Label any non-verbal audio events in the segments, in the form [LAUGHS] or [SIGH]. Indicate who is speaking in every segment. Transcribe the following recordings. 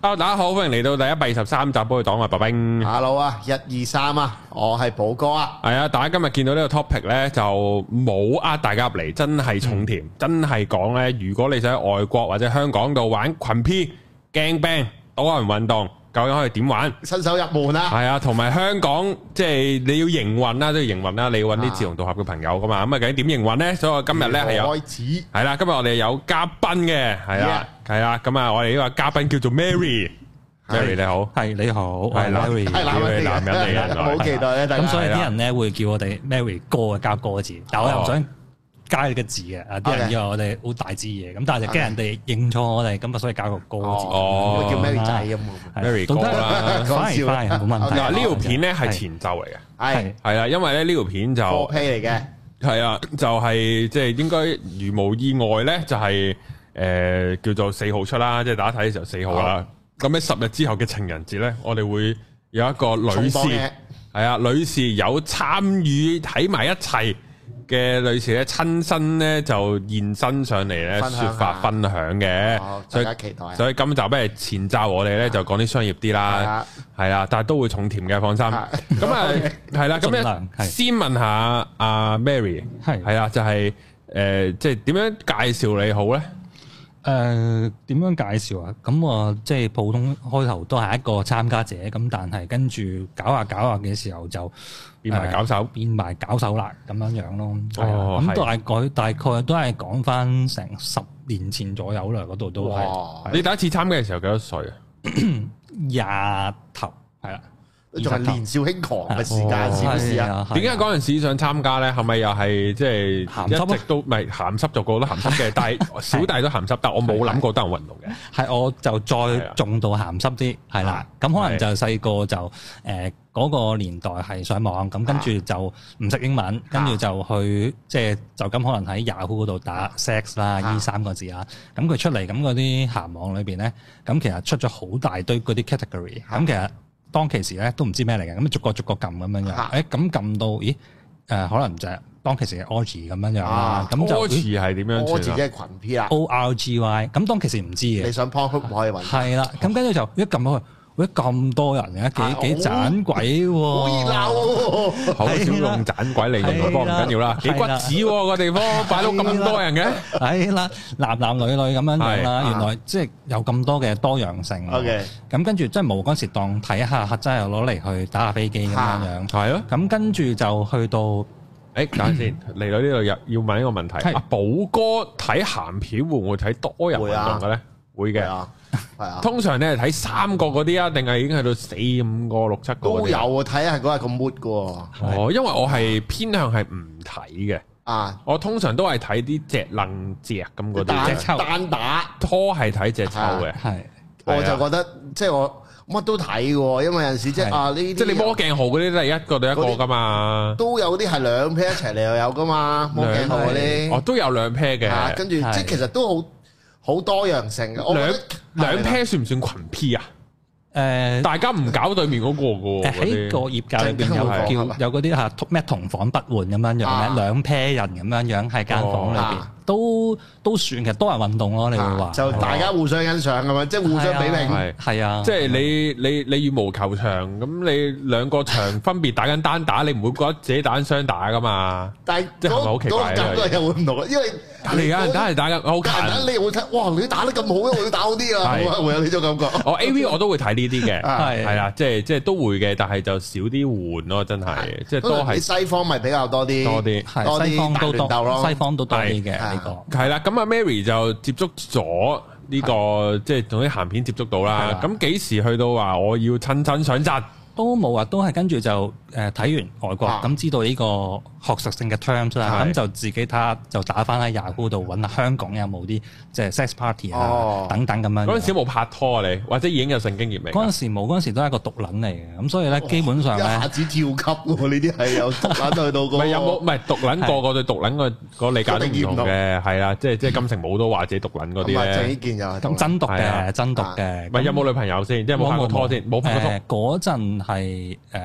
Speaker 1: 啊！大家好，歡迎嚟到第一百二十三集《寶藥黨》啊，白冰。
Speaker 2: [LAUGHS] Hello 啊，一二三啊，我係寶哥啊，
Speaker 1: 係啊，大家今日見到呢個 topic 呢，就冇呃大家入嚟，真係重甜，真係講呢。如果你想喺外國或者香港度玩群 P、gang bang、多人運動，究竟可以點玩？
Speaker 2: 新手入門啊，
Speaker 1: 係啊，同埋香港即係你要營運啦，都要營運啦，你要揾啲志同道合嘅朋友噶嘛。咁啊，究竟點營運呢？所以我今日呢，係啊有
Speaker 2: 開始
Speaker 1: 係啦，今日我哋有嘉賓嘅，係啊，係啊，咁啊，我哋呢個嘉賓叫做 Mary，Mary 你好。
Speaker 3: 係你好，
Speaker 1: 係啦
Speaker 3: 啦，
Speaker 2: 係男人
Speaker 1: 男人嚟嘅啊原來
Speaker 2: 嘅， [LAUGHS] 好期待咧，啊大家
Speaker 3: 咁所以啲人咧會叫我哋 Mary 哥加個字，但我又
Speaker 1: 哦
Speaker 3: 唔想加呢個字嘅，啊啲
Speaker 2: OK
Speaker 3: 人以為我哋好大支嘢，咁但係就驚人哋認錯我哋，咁啊所以加個哥字。
Speaker 1: 嗯哦
Speaker 2: 會叫 Mary 仔咁
Speaker 3: 係
Speaker 1: Mary 哥 [LAUGHS] 啦
Speaker 3: 都得反而反而冇問題。
Speaker 1: [LAUGHS] 嗱，呢條片咧係
Speaker 3: 係
Speaker 1: 前奏嚟嘅，
Speaker 2: 喎，係
Speaker 1: 係啊啦，因為咧呢條片就
Speaker 2: 貨批嚟嘅，
Speaker 1: 係啊，就係即係應該如無意外咧，就係誒叫做四號出啦，即係大家睇嘅時候四號啦。咁喺十日之後嘅情人節咧，我哋會有一個女
Speaker 2: 重
Speaker 1: 士
Speaker 2: 磅嘅
Speaker 1: 係啊，女士有參與睇埋一齊嘅女士咧，親身咧就現身上嚟咧，
Speaker 2: 分享
Speaker 1: 説法
Speaker 2: 下
Speaker 1: 分享嘅
Speaker 2: 好，
Speaker 1: 所
Speaker 2: 大
Speaker 1: 以
Speaker 2: 家期待啊，啊
Speaker 1: 所以今集咧前奏我哋咧就講啲商業啲
Speaker 2: 係
Speaker 1: 啦
Speaker 2: 啊，
Speaker 1: 係啦，但係都會重甜嘅，放心。
Speaker 2: 啊
Speaker 1: 咁
Speaker 2: [LAUGHS]
Speaker 1: 啊，係啦，咁
Speaker 3: 盡量
Speaker 1: 咧
Speaker 3: 係
Speaker 1: 先問下阿 Mary，
Speaker 3: 係
Speaker 1: 係啦，就係誒，即係點樣介紹你好咧？
Speaker 3: 誒呃點樣介紹啊？咁我即係普通開頭都係一個參加者，咁但係跟住搞下搞下嘅時候就
Speaker 1: 變埋
Speaker 3: 誒
Speaker 1: 搞手，
Speaker 3: 變埋搞手啦，咁樣樣咯。係
Speaker 1: 哦
Speaker 3: 啊咁
Speaker 1: 係
Speaker 3: 大概大概都係講翻成十年前左右啦，嗰度都係
Speaker 2: 哇，
Speaker 1: 你第一次參加嘅時候幾多歲啊？
Speaker 3: 廿頭，係啦，
Speaker 2: 仲係年少輕狂嘅時間，
Speaker 1: 哦
Speaker 2: 是不是
Speaker 3: 係
Speaker 2: 啊？
Speaker 3: 啊？
Speaker 1: 點解
Speaker 3: 講？
Speaker 1: 嗰陣時想參加咧？係咪又係即係
Speaker 3: 鹹濕啊
Speaker 1: 一
Speaker 3: 咯
Speaker 1: 直都唔係鹹濕就個個都鹹濕
Speaker 3: [LAUGHS]
Speaker 1: 嘅，但係小弟都鹹濕，但我冇諗過得人運動嘅。
Speaker 3: 係我就
Speaker 1: 係啊
Speaker 3: 再重度鹹濕啲，係啦
Speaker 2: 啊。
Speaker 3: 咁可
Speaker 1: 係
Speaker 3: 能就細個就誒嗰個年代係上網，
Speaker 2: 啊
Speaker 3: 咁跟住就唔識英文，跟住就去即係就咁可能喺 Yahoo 嗰度打 sex 啦，
Speaker 2: 啊
Speaker 3: 呢三個字啊。咁佢出嚟咁嗰啲鹹網裏邊咧，咁其實出咗好大堆嗰啲 category。
Speaker 2: 啊
Speaker 3: 咁其實當其時咧都唔知咩嚟嘅，咁逐個逐個撳咁樣
Speaker 2: 啊
Speaker 3: 樣。誒咁撳到，咦誒可能就係當其時嘅 orgy 咁樣樣啦
Speaker 2: 啊。
Speaker 3: 咁就
Speaker 1: 歌
Speaker 3: 咦
Speaker 1: 詞係點樣
Speaker 2: 我自
Speaker 1: 傳
Speaker 2: 己
Speaker 1: 啊？
Speaker 2: 嘅群 P 啦，
Speaker 3: O R G Y，咁當其時唔知嘅
Speaker 2: 你。想 p o n 唔可以揾，好
Speaker 3: 係啦，咁跟住就一撳落去，喂咁多人
Speaker 2: 啊
Speaker 3: 嘅，幾幾盞鬼喎！
Speaker 2: 熱啊鬧喎，
Speaker 1: 好少用盞鬼嚟用嘅方唔緊要啦，幾骨子喎個地方擺到咁多人嘅。
Speaker 3: 係啦，男男女女咁樣樣
Speaker 1: 係
Speaker 3: 啦，
Speaker 2: 啊
Speaker 3: 原來即係有咁多嘅多樣性。啊
Speaker 2: OK
Speaker 3: 咁跟住真係冇嗰時當睇下，真係攞嚟去打下飛機咁樣樣。
Speaker 1: 係咯，
Speaker 3: 咁跟住就去到
Speaker 1: 誒等下先，嚟到呢度又要問一個問題，
Speaker 3: 係
Speaker 1: 阿寶哥睇鹹片會唔會睇多人運動嘅咧？會
Speaker 2: 係
Speaker 1: 嘅，
Speaker 2: 啊，係啊。
Speaker 1: 通常你係睇三個嗰啲啊，定係已經去到四五個、六七個嗰
Speaker 2: 都有
Speaker 1: 啲啊？
Speaker 2: 啊，睇下嗰日個 mood 嘅
Speaker 1: 哦，因為我係偏向係唔睇嘅，
Speaker 2: 啊，
Speaker 1: 我通常都係睇啲隻愣隻咁嗰啊啲
Speaker 2: 單
Speaker 3: 隻
Speaker 1: 嘅，
Speaker 3: 抽
Speaker 2: 單打，
Speaker 1: 拖係睇隻抽嘅，
Speaker 3: 係
Speaker 1: 係啊
Speaker 2: 我就覺得即係我乜都睇嘅喎，因為有陣時即係
Speaker 3: 係
Speaker 2: 啊呢啲
Speaker 1: 即係你摸鏡號嗰啲都係一個對一個噶嘛，
Speaker 2: 都有啲係兩 pair 一齊嚟又有噶嘛，摸鏡號嗰
Speaker 1: 哦
Speaker 2: 啲
Speaker 1: 都有兩 pair
Speaker 2: 啊，
Speaker 1: 嘅，
Speaker 2: 跟住即係
Speaker 3: 係
Speaker 2: 其實都好好多樣性嘅。我覺
Speaker 1: 兩
Speaker 2: 得
Speaker 1: 兩 pair 算唔算群 P 啊？
Speaker 3: 誒
Speaker 1: 大家唔搞對面嗰個嘅
Speaker 3: 誒
Speaker 1: 喎，
Speaker 3: 喺個
Speaker 1: 嗰啲
Speaker 3: 業界裏邊有叫有嗰啲嚇咩同房不換咁樣樣
Speaker 2: 啊
Speaker 3: 咧，兩 pair 人咁樣樣喺間房裏邊
Speaker 2: 哦
Speaker 3: 都都算其實多人運動咯，你會話
Speaker 2: 啊就大家互相欣賞咁樣，即係互相比
Speaker 1: 係
Speaker 2: 拼。
Speaker 3: 係啊，
Speaker 1: 即係你你你羽毛球場咁，你兩個場分別打緊單打，你唔會覺得自己打緊雙打噶嘛？
Speaker 2: 但係
Speaker 1: 即係係咪
Speaker 2: 嗰
Speaker 1: 好奇怪
Speaker 2: 嗰個
Speaker 1: 啊
Speaker 2: 感覺又會唔同嘅，因為
Speaker 1: 你而家打
Speaker 2: 單
Speaker 1: 係打緊好
Speaker 2: 單打
Speaker 1: 近，
Speaker 2: 你又會睇，哇！你打得咁好，我要打好啲啊，
Speaker 1: 係
Speaker 2: 會有呢種感覺。
Speaker 1: 我哦 A V 我都會睇呢啲嘅，
Speaker 2: 啊
Speaker 3: 係
Speaker 1: 係啦，即係即係都會嘅，但係就少啲換咯，真係即係
Speaker 2: 通
Speaker 1: 都
Speaker 2: 常你
Speaker 1: 係
Speaker 2: 西方咪比較多啲，
Speaker 1: 多啲
Speaker 2: 多
Speaker 3: 係
Speaker 2: 啲
Speaker 3: 西方都
Speaker 2: 大亂鬥咯
Speaker 3: 多，西方都多啲嘅
Speaker 2: 係
Speaker 3: 呢個。
Speaker 1: 係啦。咁啊，Mary 就接觸咗呢個即係同啲鹹片接觸到
Speaker 3: 係
Speaker 1: 啦
Speaker 3: 啦。
Speaker 1: 咁幾時去到話我要親親上陣？
Speaker 3: 都冇啊，都係跟住就誒睇完外國，
Speaker 2: 啊
Speaker 3: 咁知道呢個學術性嘅 terms 啦，
Speaker 1: 係
Speaker 3: 咁就自己睇下就打翻喺 Yahoo 度揾下香港有冇啲即係 sex party
Speaker 2: 哦
Speaker 3: 啊等等咁樣。
Speaker 1: 嗰陣時有冇拍拖啊你，或者已經有性經驗未？
Speaker 3: 嗰陣時冇，嗰陣時都係一個毒撚嚟嘅，咁所
Speaker 2: 啊
Speaker 3: 以咧基本上
Speaker 2: 一下
Speaker 3: 咧
Speaker 2: 子跳級喎，呢
Speaker 1: [LAUGHS]
Speaker 2: 啲係有獨眼去到嗰個
Speaker 1: 唔係有冇唔係獨撚個個對獨撚個個理解都唔同
Speaker 2: 一定
Speaker 1: 嘅，係啦，即係即係金城武都話自己獨撚嗰啲
Speaker 2: 咁啊？鄭
Speaker 1: 咧
Speaker 2: 伊。健又係
Speaker 3: 咁真毒
Speaker 1: 係啊
Speaker 3: 嘅，真毒嘅。
Speaker 1: 唔係有冇女朋友先？即係有冇拍過拖先？冇拍過拖。
Speaker 3: 過拖。嗰陣係誒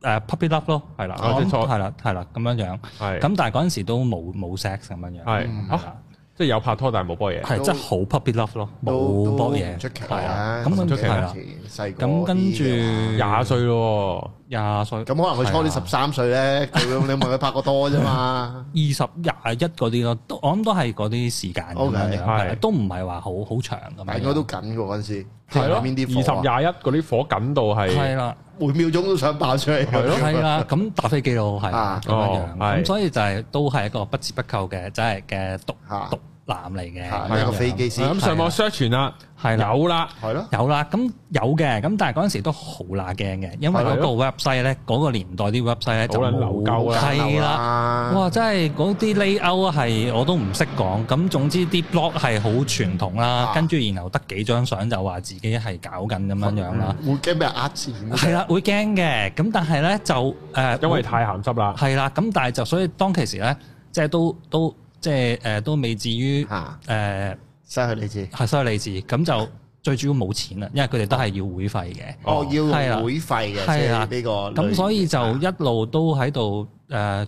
Speaker 3: 誒 puppy love 咯，係啦，
Speaker 1: 哦即係初
Speaker 3: 係啦，係啦咁樣樣。
Speaker 1: 係
Speaker 3: 咁但係嗰陣時都冇冇 sex 咁樣樣。
Speaker 1: 係
Speaker 3: 係
Speaker 1: 嚇，
Speaker 3: 啦
Speaker 1: 即係有拍拖但係冇波嘢。
Speaker 3: 係真係好 puppy love 咯，冇
Speaker 2: 都都
Speaker 3: 搏
Speaker 2: 唔
Speaker 3: 嘢，
Speaker 2: 出奇
Speaker 3: 係啊
Speaker 2: 啊，
Speaker 3: 咁
Speaker 2: 唔
Speaker 1: 出
Speaker 3: 跟
Speaker 1: 奇
Speaker 3: 係啦，
Speaker 2: 細個
Speaker 3: 咁跟住
Speaker 2: 啲嘅話
Speaker 1: 廿歲咯
Speaker 3: 廿歲，
Speaker 2: 咁可能佢初
Speaker 3: 啊
Speaker 2: 啲十三歲咧，佢你問佢拍過拖
Speaker 3: [LAUGHS]
Speaker 2: 啫嘛，
Speaker 3: 二十廿一嗰啲咯，都我諗都係嗰啲時間咁
Speaker 2: OK，
Speaker 3: 樣樣係
Speaker 1: 係
Speaker 3: 都唔係話好好長咁樣樣。
Speaker 2: 但應該都緊嘅嗰陣時，
Speaker 1: 喎，係咯，
Speaker 2: 邊啲啊
Speaker 1: 二十廿一嗰啲火緊到係啊
Speaker 3: 啊係啦，
Speaker 2: 每秒鐘都想爆出嚟，係 [LAUGHS]
Speaker 3: 係啊啦，咁搭飛機咯，係
Speaker 2: 啊
Speaker 3: 咁樣
Speaker 1: 哦
Speaker 3: 樣。
Speaker 1: 係
Speaker 3: 咁所以就係都係一個不折不扣嘅，即係嘅獨
Speaker 2: 嚇
Speaker 3: 獨男嚟嘅咁樣樣。
Speaker 2: 一個啊飛機師，
Speaker 1: 咁上網 search 完啦，
Speaker 3: 啊係啦。
Speaker 1: 有啦，
Speaker 2: 係咯，
Speaker 3: 有啦，咁有嘅，咁但係嗰陣時都好乸驚嘅，因為嗰個 website 咧，嗰個年代啲 website 咧就
Speaker 1: 好撚
Speaker 3: 冇
Speaker 1: 流鳩啦
Speaker 3: 係啦，
Speaker 2: 啦，
Speaker 1: 啊
Speaker 3: 哇！真係嗰啲 layout 啊係我都唔識講，咁總之啲 blog 係好傳統啦
Speaker 2: 啊，
Speaker 3: 跟住然後得幾張相就話自己係搞緊咁樣樣啦，
Speaker 2: 會驚俾人呃錢，
Speaker 3: 係啦，會驚嘅，咁但係咧就誒，呃
Speaker 1: 嗯因為太鹹濕啦，
Speaker 3: 係啦，咁但係就所以當其時咧，即係都都即係誒都未至於
Speaker 1: 啊
Speaker 2: 嚇，
Speaker 3: 誒
Speaker 2: 失去理智，
Speaker 3: 係收理智，咁就最主要冇錢啦，因為佢哋都係要會費嘅。
Speaker 2: 哦
Speaker 1: 哦，
Speaker 2: 要用會費嘅，啊即係呢個，
Speaker 3: 咁所以就一路都喺度誒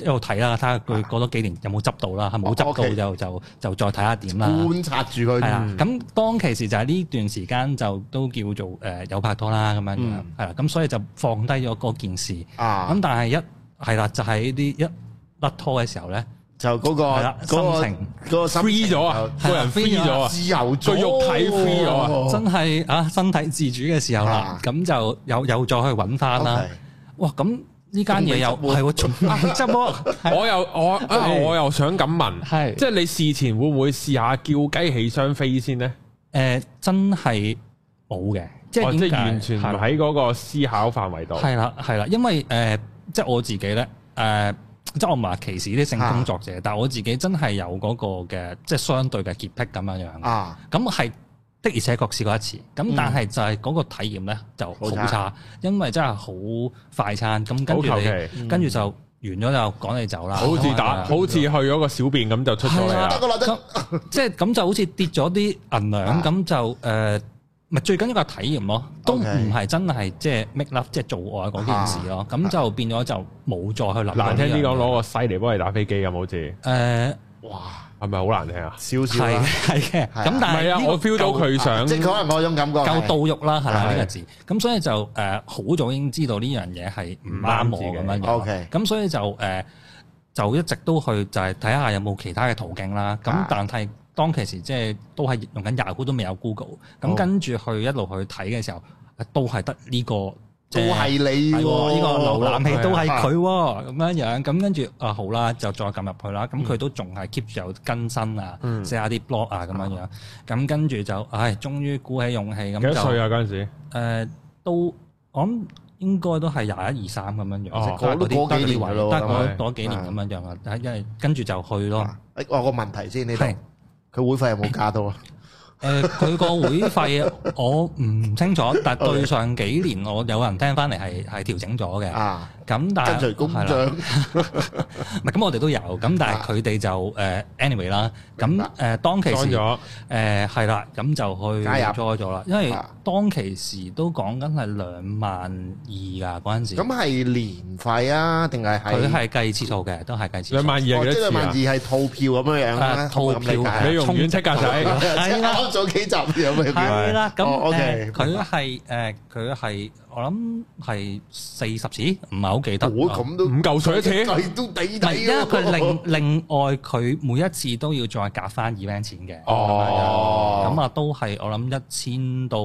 Speaker 3: 一路睇啦，睇下佢過多幾年有冇執到啦，係冇執
Speaker 2: 啊哦
Speaker 3: 到
Speaker 2: ，OK
Speaker 3: 就就就再睇下點啦。
Speaker 2: 觀察住佢
Speaker 3: 啊係，啦，咁當其時就係呢段時間就都叫做誒有拍拖啦咁樣樣，係啦，咁所以就放低咗嗰件事。
Speaker 2: 嗯啊
Speaker 3: 咁，但係一係啦，就喺啲一甩拖嘅時候咧，
Speaker 2: 就嗰個
Speaker 3: 係啦，心
Speaker 2: 嗰個
Speaker 3: 情
Speaker 2: 嗰個心
Speaker 1: free 咗啊，
Speaker 3: 係啦
Speaker 1: 個人
Speaker 3: free
Speaker 1: free 咗啊，
Speaker 2: 自由
Speaker 1: 個肉體 free 咗啊
Speaker 3: 真係啊身體自主嘅時候啦
Speaker 2: 哦啊，
Speaker 3: 咁就又又再去揾翻啦。哇！咁呢間嘢又
Speaker 2: 仲未
Speaker 3: 係喎，仲未執喎，係
Speaker 1: 我又我啊
Speaker 3: 係
Speaker 1: 我又想咁問，
Speaker 3: 係
Speaker 1: 即係你事前會唔會試下叫雞起雙飛先呢？
Speaker 3: 誒呃真係冇嘅，即
Speaker 1: 哦即
Speaker 3: 係
Speaker 1: 係
Speaker 3: 點解
Speaker 1: 完全唔喺嗰個思考範圍度。
Speaker 3: 係啦係啦，因為誒、呃即係我自己咧誒、呃即係我唔係話歧視啲性工作
Speaker 1: 啊
Speaker 3: 者，但係我自己真係有嗰個嘅即係相對嘅潔癖咁樣樣。
Speaker 2: 啊，
Speaker 3: 咁係、的而且確試過一次，
Speaker 1: 嗯
Speaker 3: 咁但係就係嗰個體驗咧就好
Speaker 2: 好
Speaker 3: 差
Speaker 2: 差，
Speaker 3: 因為真係好快餐，咁跟
Speaker 1: 好
Speaker 3: 住
Speaker 1: 求
Speaker 3: 你
Speaker 1: 其，嗯
Speaker 3: 跟住就完咗就趕你走啦，
Speaker 1: 好似打，好似去咗個小便咁就出咗嚟
Speaker 3: 啊係
Speaker 1: 啦。
Speaker 2: 得個啦得
Speaker 3: 咁即係咁就好似跌咗啲銀兩
Speaker 2: 啊
Speaker 3: 咁就誒，呃咪最緊要個體驗咯，都唔
Speaker 2: OK
Speaker 3: 係真係即係 make love 即係做愛嗰件事咯，咁就變咗就冇再去諗。
Speaker 1: 啊難聽啲講，攞個西嚟幫你打飛機咁，好似
Speaker 3: 誒
Speaker 2: 哇，
Speaker 1: 係咪好難聽啊？
Speaker 2: 少少
Speaker 3: 呃係
Speaker 2: 啦，
Speaker 3: 係嘅，
Speaker 2: 係啊
Speaker 3: 咁
Speaker 1: 唔
Speaker 3: 但係
Speaker 1: 係啊，
Speaker 3: 呢個
Speaker 1: 我 feel 到佢想
Speaker 2: 即係可能嗰種感覺
Speaker 3: 夠到肉啦，係啦
Speaker 2: 係
Speaker 3: 呢個字，咁所以就誒好早已經知道呢樣嘢係唔啱我咁樣
Speaker 1: 唔啱自己
Speaker 3: 樣
Speaker 2: OK
Speaker 3: 咁所以就誒就一直都去就係睇下有冇其他嘅途徑啦。咁
Speaker 2: 啊
Speaker 3: 但係當其時即係都係用緊 Yahoo 都未有 Google，咁
Speaker 2: 哦
Speaker 3: 跟住去一路去睇嘅時候，啊都係得呢個
Speaker 2: 都
Speaker 3: 即係
Speaker 2: 係你
Speaker 3: 係喎，
Speaker 2: 喎，
Speaker 3: 呢個瀏覽器都係
Speaker 2: 係啊嗯
Speaker 3: 佢喎，咁樣樣，咁跟住啊好啦，就再撳入去啦，咁佢都仲係 keep 住有更新啊，
Speaker 1: 嗯
Speaker 3: 寫下啲 blog 啊咁樣樣，咁跟住就唉，終於鼓起勇氣咁
Speaker 1: 幾多歲
Speaker 3: 就
Speaker 1: 啊？嗰陣時
Speaker 3: 誒都我諗應該都係廿一二三咁樣樣，
Speaker 1: 哦
Speaker 3: 即係
Speaker 2: 我都
Speaker 3: 嗰啲
Speaker 2: 嗰幾
Speaker 3: 得嗰啲
Speaker 2: 年
Speaker 3: 位
Speaker 2: 㗎咯
Speaker 3: 得
Speaker 1: 咁
Speaker 3: 嗰
Speaker 1: 係
Speaker 3: 嗰幾年咁樣樣啊，因為跟住就去咯，
Speaker 2: 誒我有個問題先呢度，
Speaker 3: 係
Speaker 2: 佢會費有冇加到啊？
Speaker 3: 誒佢個會
Speaker 2: [LAUGHS]
Speaker 3: 費我唔清楚，但係對上幾年我有人聽翻嚟係 [LAUGHS] 係調整咗嘅，
Speaker 2: 啊，
Speaker 3: 咁但係
Speaker 2: 跟隨工
Speaker 3: 係啦
Speaker 2: 匠
Speaker 3: 唔係咁，我哋都有咁，但係佢哋就誒、anyway 啦。
Speaker 2: 明
Speaker 3: 咁
Speaker 2: 白
Speaker 3: 誒當其
Speaker 1: 裝
Speaker 3: 時
Speaker 1: 咗，
Speaker 3: 誒呃係啦，咁就去
Speaker 2: 加入
Speaker 3: enjoy 咗啦。因為
Speaker 2: 啊
Speaker 3: 當其時都講緊係兩萬二㗎嗰陣時，
Speaker 2: 咁係年費啊，定係係
Speaker 3: 佢係計次數嘅，都係計次
Speaker 1: 兩
Speaker 3: 數。
Speaker 1: 萬二係
Speaker 2: 哦
Speaker 1: 幾
Speaker 2: 即係
Speaker 1: 多
Speaker 2: 兩萬
Speaker 1: 次
Speaker 2: 二
Speaker 1: 啊？
Speaker 2: 係套票咁樣樣啦，
Speaker 3: 啊套票
Speaker 2: 可唔可以咁理解啊
Speaker 1: 你用
Speaker 3: 充
Speaker 1: 遠戚格
Speaker 2: [LAUGHS]
Speaker 1: 仔，
Speaker 3: 係啦
Speaker 2: 啱咗幾集咁樣
Speaker 1: 係
Speaker 2: 樣
Speaker 3: 係啦，咁
Speaker 2: 哦
Speaker 3: 誒
Speaker 2: ，OK，
Speaker 3: 佢係誒佢係我諗係四十次，唔係好記得。
Speaker 2: 我哦咁啊都
Speaker 1: 五嚿水一次。
Speaker 2: 計都抵抵
Speaker 3: 唔係，因為
Speaker 2: 喎
Speaker 3: 佢另另外佢每一次都要再夾翻 event 錢嘅。
Speaker 1: 哦
Speaker 3: 咁啊都係我諗一千到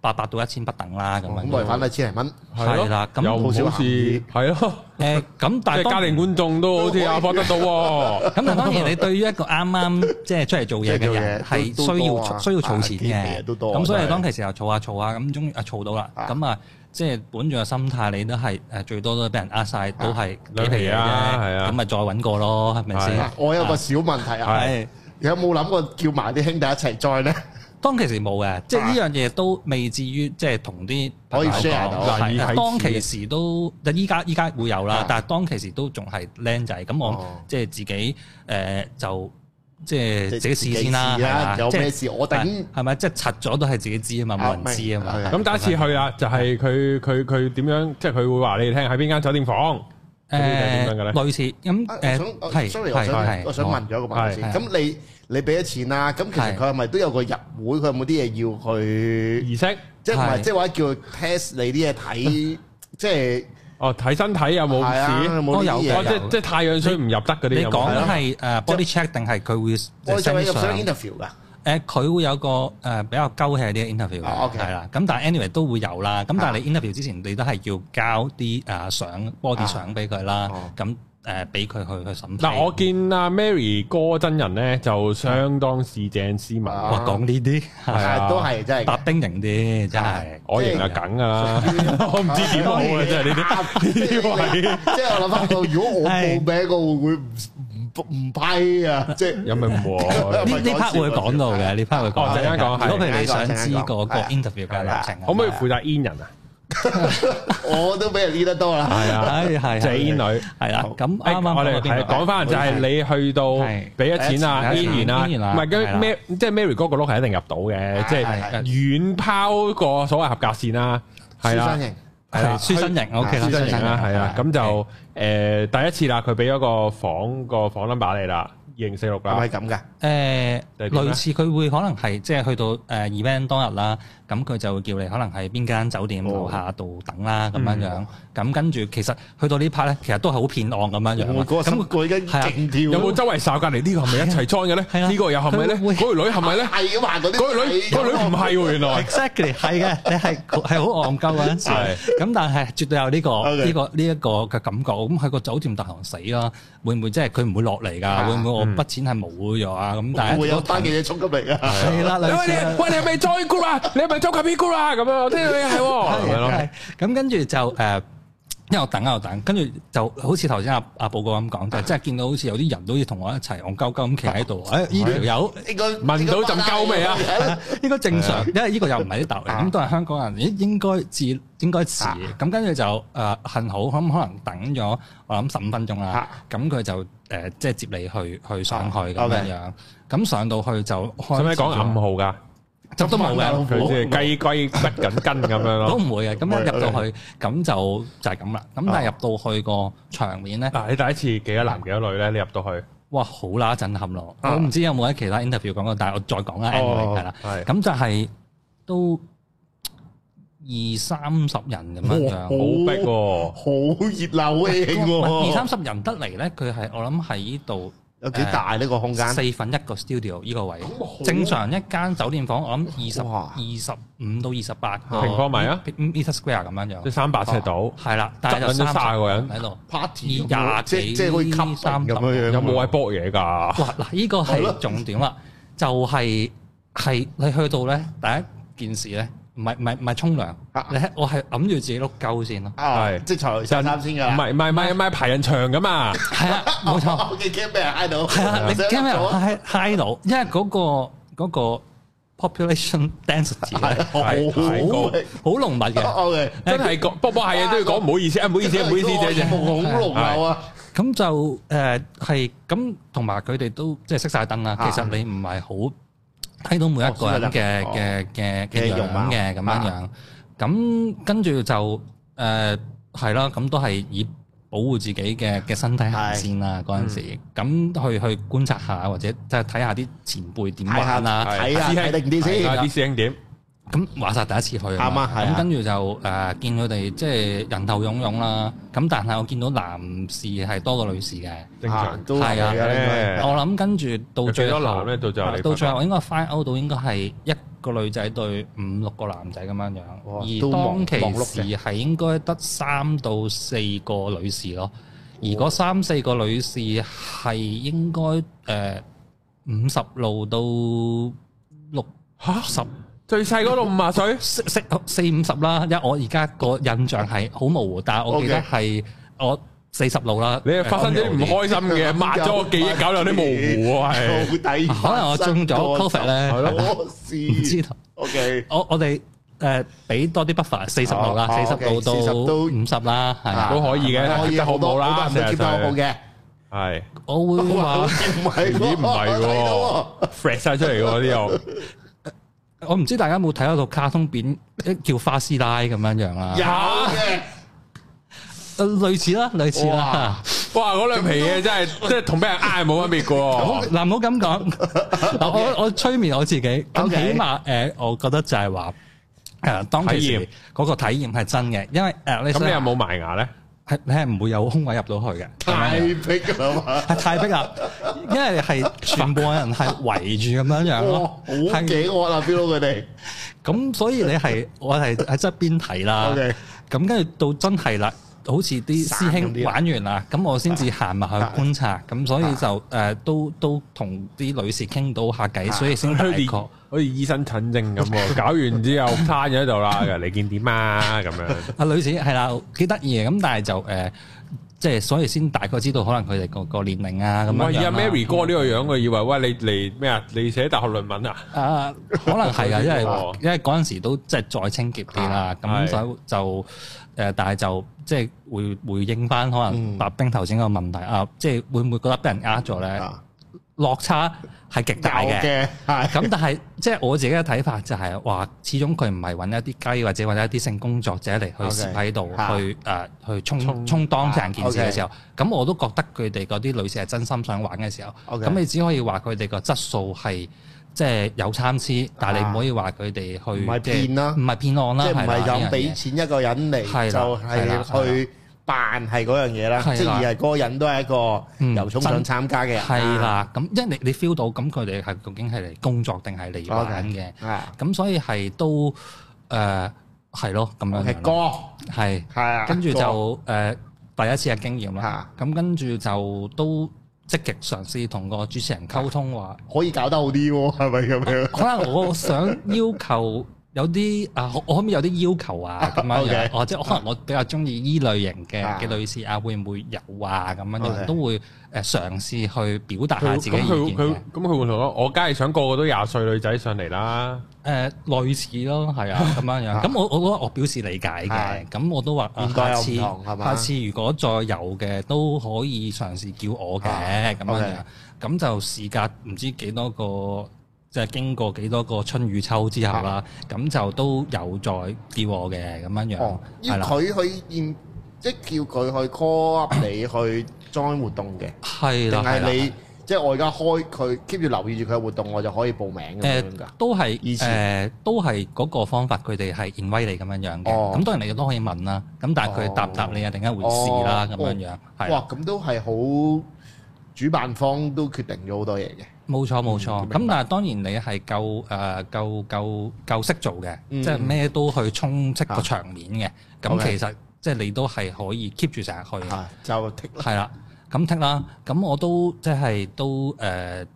Speaker 3: 八百到一千不等啦，咁
Speaker 2: 哦咁
Speaker 3: 樣。
Speaker 2: 咪反低千零蚊，
Speaker 1: 係
Speaker 3: 係啊啦咁
Speaker 1: 又
Speaker 2: 好少
Speaker 1: 唔好似係咯，
Speaker 3: 誒咁，
Speaker 1: 即
Speaker 3: 但係
Speaker 1: 係
Speaker 3: 當
Speaker 1: 家庭觀眾都好似阿科得到喎。
Speaker 3: 咁，但係
Speaker 2: [LAUGHS]
Speaker 3: 當然你對於一個啱啱即係出嚟做嘢嘅人，
Speaker 2: 即係
Speaker 3: 係
Speaker 2: 做
Speaker 3: 需
Speaker 2: 嘢都都
Speaker 3: 要
Speaker 2: 多啊
Speaker 3: 需要儲
Speaker 2: 啊見
Speaker 3: 錢
Speaker 2: 其
Speaker 3: 嘅。
Speaker 2: 實都多啊
Speaker 3: 咁所以
Speaker 2: 真係
Speaker 3: 當其時又儲下儲下，咁終於啊儲到啦。
Speaker 2: 啊
Speaker 3: 咁啊，即係本住個心態，你都係誒最多都俾人呃晒，都係幾皮嘢
Speaker 1: 兩皮啊
Speaker 3: 啫。
Speaker 1: 係啊
Speaker 3: 咁咪再揾個咯，係咪
Speaker 1: 係
Speaker 3: 先
Speaker 2: 嗱？我有個小問題啊，
Speaker 1: 係
Speaker 2: 有冇諗過叫埋啲兄弟一齊再咧？
Speaker 3: 當其時冇嘅，即係呢樣嘢都未至於即係同啲朋友
Speaker 2: 啊可以 share 到
Speaker 3: 講
Speaker 1: 難以啟齒
Speaker 3: 係當其時都，但依家依家會有啦
Speaker 2: 啊，
Speaker 3: 但係當其時都仲係僆仔，咁我
Speaker 2: 哦
Speaker 3: 即係自己誒就即係自己試先啦，
Speaker 2: 自己試啦
Speaker 3: 係啦
Speaker 2: 有
Speaker 3: 即係
Speaker 2: 咩事我頂
Speaker 3: 係咪？即係拆咗都係自己知啊嘛，冇人知啊
Speaker 2: 啊
Speaker 3: 嘛。
Speaker 1: 咁
Speaker 2: 明
Speaker 1: 第一次去啦，就係佢佢佢點樣，即係佢會話你哋聽喺邊間酒店房，嗰啲係點樣嘅咧
Speaker 3: 誒類似咁
Speaker 2: 啊
Speaker 3: 誒
Speaker 2: 我想我
Speaker 3: 係
Speaker 2: sorry，我
Speaker 3: 係
Speaker 2: 想
Speaker 3: 係
Speaker 2: 我想問咗一個問題先。
Speaker 3: 係
Speaker 2: 咁你你俾咗錢啦，咁其實
Speaker 3: 係
Speaker 2: 佢係咪都有個入會？佢有冇啲嘢要去，
Speaker 1: 儀式
Speaker 2: 即係唔係
Speaker 3: 係
Speaker 2: 即係話叫佢 test 你啲嘢
Speaker 3: [LAUGHS]
Speaker 2: 睇，即係
Speaker 1: 哦，睇身體有冇
Speaker 2: 係啊
Speaker 1: 事？
Speaker 2: 冇
Speaker 3: 我
Speaker 2: 呢
Speaker 3: 有
Speaker 2: 啲
Speaker 3: 嘅
Speaker 1: 哦，
Speaker 2: 嘢。
Speaker 1: 即即太陽水唔入得嗰
Speaker 3: 你
Speaker 1: 啲有冇啊係
Speaker 3: 講緊
Speaker 1: 咯
Speaker 3: 係誒 body check 定係佢會
Speaker 2: 我就
Speaker 3: send
Speaker 2: 入想
Speaker 3: 相
Speaker 2: interview 㗎。
Speaker 3: 誒佢會有個誒、呃比較鳩氣啲 interview
Speaker 2: 哦
Speaker 3: 嘅，
Speaker 2: ，OK
Speaker 3: 係啦、咁但係 anyway 都會有啦。咁
Speaker 1: 啊
Speaker 3: 但係你 interview 之前，你都係要交啲誒相 body 相俾佢啦
Speaker 2: 哦。
Speaker 3: 咁誒俾佢去去審批。
Speaker 1: 啊嗱，我見阿 Mary 哥真人咧就相當市正斯文，
Speaker 2: 啊
Speaker 3: 哇講呢啲
Speaker 1: [LAUGHS] 係啊
Speaker 2: 但係都係真係
Speaker 3: 白
Speaker 2: 嘅。
Speaker 3: 丁型啲，真係
Speaker 1: 我認啊梗噶啦， [LAUGHS] 我唔知點好啊，真係呢啲。
Speaker 2: 即係即係我諗翻到，如果我報名，我會唔會唔唔唔批啊？即係
Speaker 1: 有咪唔
Speaker 3: 呢 [LAUGHS]
Speaker 1: 會？
Speaker 3: 呢 part 會講到嘅，呢 part 會
Speaker 1: 哦
Speaker 3: 講。
Speaker 1: 陣間講係
Speaker 3: 如果譬如你想
Speaker 2: 陣間講
Speaker 3: 知個個
Speaker 2: 係啊
Speaker 3: interview 嘅流程，
Speaker 1: 可唔可以負責 in 人啊？
Speaker 2: 我都俾人 lead 得多啦。
Speaker 1: 係啊，
Speaker 3: 係係
Speaker 1: 就係 in
Speaker 3: 係
Speaker 1: 女。
Speaker 3: 係啦。咁
Speaker 1: 誒
Speaker 3: 啱啱
Speaker 1: 我哋
Speaker 3: 邊
Speaker 1: 係
Speaker 3: 個
Speaker 1: 講翻就係你去到
Speaker 3: 係
Speaker 1: 俾咗錢啊
Speaker 3: 俾咗
Speaker 1: i n
Speaker 3: 錢，in 完
Speaker 1: 完
Speaker 3: 啦
Speaker 1: 啊，唔係
Speaker 3: 係
Speaker 1: 跟
Speaker 3: 啦
Speaker 1: Mary 即係 Mary 嗰個碌係一定入到嘅，即係
Speaker 2: 係
Speaker 1: 遠拋個所謂合格線啦，係
Speaker 2: 書
Speaker 1: 啦
Speaker 2: 生。型
Speaker 1: 係啦
Speaker 3: 係書生型，OK 啦，
Speaker 1: 資真型啦，係啊，咁
Speaker 3: 係
Speaker 1: 就誒第一次啦，佢俾咗個房個房 number 你啦，二零四六
Speaker 2: 係
Speaker 1: 啦
Speaker 2: 咪，咁㗎？
Speaker 1: 定係
Speaker 3: 誒
Speaker 1: 點咧
Speaker 3: 類似佢會可能係即係去到誒 event 當日啦，咁佢就會叫你可能喺邊間酒店
Speaker 2: 哦嗯
Speaker 3: 樓下度等啦咁樣樣，咁跟住其實去到呢 part 咧，其實都係好騙案咁樣樣
Speaker 2: 我
Speaker 3: 啊。
Speaker 2: 哦個心
Speaker 3: 咁
Speaker 2: 佢已經勁跳，
Speaker 1: 有冇周圍哨隔離呢個係咪一齊 join 嘅
Speaker 3: 係
Speaker 1: 咧？
Speaker 3: 啊
Speaker 1: 呢個又係咪咧？
Speaker 3: 佢會
Speaker 1: 嗰條女係咪咧？
Speaker 2: 係嘛？嗰
Speaker 1: 嗰
Speaker 2: 啲
Speaker 1: 條女嗰條女唔係喎，原來
Speaker 3: [LAUGHS] exactly 係嘅，你係係好戇鳩啊嗰陣時，
Speaker 1: 係
Speaker 3: 咁但係絕對有呢個
Speaker 2: OK
Speaker 3: 呢個呢一個嘅感覺。咁喺個酒店大堂死啦，會唔會即係佢唔會落嚟
Speaker 2: 啊
Speaker 3: 㗎？會唔會我筆錢係冇咗啊？咁但係
Speaker 2: 會有單嘅
Speaker 3: 係
Speaker 2: 嘢衝擊嚟㗎。
Speaker 3: 啦，
Speaker 1: 喂
Speaker 3: 類似啦
Speaker 1: 你喂你係咪 join group 啊？你係咪 join 卡 B group 啊？咁樣我聽你係喎，咁樣咯。
Speaker 3: 係咁跟住就誒、呃因為我等啊，我等，跟住就好似頭先阿阿寶哥咁講，就係真係見到好似有啲人都好似同我一齊戇鳩鳩咁企喺度，誒呢條友
Speaker 2: 應該
Speaker 1: 聞到陣鳩味啊！
Speaker 3: 應該正常，因為呢個又唔係啲豆嚟，
Speaker 2: 啊
Speaker 3: 咁都係香港人，咦應該似應該似，
Speaker 2: 啊
Speaker 3: 咁跟住就誒、呃幸好咁可能等咗我諗十五分鐘啦
Speaker 2: 啊，
Speaker 3: 咁佢就誒、呃即係接你去去上去咁
Speaker 2: 啊，OK
Speaker 3: 樣樣，咁上到去就開
Speaker 1: 使唔使
Speaker 3: 始
Speaker 1: 講啊
Speaker 3: 咗
Speaker 1: 暗號㗎？
Speaker 3: 就都冇嘅。
Speaker 1: 佢即係雞龜骨緊筋咁樣
Speaker 3: 都
Speaker 1: 咯。
Speaker 3: 唔會嘅，咁一入到去咁就就係咁啦。咁但係入到去個場面咧，
Speaker 1: 嗱，你第一次幾多男幾多女咧？你入到去，
Speaker 3: 哇，好啦震撼咯！
Speaker 2: 啊
Speaker 3: 我唔知有冇喺其他 interview 講過，但係我再
Speaker 1: 哦
Speaker 3: 講啦，anyway 係啦。
Speaker 1: 係
Speaker 3: 咁就係都二三十人咁樣
Speaker 1: 好
Speaker 3: 樣，
Speaker 1: 逼喎。
Speaker 2: 好熱鬧嘅嘢
Speaker 3: 二
Speaker 2: 喎，
Speaker 3: 三十人得嚟咧，佢係我諗喺呢度
Speaker 2: 有幾大呢個空間？
Speaker 3: 四分一個 studio 呢個位
Speaker 1: 啊好，
Speaker 3: 正常一間酒店房我諗二十
Speaker 2: 哇
Speaker 3: 二十五到二十八
Speaker 1: 平方米啊
Speaker 3: ，meter square 咁樣
Speaker 1: 即
Speaker 3: 樣，
Speaker 1: 三百尺度，
Speaker 3: 係啦，但係就
Speaker 1: 執緊咗
Speaker 3: 三
Speaker 1: 卅
Speaker 3: 十
Speaker 1: 個人
Speaker 3: 喺度。
Speaker 2: party
Speaker 3: 二廿幾
Speaker 2: 即即係好似吸咁樣樣，
Speaker 1: 有冇位搏嘢㗎？
Speaker 3: 哇！嗱，呢個
Speaker 2: 係咯
Speaker 3: 係重點啦，就係、係你去到咧第一件事咧，唔係唔係唔係沖涼
Speaker 2: 啊，
Speaker 3: 你係我係揞住自己碌鳩先咯。
Speaker 2: 啊？即係除晒衫先㗎
Speaker 1: 唔
Speaker 2: 啦。
Speaker 1: 係唔係唔係唔係排人長㗎嘛？
Speaker 3: 係 [LAUGHS] 啊，冇錯，
Speaker 2: 我驚俾人嗨到，
Speaker 3: 係 [LAUGHS] 啊，你驚咩
Speaker 2: 咗？
Speaker 3: 人 high high 到？因為嗰、個嗰、個 population density [LAUGHS] 呢
Speaker 2: 好高
Speaker 3: 好濃密嘅，
Speaker 2: ，OK，
Speaker 1: 真係講搏搏下嘢都要講唔好意思啊，唔好意思啊，唔好意思姐姐。
Speaker 2: 恐龍流啊！
Speaker 3: 咁就誒係咁，同埋佢哋都即係熄晒燈啦。
Speaker 2: 啊
Speaker 3: 其實你唔係好睇到每一個人嘅
Speaker 2: 哦
Speaker 3: 嘅嘅
Speaker 2: 嘅
Speaker 3: 嘅
Speaker 2: 容貌啊
Speaker 3: 樣嘅咁樣樣。咁跟住就誒係啦，咁都係以保護自己嘅嘅身體行先啦。嗰
Speaker 2: 嗯
Speaker 3: 陣時咁去去觀察下，或者即係睇下啲前輩點
Speaker 2: 睇下
Speaker 3: 玩啦。
Speaker 2: 睇下睇定啲先。
Speaker 1: 啊啲師兄點？
Speaker 3: 咁話晒第一次去嘛
Speaker 2: 啱啊係啊
Speaker 3: 咁跟住就誒、呃、見佢哋即係人頭湧湧啦。咁但係我見到男士係多過女士嘅。
Speaker 1: 正常。
Speaker 2: 都
Speaker 3: 係啊
Speaker 2: 嘅，
Speaker 3: 我諗跟住到最啊
Speaker 1: 有幾多男咧到最後你
Speaker 3: 到最後應該 find out 到應該係一個女仔對五六個男仔咁
Speaker 2: 哇
Speaker 3: 樣
Speaker 2: 都
Speaker 3: 樣，而
Speaker 2: 忙
Speaker 3: 當其
Speaker 2: 忙碌嘅
Speaker 3: 時係應該得三到四個女士咯，而
Speaker 2: 哦
Speaker 3: 嗰三四個女士係應該誒五十路到六
Speaker 1: 嚇
Speaker 3: 十
Speaker 1: 最細嗰度五啊歲，
Speaker 3: 四四四五十啦，因為我而家個印象係好模糊，但係我記得係我四十路啦。
Speaker 1: 你係發生咗啲唔開心嘅，
Speaker 3: [LAUGHS]
Speaker 2: 誒
Speaker 1: 抹咗我記憶，搞到有啲模糊
Speaker 2: [LAUGHS]
Speaker 1: 啊，係。
Speaker 2: 底
Speaker 3: 可能我中咗 covid 咧， [LAUGHS]
Speaker 1: 係咯
Speaker 2: 我
Speaker 3: 唔
Speaker 2: 試
Speaker 3: 知道。
Speaker 2: ，OK，
Speaker 3: 我我哋誒俾多啲 buffer 四十路啦，
Speaker 2: 哦
Speaker 3: 四
Speaker 2: 哦
Speaker 3: 十路到
Speaker 2: 40都
Speaker 3: 五十啦，係
Speaker 1: 都
Speaker 3: 啊，
Speaker 1: 可以嘅
Speaker 2: 可以好多好多人都 keep 得好嘅。
Speaker 3: [LAUGHS]
Speaker 1: 係
Speaker 3: 我會
Speaker 2: 啊唔
Speaker 3: 話
Speaker 2: 係
Speaker 1: 咦唔係
Speaker 3: [LAUGHS]
Speaker 1: 喎，fresh 晒出嚟喎呢度。
Speaker 3: 我唔知大家有冇睇嗰套卡通片，叫花師奶咁樣樣啦
Speaker 2: 有，嘅，
Speaker 3: 啊呃類似啦，類似啦。
Speaker 1: 哇！嗰兩皮嘢
Speaker 3: [LAUGHS]
Speaker 1: 真係，即係同俾人呃係冇分別噶。
Speaker 3: 嗱，唔好咁講，嗱我我催眠我自己，咁
Speaker 2: OK
Speaker 3: 起碼誒，我覺得就係話誒，當其
Speaker 1: 體驗
Speaker 3: 時嗰個體驗係真嘅，因為誒你
Speaker 1: 咁
Speaker 3: 想
Speaker 1: 你有冇埋牙
Speaker 3: [LAUGHS]
Speaker 1: 咧？
Speaker 3: 係你係唔會有空位入到去嘅，
Speaker 2: 太 [LAUGHS] 逼啦嘛，
Speaker 3: 係太逼啦，因為係全部人係圍住咁樣樣
Speaker 2: 哇，
Speaker 3: 咯
Speaker 2: 哦好，
Speaker 3: 係
Speaker 2: 幾惡啊，feel 到佢哋。
Speaker 3: 咁，所以你
Speaker 2: [LAUGHS]
Speaker 3: 係我係喺側邊睇啦
Speaker 2: O。K，
Speaker 3: 咁跟住到真係啦，好似啲師
Speaker 2: 散咁啲
Speaker 3: 兄
Speaker 2: 啦
Speaker 3: 玩完啦，咁我先至行埋去觀察，咁所以就誒都都同啲女士傾到下
Speaker 2: 啊
Speaker 3: 偈，所以先
Speaker 1: 好
Speaker 3: 大
Speaker 1: 似
Speaker 3: 概。
Speaker 1: 好似醫生診症咁喎，
Speaker 3: [LAUGHS]
Speaker 1: 搞完之後攤咗喺度啦，你見點啊？咁樣
Speaker 3: 啊，女士係啦，幾得意嘅，咁但係就誒，即係所以先大概知道可能佢哋個個年齡啊咁
Speaker 1: 唔
Speaker 3: 樣
Speaker 1: 係
Speaker 3: 樣
Speaker 1: 啊
Speaker 3: 啦
Speaker 1: ，Mary 哥呢個樣，佢以為喂你嚟咩啊？你寫大學論文啊？
Speaker 3: 啊，可能係
Speaker 2: [LAUGHS]
Speaker 3: 啊，因為
Speaker 2: 哦
Speaker 1: 喎
Speaker 3: 因為嗰陣時都即係再清潔啲
Speaker 2: 啊
Speaker 3: 啦，
Speaker 1: 係
Speaker 3: 咁就就誒，但係就即係回回應翻可能
Speaker 2: 嗯
Speaker 3: 白冰頭先個問題啊，即係會唔會覺得俾人呃咗咧？
Speaker 2: 啊
Speaker 3: 落差係極大
Speaker 2: 有
Speaker 3: 嘅。
Speaker 2: 嘅，係
Speaker 3: 咁但係即係我自己嘅睇法就係、話，始終佢唔係揾一啲雞或者揾一啲性工作者嚟去
Speaker 2: OK，
Speaker 3: 攝喺度
Speaker 2: 嚇
Speaker 3: 去誒、呃去
Speaker 1: 充
Speaker 3: 充充當成件事
Speaker 2: 啊
Speaker 3: 嘅
Speaker 2: ，OK
Speaker 3: 時候，咁、我都覺得佢哋嗰啲女士係真心想玩嘅時候，咁
Speaker 2: OK
Speaker 3: 你只可以話佢哋個質素係即係有參差，但係你唔可以話佢哋去
Speaker 2: 啊唔係
Speaker 3: 即係
Speaker 2: 騙啦
Speaker 3: 唔係騙案啦，
Speaker 2: 即係唔係
Speaker 3: 啦呢
Speaker 2: 咁
Speaker 3: 樣
Speaker 2: 俾
Speaker 3: 嘢
Speaker 2: 錢一個人嚟，
Speaker 3: 係啦
Speaker 2: 就
Speaker 3: 係啦
Speaker 2: 係去扮係嗰樣嘢啦
Speaker 3: 係，啦
Speaker 2: 即係而係嗰個人都係一個
Speaker 3: 嗯
Speaker 2: 由衷想參加嘅人，
Speaker 3: 係，啦，咁因為你你 feel 到咁佢哋係究竟係嚟工作定係嚟玩嘅，
Speaker 2: 啊，
Speaker 3: 咁所以係都誒係咯咁樣
Speaker 2: 係
Speaker 3: 樣
Speaker 2: 歌，
Speaker 3: 咯，係。
Speaker 2: 係啊，
Speaker 3: 跟住
Speaker 2: 歌
Speaker 3: 就誒、呃第一次嘅經驗啦
Speaker 2: 嚇。
Speaker 3: 咁跟住就都積極嘗試同個主持人溝通話，
Speaker 2: 可以搞得好啲喎，係咪咁樣？
Speaker 3: 可能我想要求。有啲啊，我我可唔可以有啲要
Speaker 2: [LAUGHS]
Speaker 3: 求啊？咁樣
Speaker 2: OK
Speaker 3: 樣，或者可能我比較中意依類型嘅
Speaker 2: 啊
Speaker 3: 嘅女士啊，會唔會有啊？咁樣
Speaker 2: OK
Speaker 3: 樣都會誒嘗試去表達 [LAUGHS] 下
Speaker 1: 佢
Speaker 3: 自己
Speaker 1: 咁
Speaker 3: 意
Speaker 1: 佢
Speaker 3: 見
Speaker 1: 佢
Speaker 3: 嘅。
Speaker 1: 咁佢會同我講，我梗係想個個都廿歲女仔上嚟啦。
Speaker 3: 誒呃類似咯，
Speaker 2: [LAUGHS]
Speaker 3: 係啊，咁樣樣。咁我我我我表示理解
Speaker 2: 係
Speaker 3: 嘅，咁我都話啊
Speaker 2: 年代
Speaker 3: 下
Speaker 2: 又唔
Speaker 3: 次
Speaker 2: 同係嘛
Speaker 3: 下次如果再有嘅都可以嘗試叫我
Speaker 2: 啊
Speaker 3: 嘅咁樣
Speaker 2: OK
Speaker 3: 樣。咁就事隔唔知幾多個，即係經過幾多個春與秋之後
Speaker 2: 啊
Speaker 3: 啦，咁就都有再叫我嘅咁樣樣
Speaker 2: 哦，，要
Speaker 3: 係啦，
Speaker 2: 佢去現，即係叫佢去 call up 你去 join 活動嘅，
Speaker 3: 係
Speaker 2: 定
Speaker 3: 啦，係
Speaker 2: 係
Speaker 3: 啦
Speaker 2: 你即係我而家開佢 keep 住留意住佢嘅活動，我就可以報名咁樣㗎
Speaker 3: 誒。都係
Speaker 2: 以
Speaker 3: 誒都係嗰個方法，佢哋係 invite 你咁樣樣嘅。
Speaker 2: 哦
Speaker 3: 咁當然你都可以問啦，咁但係
Speaker 2: 哦
Speaker 3: 佢答唔答你係另一回事啦，
Speaker 2: 哦
Speaker 3: 咁樣樣係啦
Speaker 2: 哇，咁都係好，主辦方都決定咗好多嘢嘅。
Speaker 3: 冇錯冇
Speaker 2: 嗯
Speaker 3: 錯，
Speaker 2: 明白
Speaker 3: 咁但係當然你係夠誒夠夠夠識做嘅，
Speaker 2: 嗯啊
Speaker 3: 即係咩都去充斥個場面嘅。咁
Speaker 2: OK
Speaker 3: 其實即係你都係可以 keep 住成日去嘅，
Speaker 2: 啊，就剔啦。
Speaker 3: 係啦。咁剔啦，咁我都即係都誒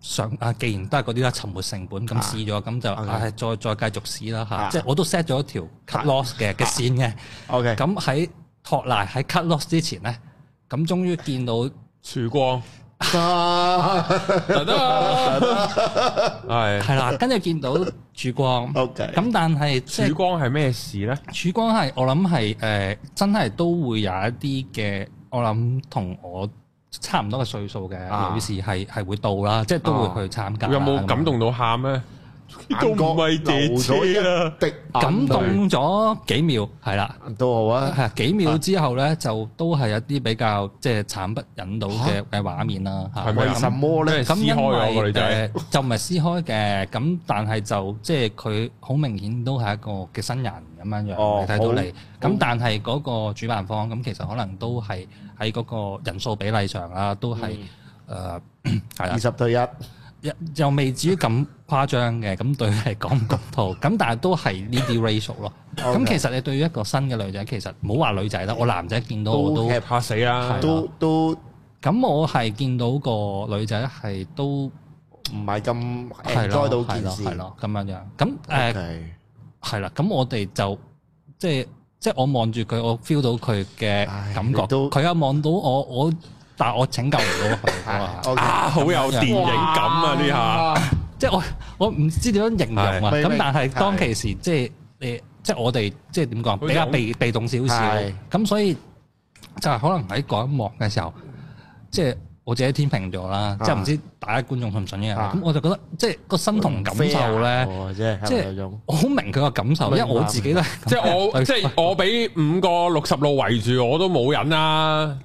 Speaker 3: 想啊，既然都係嗰啲啦，沉沒成本咁
Speaker 2: 啊
Speaker 3: 試咗，咁就
Speaker 2: OK
Speaker 3: 啊再再繼續試啦
Speaker 2: 啊
Speaker 3: 嚇。即係我都 set 咗一條 cut loss 嘅嘅線嘅。
Speaker 2: O K，
Speaker 3: 咁喺托賴喺 cut loss 之前咧，咁終於見到。
Speaker 1: 曙光，
Speaker 2: [LAUGHS]
Speaker 1: 係啊 [LAUGHS]
Speaker 3: 係啦，跟住見到 [LAUGHS] 曙光
Speaker 2: OK
Speaker 3: 咁但係
Speaker 1: 曙
Speaker 3: 即係
Speaker 1: 光係咩事咧？
Speaker 3: 曙光係我諗係誒，真係都會有一啲嘅，我諗同我差唔多嘅歲數
Speaker 2: 啊
Speaker 3: 嘅女士係係會到啦，即係都會去參加
Speaker 1: 啊
Speaker 3: 啦。
Speaker 1: 有冇感動到喊咧？都唔係姐姐啦，
Speaker 2: 滴
Speaker 3: 咁樣？感動咗幾秒，係啦，
Speaker 2: 都好啊。
Speaker 3: 係幾秒之後咧，就都係一啲比較即係慘不忍睹嘅嘅畫面啦。嚇
Speaker 1: 係咪
Speaker 2: 為
Speaker 1: 啊
Speaker 2: 什麼咧？
Speaker 1: 撕
Speaker 3: 咁因
Speaker 1: 開咗個女
Speaker 3: 為
Speaker 1: 仔
Speaker 3: 誒就唔係撕開嘅，咁但係就即係佢好明顯都係一個嘅新人咁樣樣，
Speaker 2: 哦
Speaker 3: 你睇到你。
Speaker 2: 好
Speaker 3: 咁但係嗰個主辦方咁其實可能都係喺嗰個人數比例上啦，都係 [CLEARS THROAT] 誒係啦
Speaker 2: 二，十對一，
Speaker 3: 又又未至於咁誇張嘅，咁對佢嚟講唔公道。咁但係都係呢啲 ratio 咯。咁
Speaker 2: OK
Speaker 3: 其實你對於一個新嘅女仔，其實唔好話女仔啦，我男仔見到我
Speaker 2: 都
Speaker 3: 都。
Speaker 2: happy
Speaker 1: 怕死啦
Speaker 3: 係！
Speaker 2: 都都唔
Speaker 3: 咁我係見到個女仔係都
Speaker 2: 係咁
Speaker 3: 係
Speaker 2: enjoy
Speaker 3: 咯，
Speaker 2: 到
Speaker 3: 係
Speaker 2: 件
Speaker 3: 咯，
Speaker 2: 事。
Speaker 3: 係咯，咁樣樣。咁誒
Speaker 2: OK，
Speaker 3: 係啦，咁我哋就即係即係我望住佢，我 feel 到佢嘅
Speaker 2: 唉
Speaker 3: 感覺
Speaker 2: 你。都
Speaker 3: 佢又望到我，我但係我拯救唔到佢
Speaker 2: [LAUGHS] 係
Speaker 3: 嗰下。
Speaker 2: À, OK。
Speaker 1: 啊，好有電影感啊！呢下
Speaker 2: 下
Speaker 3: 即係我我唔知點樣形容啊。
Speaker 2: 係
Speaker 3: 咁但係
Speaker 2: 係
Speaker 3: 當其時即係誒，即係我哋即係點講，
Speaker 1: 好
Speaker 3: 比較
Speaker 1: 勇
Speaker 3: 被被動少少
Speaker 2: 係。
Speaker 3: 咁所以就係可能喺嗰一幕嘅時候，即係我自己天秤座啦，
Speaker 2: 啊
Speaker 3: 即係唔知大家觀眾信唔信嘅，
Speaker 2: 啊
Speaker 3: 咁我就覺得即係個身同感受咧，
Speaker 2: 哦，即係
Speaker 3: 即係
Speaker 2: 有種
Speaker 3: 我好明佢個感受，因為我自己都係咁
Speaker 1: 即系我
Speaker 3: [LAUGHS] 對
Speaker 1: 即系我俾五個六十路圍住我都冇忍啦，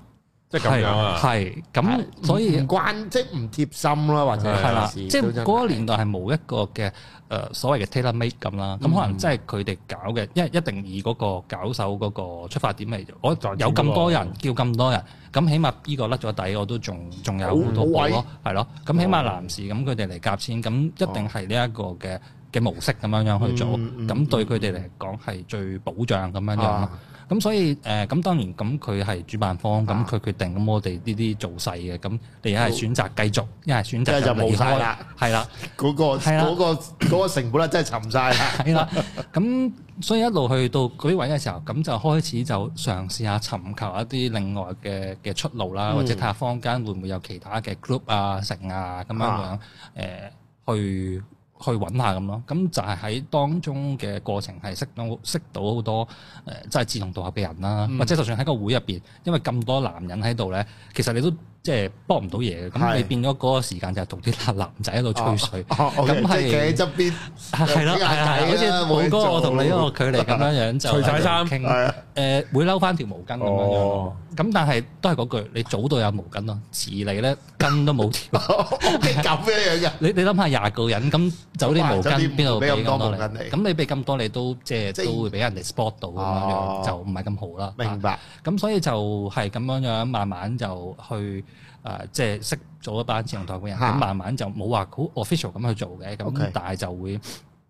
Speaker 1: 即係咁樣啊，
Speaker 3: 係
Speaker 2: À,
Speaker 3: 咁，所以
Speaker 2: 唔關即係唔貼心啦，或者
Speaker 3: 係啦，
Speaker 2: 有時
Speaker 3: 即係
Speaker 2: 嗯都真
Speaker 3: 嗰個年代係冇一個嘅誒、呃所謂嘅 tailor made 咁啦，
Speaker 2: 嗯
Speaker 3: 咁可能真係佢哋搞嘅，因為一定以嗰個搞手嗰個出發點嚟，我
Speaker 1: 賺錢
Speaker 3: 有咁
Speaker 1: 嗰
Speaker 3: 多人叫咁多人，咁起碼呢個甩咗底，我都仲仲有好多
Speaker 2: 好哦
Speaker 3: 個
Speaker 2: 位
Speaker 3: 咯，係咯，咁起碼男士咁佢哋嚟夾錢，咁一定係呢一個嘅嘅模式咁樣樣去做，
Speaker 2: 嗯嗯
Speaker 3: 咁對佢哋嚟講係最保障咁樣樣咯
Speaker 2: 啊。
Speaker 3: 咁所以誒，呃咁、當然咁佢係主辦方，咁
Speaker 2: 啊
Speaker 3: 佢決定，咁我哋呢啲做勢嘅，咁你一係選擇繼續，一係選
Speaker 2: 即係
Speaker 3: 擇
Speaker 2: 就冇
Speaker 3: 離
Speaker 2: 晒
Speaker 3: 開
Speaker 2: 啦，
Speaker 3: 係啦，
Speaker 2: 嗰個
Speaker 3: 係啦
Speaker 2: 嗰個嗰個成本啦，真係沉晒啦。
Speaker 3: 係啦。咁所以一路去到嗰啲位嘅時候，咁就開始就嘗試下尋求一啲另外嘅嘅出路啦，
Speaker 2: 嗯
Speaker 3: 或者睇下坊間會唔會有其他嘅 group 啊、城啊咁樣樣誒、
Speaker 2: 啊
Speaker 3: 呃去。去揾下咁咯，咁就係喺當中嘅過程係識到識到好多誒，呃即、係志同道合嘅人啦，
Speaker 2: 嗯
Speaker 3: 或者就算喺個會入邊，因為咁多男人喺度咧，其實你都即係幫唔到嘢嘅，咁
Speaker 2: 係
Speaker 3: 你變咗嗰個時間就係同啲男仔喺度吹水。
Speaker 2: 哦，OK，à,
Speaker 3: 咁係
Speaker 2: 即係企喺側邊，
Speaker 3: 啊係啦，
Speaker 2: 傾
Speaker 3: 係
Speaker 2: 下
Speaker 3: 啦，
Speaker 2: 偈
Speaker 3: 好似
Speaker 2: 啦冇
Speaker 3: 寶
Speaker 2: 嘢
Speaker 3: 哥我
Speaker 2: 做
Speaker 3: 同你嗰個距離咁樣樣就
Speaker 1: 除晒衫
Speaker 3: 傾
Speaker 2: 係啊
Speaker 3: 誒會摟翻條毛巾咁樣樣
Speaker 1: 哦
Speaker 3: 咯。咁但係都係嗰句，你早到有毛巾咯，遲嚟咧根都
Speaker 2: [LAUGHS]
Speaker 3: 冇條。
Speaker 2: [LAUGHS] ，OK dạ. 咁樣樣嘅，
Speaker 3: 你你諗下廿個人咁走啲毛
Speaker 2: 哇走
Speaker 3: 巾
Speaker 2: 啲
Speaker 3: 邊度俾
Speaker 2: 俾
Speaker 3: 咁多
Speaker 2: 咁多毛巾
Speaker 3: 你？
Speaker 2: 你
Speaker 3: 咁你俾咁多你都即
Speaker 2: 即
Speaker 3: 係
Speaker 2: 係
Speaker 3: 都會俾人哋 spot 到咁樣
Speaker 2: 哦
Speaker 3: 樣，就唔係咁好啦。
Speaker 2: 明白。
Speaker 3: 咁所以就係咁樣樣，慢慢就去誒、呃即係識咗一班志同道合嘅人，咁、
Speaker 2: 嚇
Speaker 3: 慢慢就冇話好 official 咁去做嘅，咁
Speaker 2: OK
Speaker 3: 但係就會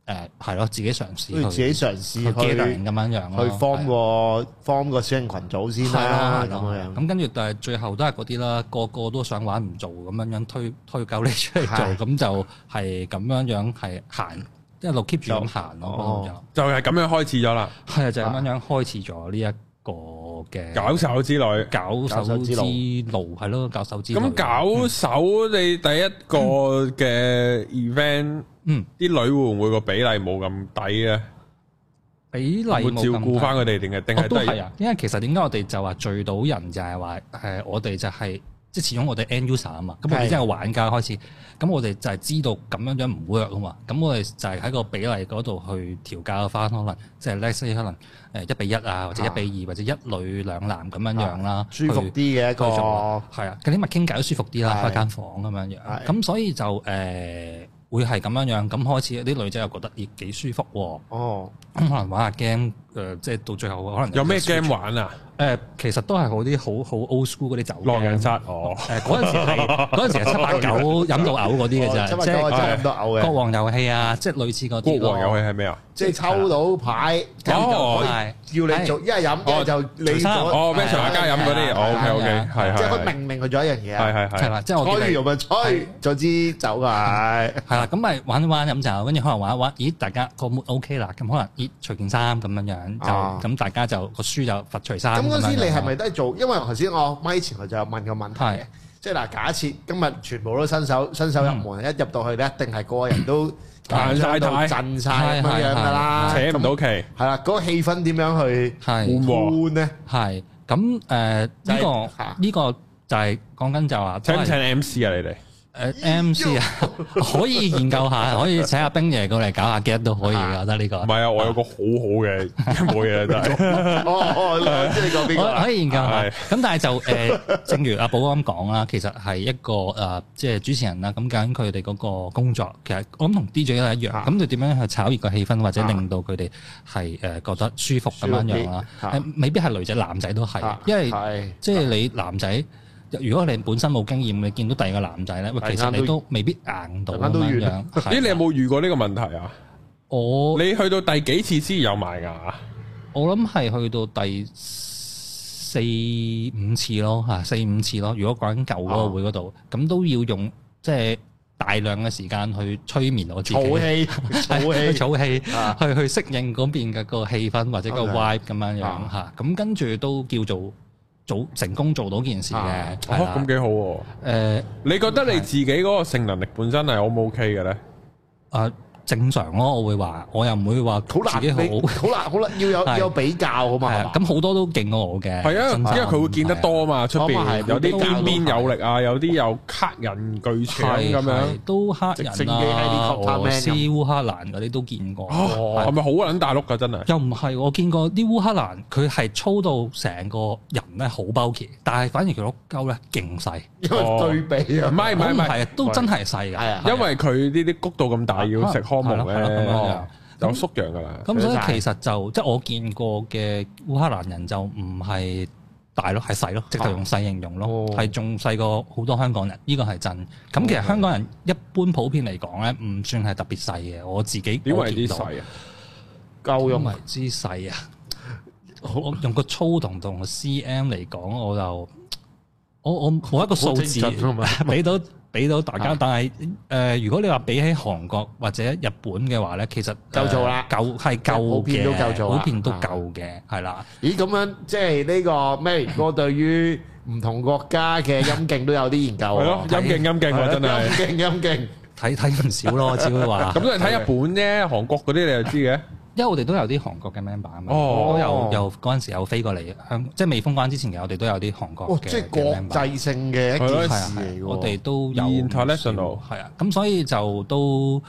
Speaker 3: 誒係咯，自己嘗試
Speaker 2: 都要自
Speaker 3: 去
Speaker 2: 己嘗試
Speaker 3: 去 g a
Speaker 2: 去
Speaker 3: 咁樣樣咯，
Speaker 2: 去 form
Speaker 3: 係
Speaker 2: 個 form 個小型群組先
Speaker 3: 係
Speaker 2: 啦
Speaker 3: 啦，，
Speaker 2: 咁
Speaker 3: 係咯
Speaker 2: 樣。
Speaker 3: 咁跟住但係最後都係嗰啲啦，個個都想玩唔做咁樣樣推推狗你出
Speaker 2: 係
Speaker 3: 嚟做，咁就係咁樣樣係行一路 keep 住咁行咯，
Speaker 2: 哦
Speaker 3: 咁樣
Speaker 1: 就係咁樣開始咗啦，
Speaker 3: 係啊就係咁樣樣開始咗呢一個嘅
Speaker 1: 搞手之旅。
Speaker 3: 搞手之路係咯，搞手之路。
Speaker 1: 咁搞手你第一個嘅 event，
Speaker 3: 嗯
Speaker 1: 啲女會唔會個比例冇咁低啊咧？
Speaker 3: 比例
Speaker 1: 會
Speaker 3: 冇
Speaker 1: 照顧翻
Speaker 3: 佢，
Speaker 1: 佢哋定係定
Speaker 3: 哦
Speaker 1: 係
Speaker 3: 都
Speaker 1: 都
Speaker 3: 係
Speaker 1: 係
Speaker 3: 啊。因為其實點解我哋就話聚到人就係話誒，我哋就係、即係始終我哋 end user 啊嘛，咁我
Speaker 2: 係
Speaker 3: 哋真係玩家開始，咁我哋就係知道咁樣樣唔 work 啊嘛，咁我哋就係喺個比例嗰度去調校翻，可能即係 let's say 可能誒一比一啊，或者一比二，或者一女兩男咁樣樣啦，
Speaker 2: 啊舒服
Speaker 3: 去
Speaker 2: 啲嘅一
Speaker 3: 繼續
Speaker 2: 個
Speaker 1: 哦
Speaker 3: 啦，係啊，咁起碼傾偈都舒服啲啦，
Speaker 2: 係
Speaker 3: 開間房咁樣
Speaker 2: 係
Speaker 3: 樣，咁所以就誒、呃、會係咁樣樣，咁開始啲女仔又覺得咦幾舒服喎， [CLEARS THROAT]
Speaker 2: 哦，
Speaker 3: 咁可能玩下 game 誒、呃即係到最後可能
Speaker 1: 有咩
Speaker 3: 誒、
Speaker 1: game 玩啊？
Speaker 3: 呃其實都係嗰啲好好 old school 嗰啲酒
Speaker 1: 狼人
Speaker 3: game [LAUGHS]
Speaker 1: 殺哦，
Speaker 3: 誒嗰陣時
Speaker 1: [LAUGHS]
Speaker 3: 係嗰陣時係七八九飲到嘔嗰啲嘅
Speaker 2: 哦七
Speaker 3: 啫，
Speaker 2: 八
Speaker 3: 即
Speaker 2: 九
Speaker 3: 係
Speaker 2: 真係咁多嘔
Speaker 3: 國
Speaker 2: 嘅，
Speaker 3: 王遊戲啊，即係類似嗰
Speaker 1: 國
Speaker 3: 啲咯
Speaker 1: 王遊戲係咩啊？
Speaker 2: 即係抽到牌，
Speaker 1: 哦
Speaker 3: 係
Speaker 2: 就叫你做一係飲，一係就你
Speaker 3: 除衫
Speaker 2: 做
Speaker 1: 哦，咩上下家飲嗰啲
Speaker 2: 係
Speaker 1: 哦，OK
Speaker 2: 係
Speaker 1: OK，
Speaker 3: 係
Speaker 1: 係
Speaker 3: 啊
Speaker 1: 係
Speaker 2: 即係
Speaker 1: 係
Speaker 2: 佢明明佢做一樣嘢啊，
Speaker 1: 係係
Speaker 3: 係
Speaker 1: 係
Speaker 3: 啦，即係我
Speaker 2: 開
Speaker 3: 記
Speaker 2: 完
Speaker 3: 得
Speaker 2: 又咪吹，就支酒啊，係
Speaker 3: 係啦，咁咪玩一玩飲酒，跟住可能玩一玩，咦大家個 mood OK 啦，咁可能咦除件衫咁樣樣
Speaker 2: 啊
Speaker 3: 就咁大家就個書就罰除衫。
Speaker 2: 咁嗰陣時
Speaker 3: 樣樣
Speaker 2: 你係咪都係做？因為頭先我咪前我就有問個問題嘅
Speaker 3: 係，
Speaker 2: 即係嗱，假設今日全部都新手新手入門，一入到去咧，一定係個個人都
Speaker 1: 彈晒太
Speaker 2: 震晒咁樣樣㗎啦，
Speaker 1: 扯唔到旗，
Speaker 2: 係啦，嗰個氣氛點樣去
Speaker 3: 係
Speaker 1: 嗯
Speaker 2: 換咧？
Speaker 3: 係咁誒？
Speaker 2: 啊就
Speaker 3: 呢
Speaker 2: 係
Speaker 3: 個呢個就係講緊就話
Speaker 1: 請唔請 MC 啊？你哋
Speaker 3: 誒 MC 啊， [LAUGHS] 可以研究下，可以請阿冰爺過嚟搞下 get 都可以嘅，我覺得呢個
Speaker 1: 唔係啊，我有個好好
Speaker 3: [LAUGHS]
Speaker 1: 嘅冇嘢啦，真
Speaker 3: 啊
Speaker 1: 係
Speaker 2: 哦哦，我知你講邊個
Speaker 3: 可
Speaker 2: 啦
Speaker 3: 可？以研究下。
Speaker 1: 係
Speaker 3: 咁但係就誒， [LAUGHS] 正如阿寶咁講啦，其實係一個誒，即係主持人啦。咁緊佢哋嗰個工作，其實我諗同 DJ 都係一樣。
Speaker 2: 啊
Speaker 3: 咁佢點樣去炒熱個氣氛，或者
Speaker 2: 啊
Speaker 3: 令到佢哋係誒呃覺得舒服咁樣樣啦？
Speaker 2: 舒服啲
Speaker 3: 誒未必係女仔，男仔都係
Speaker 2: 啊，
Speaker 3: 因為
Speaker 2: 係
Speaker 3: 即係你男仔。如果你本身冇經驗，你見到第二個男仔咧，喂，其實
Speaker 2: 突然間都
Speaker 3: 你都未必硬到
Speaker 2: 突然
Speaker 3: 咁
Speaker 2: 間都
Speaker 3: 樣
Speaker 2: 軟
Speaker 3: 樣。係
Speaker 1: 咦？
Speaker 2: [LAUGHS]
Speaker 1: 你有冇遇過呢個問題啊？
Speaker 3: 我
Speaker 1: 你去到第幾次先有埋牙？啊
Speaker 3: 我諗係去到第四五次咯，嚇四五次咯。如果講緊舊嗰個會嗰
Speaker 2: 啊
Speaker 3: 度，咁、都要用即係大量嘅時間去催眠我自己，
Speaker 2: 儲
Speaker 3: [LAUGHS] 係
Speaker 2: 氣，
Speaker 3: 去
Speaker 2: 儲氣，
Speaker 3: 儲氣，
Speaker 2: 啊
Speaker 3: 去去適應嗰邊嘅個氣氛或者個
Speaker 2: OK
Speaker 3: vibe 咁樣樣
Speaker 2: 啊
Speaker 3: 嚇。咁、跟住都叫做做成功做到件事
Speaker 2: 啊
Speaker 3: 嘅，係啊
Speaker 1: 哦，
Speaker 3: 啦
Speaker 1: 咁幾好喎！
Speaker 3: 誒
Speaker 1: 你覺得你自己嗰個性能力本身係 O 唔 OK 嘅咧？
Speaker 3: 啊正常咯，我會話，我又唔會話
Speaker 2: 好難
Speaker 3: 自己 [LAUGHS] 好。
Speaker 2: 你好難好難要有
Speaker 3: 係
Speaker 2: 要有比較好嘛，
Speaker 3: 係
Speaker 2: 係
Speaker 3: 啊
Speaker 2: 嘛？
Speaker 3: 咁好多都勁過我嘅，
Speaker 1: 系啊，
Speaker 3: 真
Speaker 1: 因
Speaker 3: 心
Speaker 1: 為佢會見得多嘛，出
Speaker 2: 咁啊
Speaker 1: 邊
Speaker 2: 係
Speaker 1: 有啲
Speaker 2: 都
Speaker 1: 邊邊有力啊，有啲又卡人巨
Speaker 3: 係，
Speaker 1: 腸咁樣。
Speaker 3: 係都黑
Speaker 2: 直
Speaker 3: 人
Speaker 2: 升機
Speaker 3: 啊，
Speaker 2: helicopter
Speaker 3: 俄羅斯、
Speaker 2: man 咁
Speaker 3: 烏克蘭嗰啲都見過。
Speaker 1: 哦，係咪好撚大碌噶真係？
Speaker 3: 又唔係，我見過啲烏克蘭，佢係粗到成個人咧好 bulky，但係反而佢碌鳩咧勁細，
Speaker 2: 因為對比
Speaker 1: 唔
Speaker 2: 啊，
Speaker 1: 係唔係唔係，
Speaker 3: 係都真係
Speaker 2: 係
Speaker 3: 細㗎。
Speaker 2: 啊，
Speaker 1: 因為佢呢啲谷到咁大要食康蒙
Speaker 3: 啊係啦係啦咁樣
Speaker 1: 咧哦
Speaker 3: 樣，
Speaker 1: 就縮陽噶啦。
Speaker 3: 咁所以其實就即係我見過嘅烏克蘭人就唔係大咯，係細咯，直頭用細形容
Speaker 2: 哦
Speaker 3: 咯，係仲細過好多香港人，呢個係真。咁
Speaker 1: 哦
Speaker 3: 其實香港人一般普遍嚟講咧，唔算係特別細嘅，我自己
Speaker 1: 點
Speaker 3: 我
Speaker 1: 為之
Speaker 3: 見到
Speaker 1: 細啊？
Speaker 2: 夠
Speaker 3: 點
Speaker 2: 用
Speaker 3: 為之細啊？我用個粗同同個 cm 嚟講，我就我我冇一個數字
Speaker 2: 好精準啊嘛
Speaker 3: [LAUGHS]
Speaker 2: 啊
Speaker 3: 俾到俾到大家
Speaker 2: 係，
Speaker 3: 但係誒、呃如果你話比起韓國或者日本嘅話咧，其實
Speaker 2: 夠做啦
Speaker 3: 呃夠係夠嘅，
Speaker 2: 普遍都夠做啦啊
Speaker 3: 普遍都夠嘅，係啦，
Speaker 2: 咦咁樣即係呢個 Mary 哥對於唔同國家嘅音徑都有啲研究
Speaker 1: 係咯，
Speaker 3: 哦
Speaker 2: 喎，
Speaker 1: 陰勁陰勁
Speaker 3: 啊
Speaker 1: 喎真係。
Speaker 2: 音徑音徑。
Speaker 3: 睇睇唔少
Speaker 2: [LAUGHS]
Speaker 3: 咯，只會話
Speaker 1: 咁都係睇日本啫，韓國嗰啲你就知嘅。
Speaker 3: 因為我哋都有啲韓國嘅 member 啊嘛，
Speaker 1: 哦
Speaker 3: 我有有嗰陣時有飛過嚟香，即係未封關之前嘅，我哋都有啲韓
Speaker 2: 哇
Speaker 3: 國！嘅
Speaker 2: 哦即係
Speaker 3: 嘅 member
Speaker 2: 國際性嘅一件
Speaker 1: 係咯
Speaker 2: 事
Speaker 3: 係
Speaker 2: 嚟
Speaker 3: 啊
Speaker 2: 喎，
Speaker 3: 我哋都有
Speaker 1: International
Speaker 3: 係啊，咁所以就都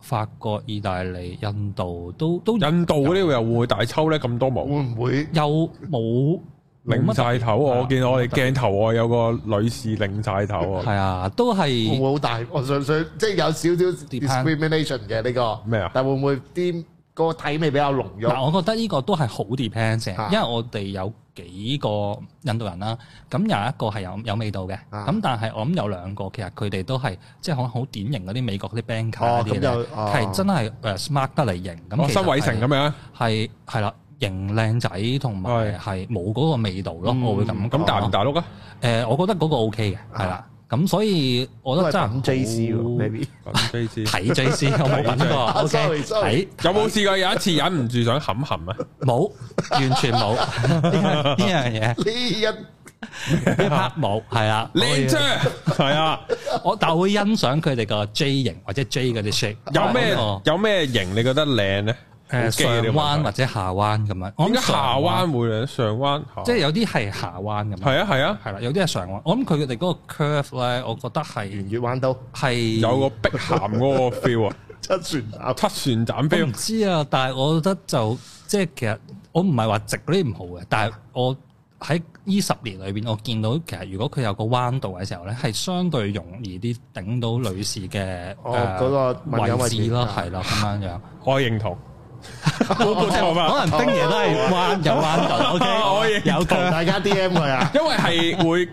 Speaker 3: 法國、意大利、印度都都有
Speaker 1: 印度嗰啲又會唔會大抽咧？咁多毛
Speaker 2: 會，唔會
Speaker 3: 冇冇
Speaker 1: 擰
Speaker 3: 乜特
Speaker 1: 晒頭。我見我哋
Speaker 3: 冇乜特別
Speaker 1: 鏡頭外有個女士擰晒頭啊。
Speaker 3: 係啊，都
Speaker 2: 會唔
Speaker 3: 係
Speaker 2: 會好大？我想想，即係有少少 discrimination 嘅呢個
Speaker 1: 咩啊
Speaker 2: 但會唔會啲個體味比較濃郁？
Speaker 3: 嗱，我覺得呢個都係好 depends
Speaker 2: 啊
Speaker 3: 嘅，因為我哋有幾個印度人啦，咁有一個係有有味道嘅，
Speaker 2: 啊
Speaker 3: 咁但係我諗有兩個其實佢哋都係即係可能好典型嗰啲美國嗰啲 banker
Speaker 2: 哦
Speaker 3: 嗰，啲
Speaker 2: 咁
Speaker 3: 咧，
Speaker 2: 就
Speaker 3: 係
Speaker 2: 係
Speaker 3: 真係誒 smart 得嚟型咁
Speaker 1: 我
Speaker 3: 其實
Speaker 1: 哦新
Speaker 3: 係。
Speaker 1: 偉成咁樣，
Speaker 3: 係係啦，型靚仔同埋係冇嗰個味道咯，
Speaker 2: 嗯
Speaker 3: 我會咁
Speaker 1: 咁大唔大
Speaker 3: 大？
Speaker 1: 碌啊？
Speaker 3: 誒，我覺得嗰個 O K 嘅，係啦。咁所以我覺得真係好
Speaker 2: 咁 J C 喎，maybe
Speaker 3: [LAUGHS]
Speaker 1: 咁飛知
Speaker 3: 睇 J C，我冇諗過。
Speaker 2: 啊
Speaker 3: O K，
Speaker 2: sorry，sorry
Speaker 3: 睇
Speaker 1: 有冇試過有一次忍唔住想冚冚啊？
Speaker 3: 冇，完全冇呢樣呢
Speaker 2: 呢一
Speaker 3: 樣嘢，一 part 冇，係啦。
Speaker 1: 靚啫，係啊！
Speaker 3: 我但我會欣賞佢哋個 J 型或者 J 嗰啲 shape。
Speaker 1: 有咩
Speaker 3: 誒
Speaker 1: 有咩型你覺得靚咧？好基
Speaker 3: 哦上
Speaker 1: 啊呢個問題
Speaker 3: 彎或者下彎咁樣？我
Speaker 1: 點解
Speaker 3: 諗
Speaker 1: 下
Speaker 3: 上
Speaker 1: 彎會咧？上彎
Speaker 3: 即係
Speaker 1: 係
Speaker 3: 有啲係下彎咁樣。
Speaker 1: 係啊係啊，
Speaker 3: 係啦，有啲係上彎。我諗佢哋嗰個 curve 咧，我覺得係
Speaker 2: 圓月彎刀
Speaker 3: [LAUGHS] 係
Speaker 1: 有個碧咸嗰個 feel
Speaker 3: [LAUGHS]
Speaker 1: 啊，
Speaker 2: 七船
Speaker 1: 七
Speaker 2: 鴨
Speaker 1: 旋斬
Speaker 3: 我唔
Speaker 1: feel。
Speaker 3: 知啊，但係我覺得就即係其實我唔係話直嗰啲唔好嘅，但係我喺呢十年裏邊，我見到其實如果佢有個彎度嘅時候咧，係相對容易啲頂到女士嘅
Speaker 2: 哦
Speaker 3: 誒
Speaker 2: 嗰個敏感位
Speaker 3: 位
Speaker 2: 置
Speaker 3: 置咯，
Speaker 2: 啊
Speaker 3: 係咯咁樣樣。
Speaker 1: 我認
Speaker 3: [LAUGHS]
Speaker 1: 同，冇錯嘛。
Speaker 3: 可能冰爺都係彎有彎度
Speaker 1: 我認
Speaker 3: ，OK，有
Speaker 2: 同
Speaker 3: 腳
Speaker 2: 大家 D M 佢
Speaker 3: [LAUGHS]
Speaker 2: 啊，
Speaker 1: 因為係會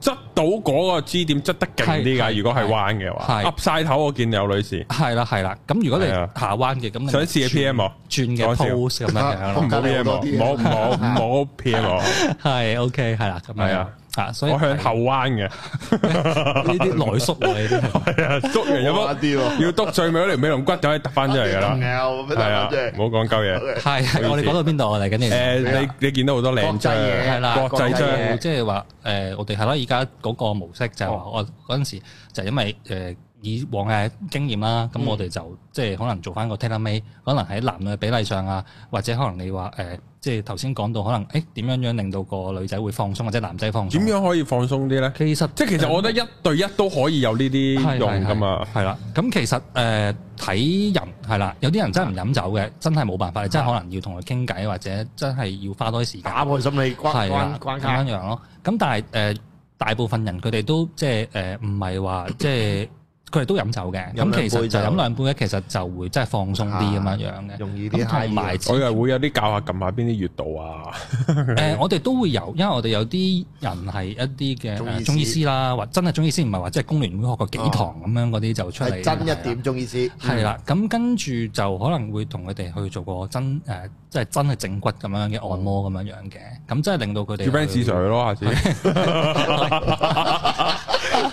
Speaker 1: 執到嗰個 G 點執得勁啲
Speaker 3: 係
Speaker 1: 㗎。
Speaker 3: 係
Speaker 1: 如果係彎嘅話，
Speaker 3: 係
Speaker 1: 噏晒頭我見有女士
Speaker 3: 係啦係啦。咁如果你
Speaker 1: 係啊
Speaker 3: 下彎嘅，咁你咪
Speaker 1: 想試嘅 PM 我，
Speaker 3: 轉
Speaker 1: 講
Speaker 3: 嘅
Speaker 1: 笑
Speaker 3: pose 咁樣
Speaker 1: 唔
Speaker 3: 樣咯
Speaker 2: 啊，
Speaker 1: 好
Speaker 2: 隔離
Speaker 1: PM
Speaker 2: 好多
Speaker 1: 我，
Speaker 2: 啲
Speaker 1: 唔好唔好唔好 PM 我，
Speaker 3: 係 OK 係啦咁
Speaker 1: 係
Speaker 3: 樣樣
Speaker 1: 啊
Speaker 3: 啊， [LAUGHS] 所以
Speaker 1: 我向
Speaker 3: 係
Speaker 1: 後彎
Speaker 2: [LAUGHS]
Speaker 1: 嘅，
Speaker 3: 呢啲內縮位
Speaker 1: [LAUGHS]
Speaker 3: 呢啲係。
Speaker 1: 係啊，篤完有
Speaker 2: 好玩啲喎
Speaker 1: 冇？要篤最尾嗰條尾龍骨就可以突翻出嚟㗎啦，
Speaker 2: 有咩
Speaker 1: 係啊
Speaker 2: 啊，即，係
Speaker 1: 唔好講鳩嘢。
Speaker 3: 係係，我哋講到邊度啊？嚟緊呢？
Speaker 1: 誒，你你見到好多靚
Speaker 2: 國際嘢
Speaker 1: 張，
Speaker 3: 係啦，
Speaker 1: 國際
Speaker 2: 國際
Speaker 1: 張
Speaker 2: 嘢
Speaker 3: 即係話誒，我哋係啦，而家嗰個模式就係話
Speaker 1: 哦
Speaker 3: 我嗰陣時就係因為誒以往嘅經驗啦，
Speaker 1: 嗯
Speaker 3: 咁我哋就即係可能做翻個 tailor made，可能喺男女嘅比例上啊，或者可能你話誒，即係頭先講到可能誒點樣樣令到個女仔會放鬆，或者男仔放鬆。
Speaker 1: 點？樣可以放鬆啲咧？
Speaker 3: 其實
Speaker 1: 即係其實我覺得一對一都可以有呢啲用㗎嘛。
Speaker 3: 係啦，咁其實誒睇、人係啦，有啲人真係唔飲酒嘅，真係冇辦法，你真係可能要同佢傾偈，或者真係要花多啲時間。
Speaker 2: 打破心理關
Speaker 3: 係啦
Speaker 2: 關，關
Speaker 3: 咁
Speaker 2: 卡
Speaker 3: 樣，樣咯。咁但係誒、呃大部分人佢哋都即係誒，唔係話即係佢哋都飲酒嘅。
Speaker 2: 飲兩
Speaker 3: 咁
Speaker 2: 杯
Speaker 3: 其實就
Speaker 2: 就
Speaker 3: 飲兩杯咧，其實就會真係放鬆啲咁樣樣嘅。
Speaker 2: 容易啲
Speaker 3: 咁同埋
Speaker 2: high
Speaker 1: 我又會有啲教下撳下邊啲穴道啊，
Speaker 3: 誒，我哋都會有，因為我哋有啲人係一啲嘅
Speaker 2: 中醫師
Speaker 3: 呃中醫師啦，或真係中醫師，唔係話即係工聯會學過幾堂咁樣嗰啲就出
Speaker 2: 啲，係
Speaker 3: 嚟。
Speaker 2: 真
Speaker 3: 係啦
Speaker 2: 一點中意思，
Speaker 3: 係啦，咁跟住就可能會同佢哋去做個真誒、呃即係真係整骨咁樣嘅按摩咁樣樣嘅，咁真係令到佢哋
Speaker 1: 叫 Ben
Speaker 3: 去
Speaker 1: Sir 咯，下次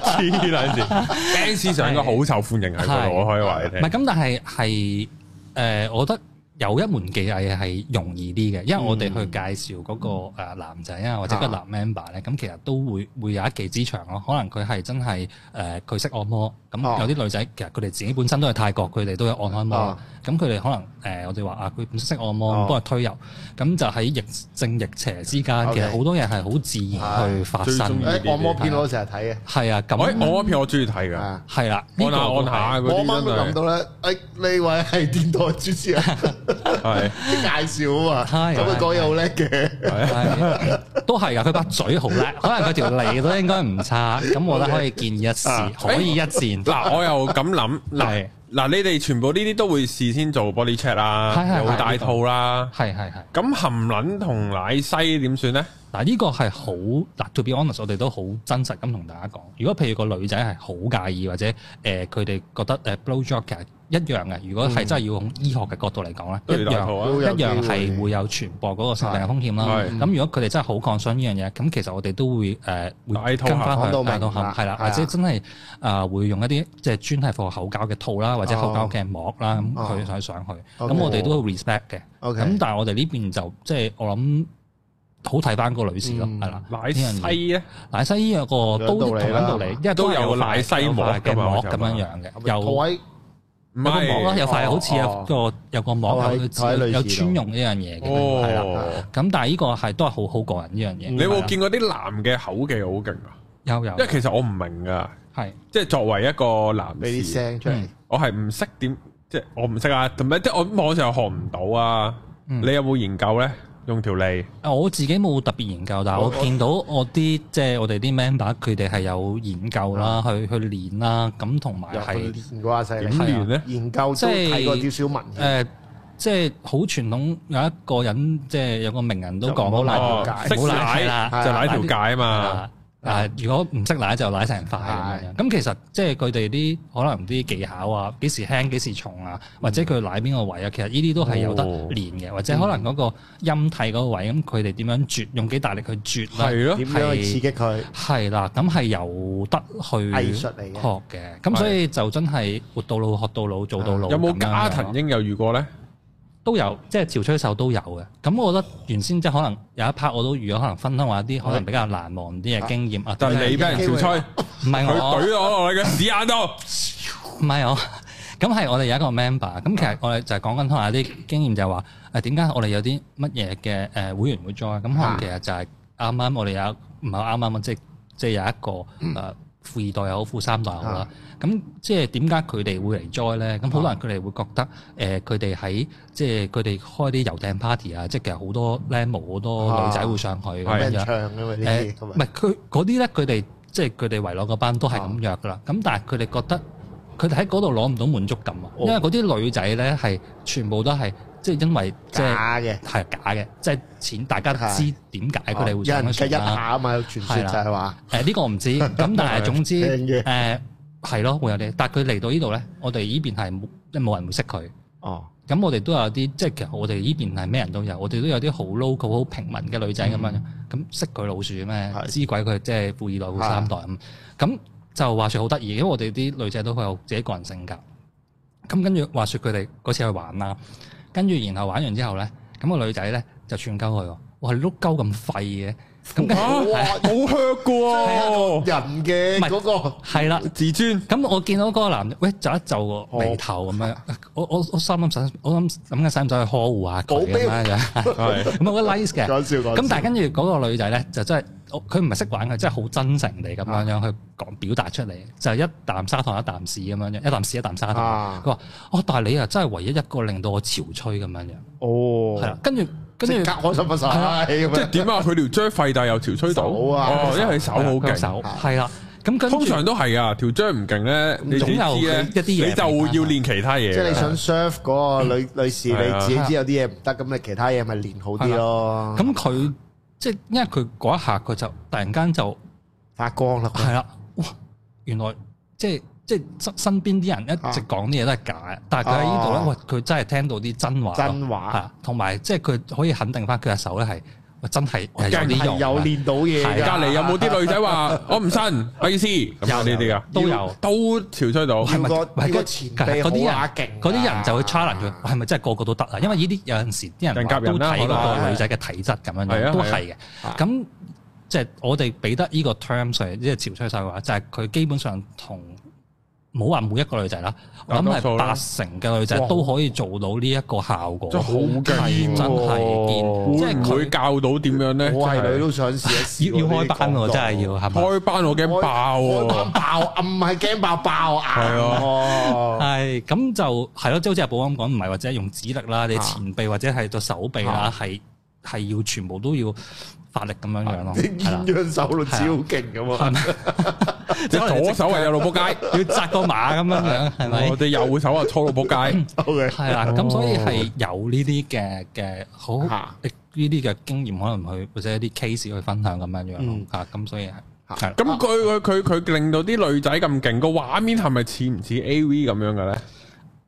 Speaker 1: 黐撚線 Ben Sir 應該好受歡迎喺嗰度，啊
Speaker 3: 係
Speaker 1: 我可以話你
Speaker 3: 唔係
Speaker 1: 聽。
Speaker 3: 咁，但係係誒，我覺得有一門技藝係容易啲嘅，因為我哋
Speaker 2: 嗯
Speaker 3: 去介紹嗰個誒男仔啊，或者
Speaker 2: 啊
Speaker 3: 個男 member 咧，咁其實都會會有一技之長咯。可能佢係真係誒佢識按摩，
Speaker 2: 啊
Speaker 3: 咁有啲女仔其實佢哋自己本身都係泰國，佢哋都有按開摩
Speaker 2: 啊。
Speaker 3: 咁佢哋可能誒我哋話啊，佢本身識按摩，
Speaker 2: 啊
Speaker 3: 幫佢推油，咁就喺逆正逆邪之間，
Speaker 2: OK
Speaker 3: 其實好多嘢係好自然去發
Speaker 1: 最中
Speaker 3: 生
Speaker 1: 意。
Speaker 2: 誒按摩片我成日睇嘅，
Speaker 3: 係啊，
Speaker 1: 喂，
Speaker 3: 咁
Speaker 1: 我嗰片我中意睇噶，
Speaker 2: 啊
Speaker 3: 係啦，呢
Speaker 1: 按
Speaker 3: 個
Speaker 1: 下
Speaker 3: 都
Speaker 1: 按
Speaker 3: 係
Speaker 1: 下
Speaker 2: 我
Speaker 1: 嗰
Speaker 2: 啱啱都諗
Speaker 1: 啲啊
Speaker 2: 到咧，誒呢位 [LAUGHS] 係電台主持
Speaker 1: 真係係
Speaker 2: 人，啲介紹啊嘛，
Speaker 3: 係
Speaker 2: 咁佢講嘢好叻嘅，
Speaker 1: 係
Speaker 3: 係 [LAUGHS] 都係噶，佢把嘴好叻，可能佢條脷都應該唔差。咁我覺得可以建議一試，可以一戰。 [LAUGHS]
Speaker 1: 嗱，我又咁諗嗱
Speaker 3: 係
Speaker 1: 嗱，你哋全部呢啲都會事先做 body check
Speaker 3: 係
Speaker 1: 啦，
Speaker 3: 係
Speaker 1: 又
Speaker 3: 係
Speaker 1: 戴套啦。
Speaker 3: 係係係，
Speaker 1: 咁含撚同奶西點算咧？
Speaker 3: 嗱呢個係好嗱，to be honest，我哋都好真實咁同大家講。如果譬如個女仔係好介意，或者誒佢哋覺得誒 blow job 其實一樣嘅，如果
Speaker 2: 嗯
Speaker 3: 係真係要用醫學嘅角度嚟講
Speaker 1: 都
Speaker 3: 咧，
Speaker 1: 要
Speaker 3: 一
Speaker 1: 戴
Speaker 3: 樣
Speaker 1: 套啊！
Speaker 2: 都
Speaker 3: 一
Speaker 2: 有機
Speaker 3: 樣係
Speaker 2: 嘅
Speaker 3: 會有傳播嗰個性病嘅風險啦。
Speaker 1: 係
Speaker 3: 咁如果佢哋真係好抗傷呢樣嘢，咁其實我哋都會誒
Speaker 1: 戴
Speaker 3: 會
Speaker 1: 套
Speaker 3: 跟
Speaker 1: 盒
Speaker 3: 翻
Speaker 2: 講到
Speaker 3: 去
Speaker 2: 明
Speaker 3: 大套盒
Speaker 2: 啦
Speaker 3: 係啦，
Speaker 2: 係啊
Speaker 3: 或者真係誒會用一啲即係專係放口膠嘅套啦，或者口膠嘅膜啦，咁
Speaker 2: 哦
Speaker 3: 佢想上去，
Speaker 2: OK
Speaker 3: 咁我哋都會 respect 嘅。
Speaker 2: OK
Speaker 3: 咁但係我哋呢邊就即係我諗好睇翻個女士咯，
Speaker 2: 嗯
Speaker 3: 係啦。
Speaker 1: 奶西咧，
Speaker 3: 奶西醫有個
Speaker 2: 兩
Speaker 3: 都
Speaker 2: 道
Speaker 3: 同
Speaker 2: 理
Speaker 3: 樣
Speaker 2: 啦
Speaker 3: 道理，因為
Speaker 1: 都有
Speaker 3: 有
Speaker 1: 個
Speaker 3: 塊
Speaker 1: 奶西
Speaker 3: 有塊
Speaker 1: 膜㗎
Speaker 3: 嘅
Speaker 1: 嘛
Speaker 3: 膜
Speaker 1: 我就
Speaker 3: 咁
Speaker 1: 話
Speaker 3: 樣樣嘅，
Speaker 2: 有
Speaker 3: 有。
Speaker 2: 位
Speaker 1: 唔
Speaker 3: 有個膜啦，
Speaker 1: 係
Speaker 3: 有塊好似
Speaker 2: 哦
Speaker 3: 有個有個膜
Speaker 2: 哦
Speaker 3: 有
Speaker 2: 喺喺
Speaker 3: 個
Speaker 2: 類似
Speaker 3: 有
Speaker 2: 度
Speaker 3: 專用呢樣嘢嘅，係啦。
Speaker 1: 哦。
Speaker 3: 咁但係呢個係都係好好個人呢樣嘢。
Speaker 1: 你有冇見過啲男嘅口技好勁啊？
Speaker 3: 有有
Speaker 1: 因為其實我唔明噶，
Speaker 3: 係
Speaker 1: 即係作為一個男
Speaker 2: 俾啲
Speaker 1: 士，
Speaker 2: 聲出嚟，
Speaker 1: 我係唔識點，即係我唔識啊，同埋即係我網上又學唔到啊。
Speaker 3: 嗯
Speaker 1: 你有冇研究咧？用條脷
Speaker 3: 啊我自己冇特別研究，但係
Speaker 2: 我
Speaker 3: 我見到我啲即係我哋啲 member 佢哋係有研究
Speaker 1: 啊
Speaker 3: 啦，去去練啦，咁同埋
Speaker 2: 有
Speaker 3: 係
Speaker 2: 練過阿細
Speaker 1: 點
Speaker 2: 力，
Speaker 1: 練咧？
Speaker 2: 研究都睇過少少文獻，
Speaker 3: 誒。呃即係好傳統，有一個人即係有個名人都
Speaker 2: 就唔好
Speaker 3: 講
Speaker 2: 奶
Speaker 1: 哦
Speaker 2: 條條，
Speaker 1: 識
Speaker 2: 戒
Speaker 3: 冇奶係
Speaker 1: 奶
Speaker 3: 啦，
Speaker 1: 就奶條戒啊嘛。
Speaker 3: 啊！嗱，如果唔識奶就奶成塊咁樣。咁其實即係佢哋啲可能啲技巧啊，幾時輕幾時重
Speaker 2: 嗯
Speaker 3: 啊，或者佢奶邊個位啊，其實呢啲都係有得
Speaker 2: 哦
Speaker 3: 練嘅，或者可能嗰個音替嗰個位，咁佢哋點樣啜，用幾大力去啜啦，
Speaker 1: 係咯，
Speaker 2: 點樣去刺激佢？
Speaker 3: 係啦，咁係有得去
Speaker 2: 藝術嚟嘅，
Speaker 3: 學嘅。咁所以就真係活到老學到老做到老。
Speaker 1: 有冇
Speaker 3: 咁樣
Speaker 1: 加
Speaker 3: 咯
Speaker 1: 藤英有遇過咧？
Speaker 3: 都有，即係潮吹手都有嘅。咁我覺得原先即係可能有一 part 我都預咗，可能分享話一啲可能比較難忘啲嘅經驗啊。
Speaker 1: 就係你俾
Speaker 3: 點
Speaker 1: 人潮吹，
Speaker 3: 解唔係
Speaker 1: 佢
Speaker 3: 我，
Speaker 1: 懟我落你嘅屎眼度。
Speaker 3: 唔係我。咁係我哋有一個 member，咁其實我哋就係講緊可能有啲經驗就係話，誒點解我哋有啲乜嘢嘅誒會員會 join？咁可
Speaker 2: 啊
Speaker 3: 能其實就係啱啱我哋有唔係啱啱啊，即係即係有一個誒、呃富二代又好，富三代又好啦
Speaker 2: 啊。
Speaker 3: 咁即係點解佢哋會嚟 join 咧？咁好多人佢哋會覺得誒，佢哋喺即係佢哋開啲遊艇 party 啊，即係其實好多僆模好多女仔會上去咁
Speaker 1: 啊
Speaker 2: 俾
Speaker 3: 樣
Speaker 2: 人
Speaker 3: 樣。
Speaker 2: 唱嘅嘛呢
Speaker 3: 誒
Speaker 2: 啲，咁
Speaker 3: 唔
Speaker 2: 啊
Speaker 3: 係佢嗰啲咧，佢哋即係佢哋圍內嗰班都係咁約噶
Speaker 2: 哦
Speaker 3: 啦。咁但係佢哋覺得佢哋喺嗰度攞唔到滿足感啊，
Speaker 2: 哦
Speaker 3: 因為嗰啲女仔咧係全部都係即係因為即係
Speaker 2: 假嘅，
Speaker 3: 係假嘅，即係錢大家知點解佢哋會
Speaker 2: 有人
Speaker 3: 上
Speaker 2: 計
Speaker 3: 去
Speaker 2: 一
Speaker 3: 船
Speaker 2: 下
Speaker 3: 啦。
Speaker 2: 啊嘛，有傳說就係話
Speaker 3: 誒呢個我唔
Speaker 2: [LAUGHS]
Speaker 3: 知，咁但係總之
Speaker 2: 聽嘅
Speaker 3: 誒係咯，會有啲。但係佢嚟到呢度咧，我哋呢邊係冇即係冇人會識佢。
Speaker 2: 哦，
Speaker 3: 咁我哋都有啲，即係其實我哋呢邊係咩人都有，我哋都有啲好 local、好平民嘅女仔咁樣，咁、識佢老鼠咩
Speaker 2: 嗯係？
Speaker 3: 知鬼佢即係富二代、富三代咁。咁就話説好得意，因為我哋啲女仔都好有自己個人性格。咁跟住話説佢哋嗰次去玩啦，跟住然後玩完之後咧，咁、個女仔咧就串鳩佢喎，哇你碌鳩咁廢嘅，咁跟
Speaker 1: 嚇
Speaker 3: 住
Speaker 1: 啊冇 hurt 嘅喎，
Speaker 2: 人嘅
Speaker 3: 啊唔係
Speaker 2: 嗰個
Speaker 3: 係啦。
Speaker 1: 自尊。
Speaker 3: 咁我見到嗰個男人，喂，就一就個眉頭咁
Speaker 2: 哦
Speaker 3: 樣，我我我心諗使，我諗諗緊使唔使去呵護下
Speaker 2: 保
Speaker 3: 佢
Speaker 2: 鏢
Speaker 3: 咁樣樣。
Speaker 1: 係
Speaker 3: [LAUGHS] 咁我覺得 nice 嘅。
Speaker 2: 講笑講笑，
Speaker 3: 咁但係跟住嗰個女仔咧，就真係我佢唔係識玩，佢真係好真誠地咁樣樣去講表達出嚟，就係一啖砂糖一啖屎咁樣樣，一啖屎一啖砂糖。
Speaker 2: 啊
Speaker 3: 佢話：哦，但係你啊，真係唯一一個令到我潮吹咁樣樣。
Speaker 2: 哦
Speaker 3: 係啦，跟住跟
Speaker 2: 即
Speaker 3: 住
Speaker 2: 刻開心不晒
Speaker 3: 係啊
Speaker 2: 咁
Speaker 1: 即
Speaker 2: 樣
Speaker 1: 係點啊？佢條張肺大又潮吹到，
Speaker 2: 手啊
Speaker 1: 哦，因為佢手好
Speaker 3: 佢
Speaker 1: 勁。
Speaker 3: 手係啦。咁跟
Speaker 1: 通
Speaker 3: 住
Speaker 1: 常都係噶，條張唔勁咧，你自己
Speaker 3: 總
Speaker 1: 知
Speaker 3: 有
Speaker 1: 咧，
Speaker 3: 佢一啲嘢
Speaker 1: 你就會要練其他嘢
Speaker 2: 即係你
Speaker 1: 㗎。
Speaker 2: 想 serve 嗰個女
Speaker 3: 嗯
Speaker 2: 女士，
Speaker 1: 係啊
Speaker 2: 你自己知有啲嘢唔得，咁你其他嘢咪練好啲咯。
Speaker 3: 咁佢即係因為佢嗰一下佢就突然間就
Speaker 2: 發光啦，
Speaker 3: 係啦，啊哇！原來即係即係身身邊啲人一直講啲嘢都係假嘅，但係佢喺呢度咧，
Speaker 2: 啊
Speaker 1: 啊
Speaker 3: 哇！佢真係聽到啲真話咯。啊
Speaker 2: 真話
Speaker 3: 係，同埋即係佢可以肯定翻佢隻手咧係喂真係
Speaker 1: 哦
Speaker 3: 有
Speaker 2: 梗
Speaker 3: 啲
Speaker 2: 係
Speaker 3: 用
Speaker 2: 有
Speaker 3: 啊，
Speaker 2: 練到嘢
Speaker 1: 隔
Speaker 2: 㗎。
Speaker 1: 離有冇啲女仔
Speaker 3: [LAUGHS]
Speaker 1: 話我唔信，費事咁有呢啲噶，啊
Speaker 3: 都有。
Speaker 1: 都潮吹到。
Speaker 2: 要
Speaker 3: 咪
Speaker 2: 個
Speaker 3: 咪
Speaker 2: 要個
Speaker 3: 嗰
Speaker 2: 前
Speaker 3: 嗰啲
Speaker 2: 臂
Speaker 3: 人
Speaker 2: 好乸勁㗎，啊
Speaker 3: 嗰啲人就會 challenge 佢，係咪真係個個都得啊？因為呢啲有陣時啲人
Speaker 1: 啊人
Speaker 3: 話
Speaker 1: 夾人
Speaker 3: 都
Speaker 1: 啦
Speaker 3: 睇
Speaker 2: 可
Speaker 3: 嗰個
Speaker 2: 能
Speaker 3: 女仔嘅體質咁樣
Speaker 1: 係啊
Speaker 3: 樣，都
Speaker 1: 係
Speaker 3: 係嘅
Speaker 2: 啊。
Speaker 3: 咁即係我哋俾得呢個 terms 係即係潮吹晒嘅話，就係佢基本上同冇話每一個女仔啦，我
Speaker 1: 大
Speaker 3: 諗
Speaker 1: 多數
Speaker 3: 係
Speaker 1: 啦
Speaker 3: 八成嘅女仔
Speaker 2: 哇
Speaker 3: 都可以做到呢一個效果，
Speaker 1: 真係好勁
Speaker 3: 係
Speaker 1: 喎
Speaker 3: 真係
Speaker 1: 會
Speaker 3: 堅，即係
Speaker 1: 唔會
Speaker 3: 佢
Speaker 1: 教到點樣咧？
Speaker 2: 我
Speaker 1: 真
Speaker 2: 係
Speaker 1: 係
Speaker 2: 女都想試一試
Speaker 3: 要要
Speaker 2: 喎。
Speaker 3: 開班
Speaker 2: 呢
Speaker 3: 喎，
Speaker 2: 啲
Speaker 3: 真係
Speaker 2: 角度
Speaker 3: 要哦係咪？
Speaker 1: 開班我驚爆
Speaker 2: 開
Speaker 1: 喎
Speaker 2: 班，爆，唔係驚爆爆哦硬
Speaker 1: 係啊
Speaker 2: 喎。
Speaker 3: 係咁就係咯，即係好似阿保安講，唔係或者用指力啦，你前臂或者係個手臂啦
Speaker 2: 啊，
Speaker 3: 係係要全部都要發力咁樣樣咯，
Speaker 2: [LAUGHS] 你
Speaker 3: 係啦
Speaker 2: 鴛，鴦手律超勁啊㗎嘛
Speaker 3: 係，啊咪？
Speaker 1: 你左手係右路仆街，
Speaker 3: 要扎個馬咁樣樣，係
Speaker 2: 哦
Speaker 3: 咪
Speaker 1: 我？哋右手啊粗到仆街，
Speaker 2: OK，
Speaker 3: 係啦，咁所以係有呢啲嘅嘅好
Speaker 2: 嚇
Speaker 3: 呢啲嘅經驗，可能去或者一啲 case 去分享咁樣樣咯
Speaker 2: 嗯啊
Speaker 3: 嚇，咁所以係
Speaker 2: 嚇
Speaker 3: 係啦
Speaker 1: 咁佢佢佢佢令到啲女仔咁勁，個畫面係咪似唔似 A V 咁樣嘅咧？
Speaker 3: 誒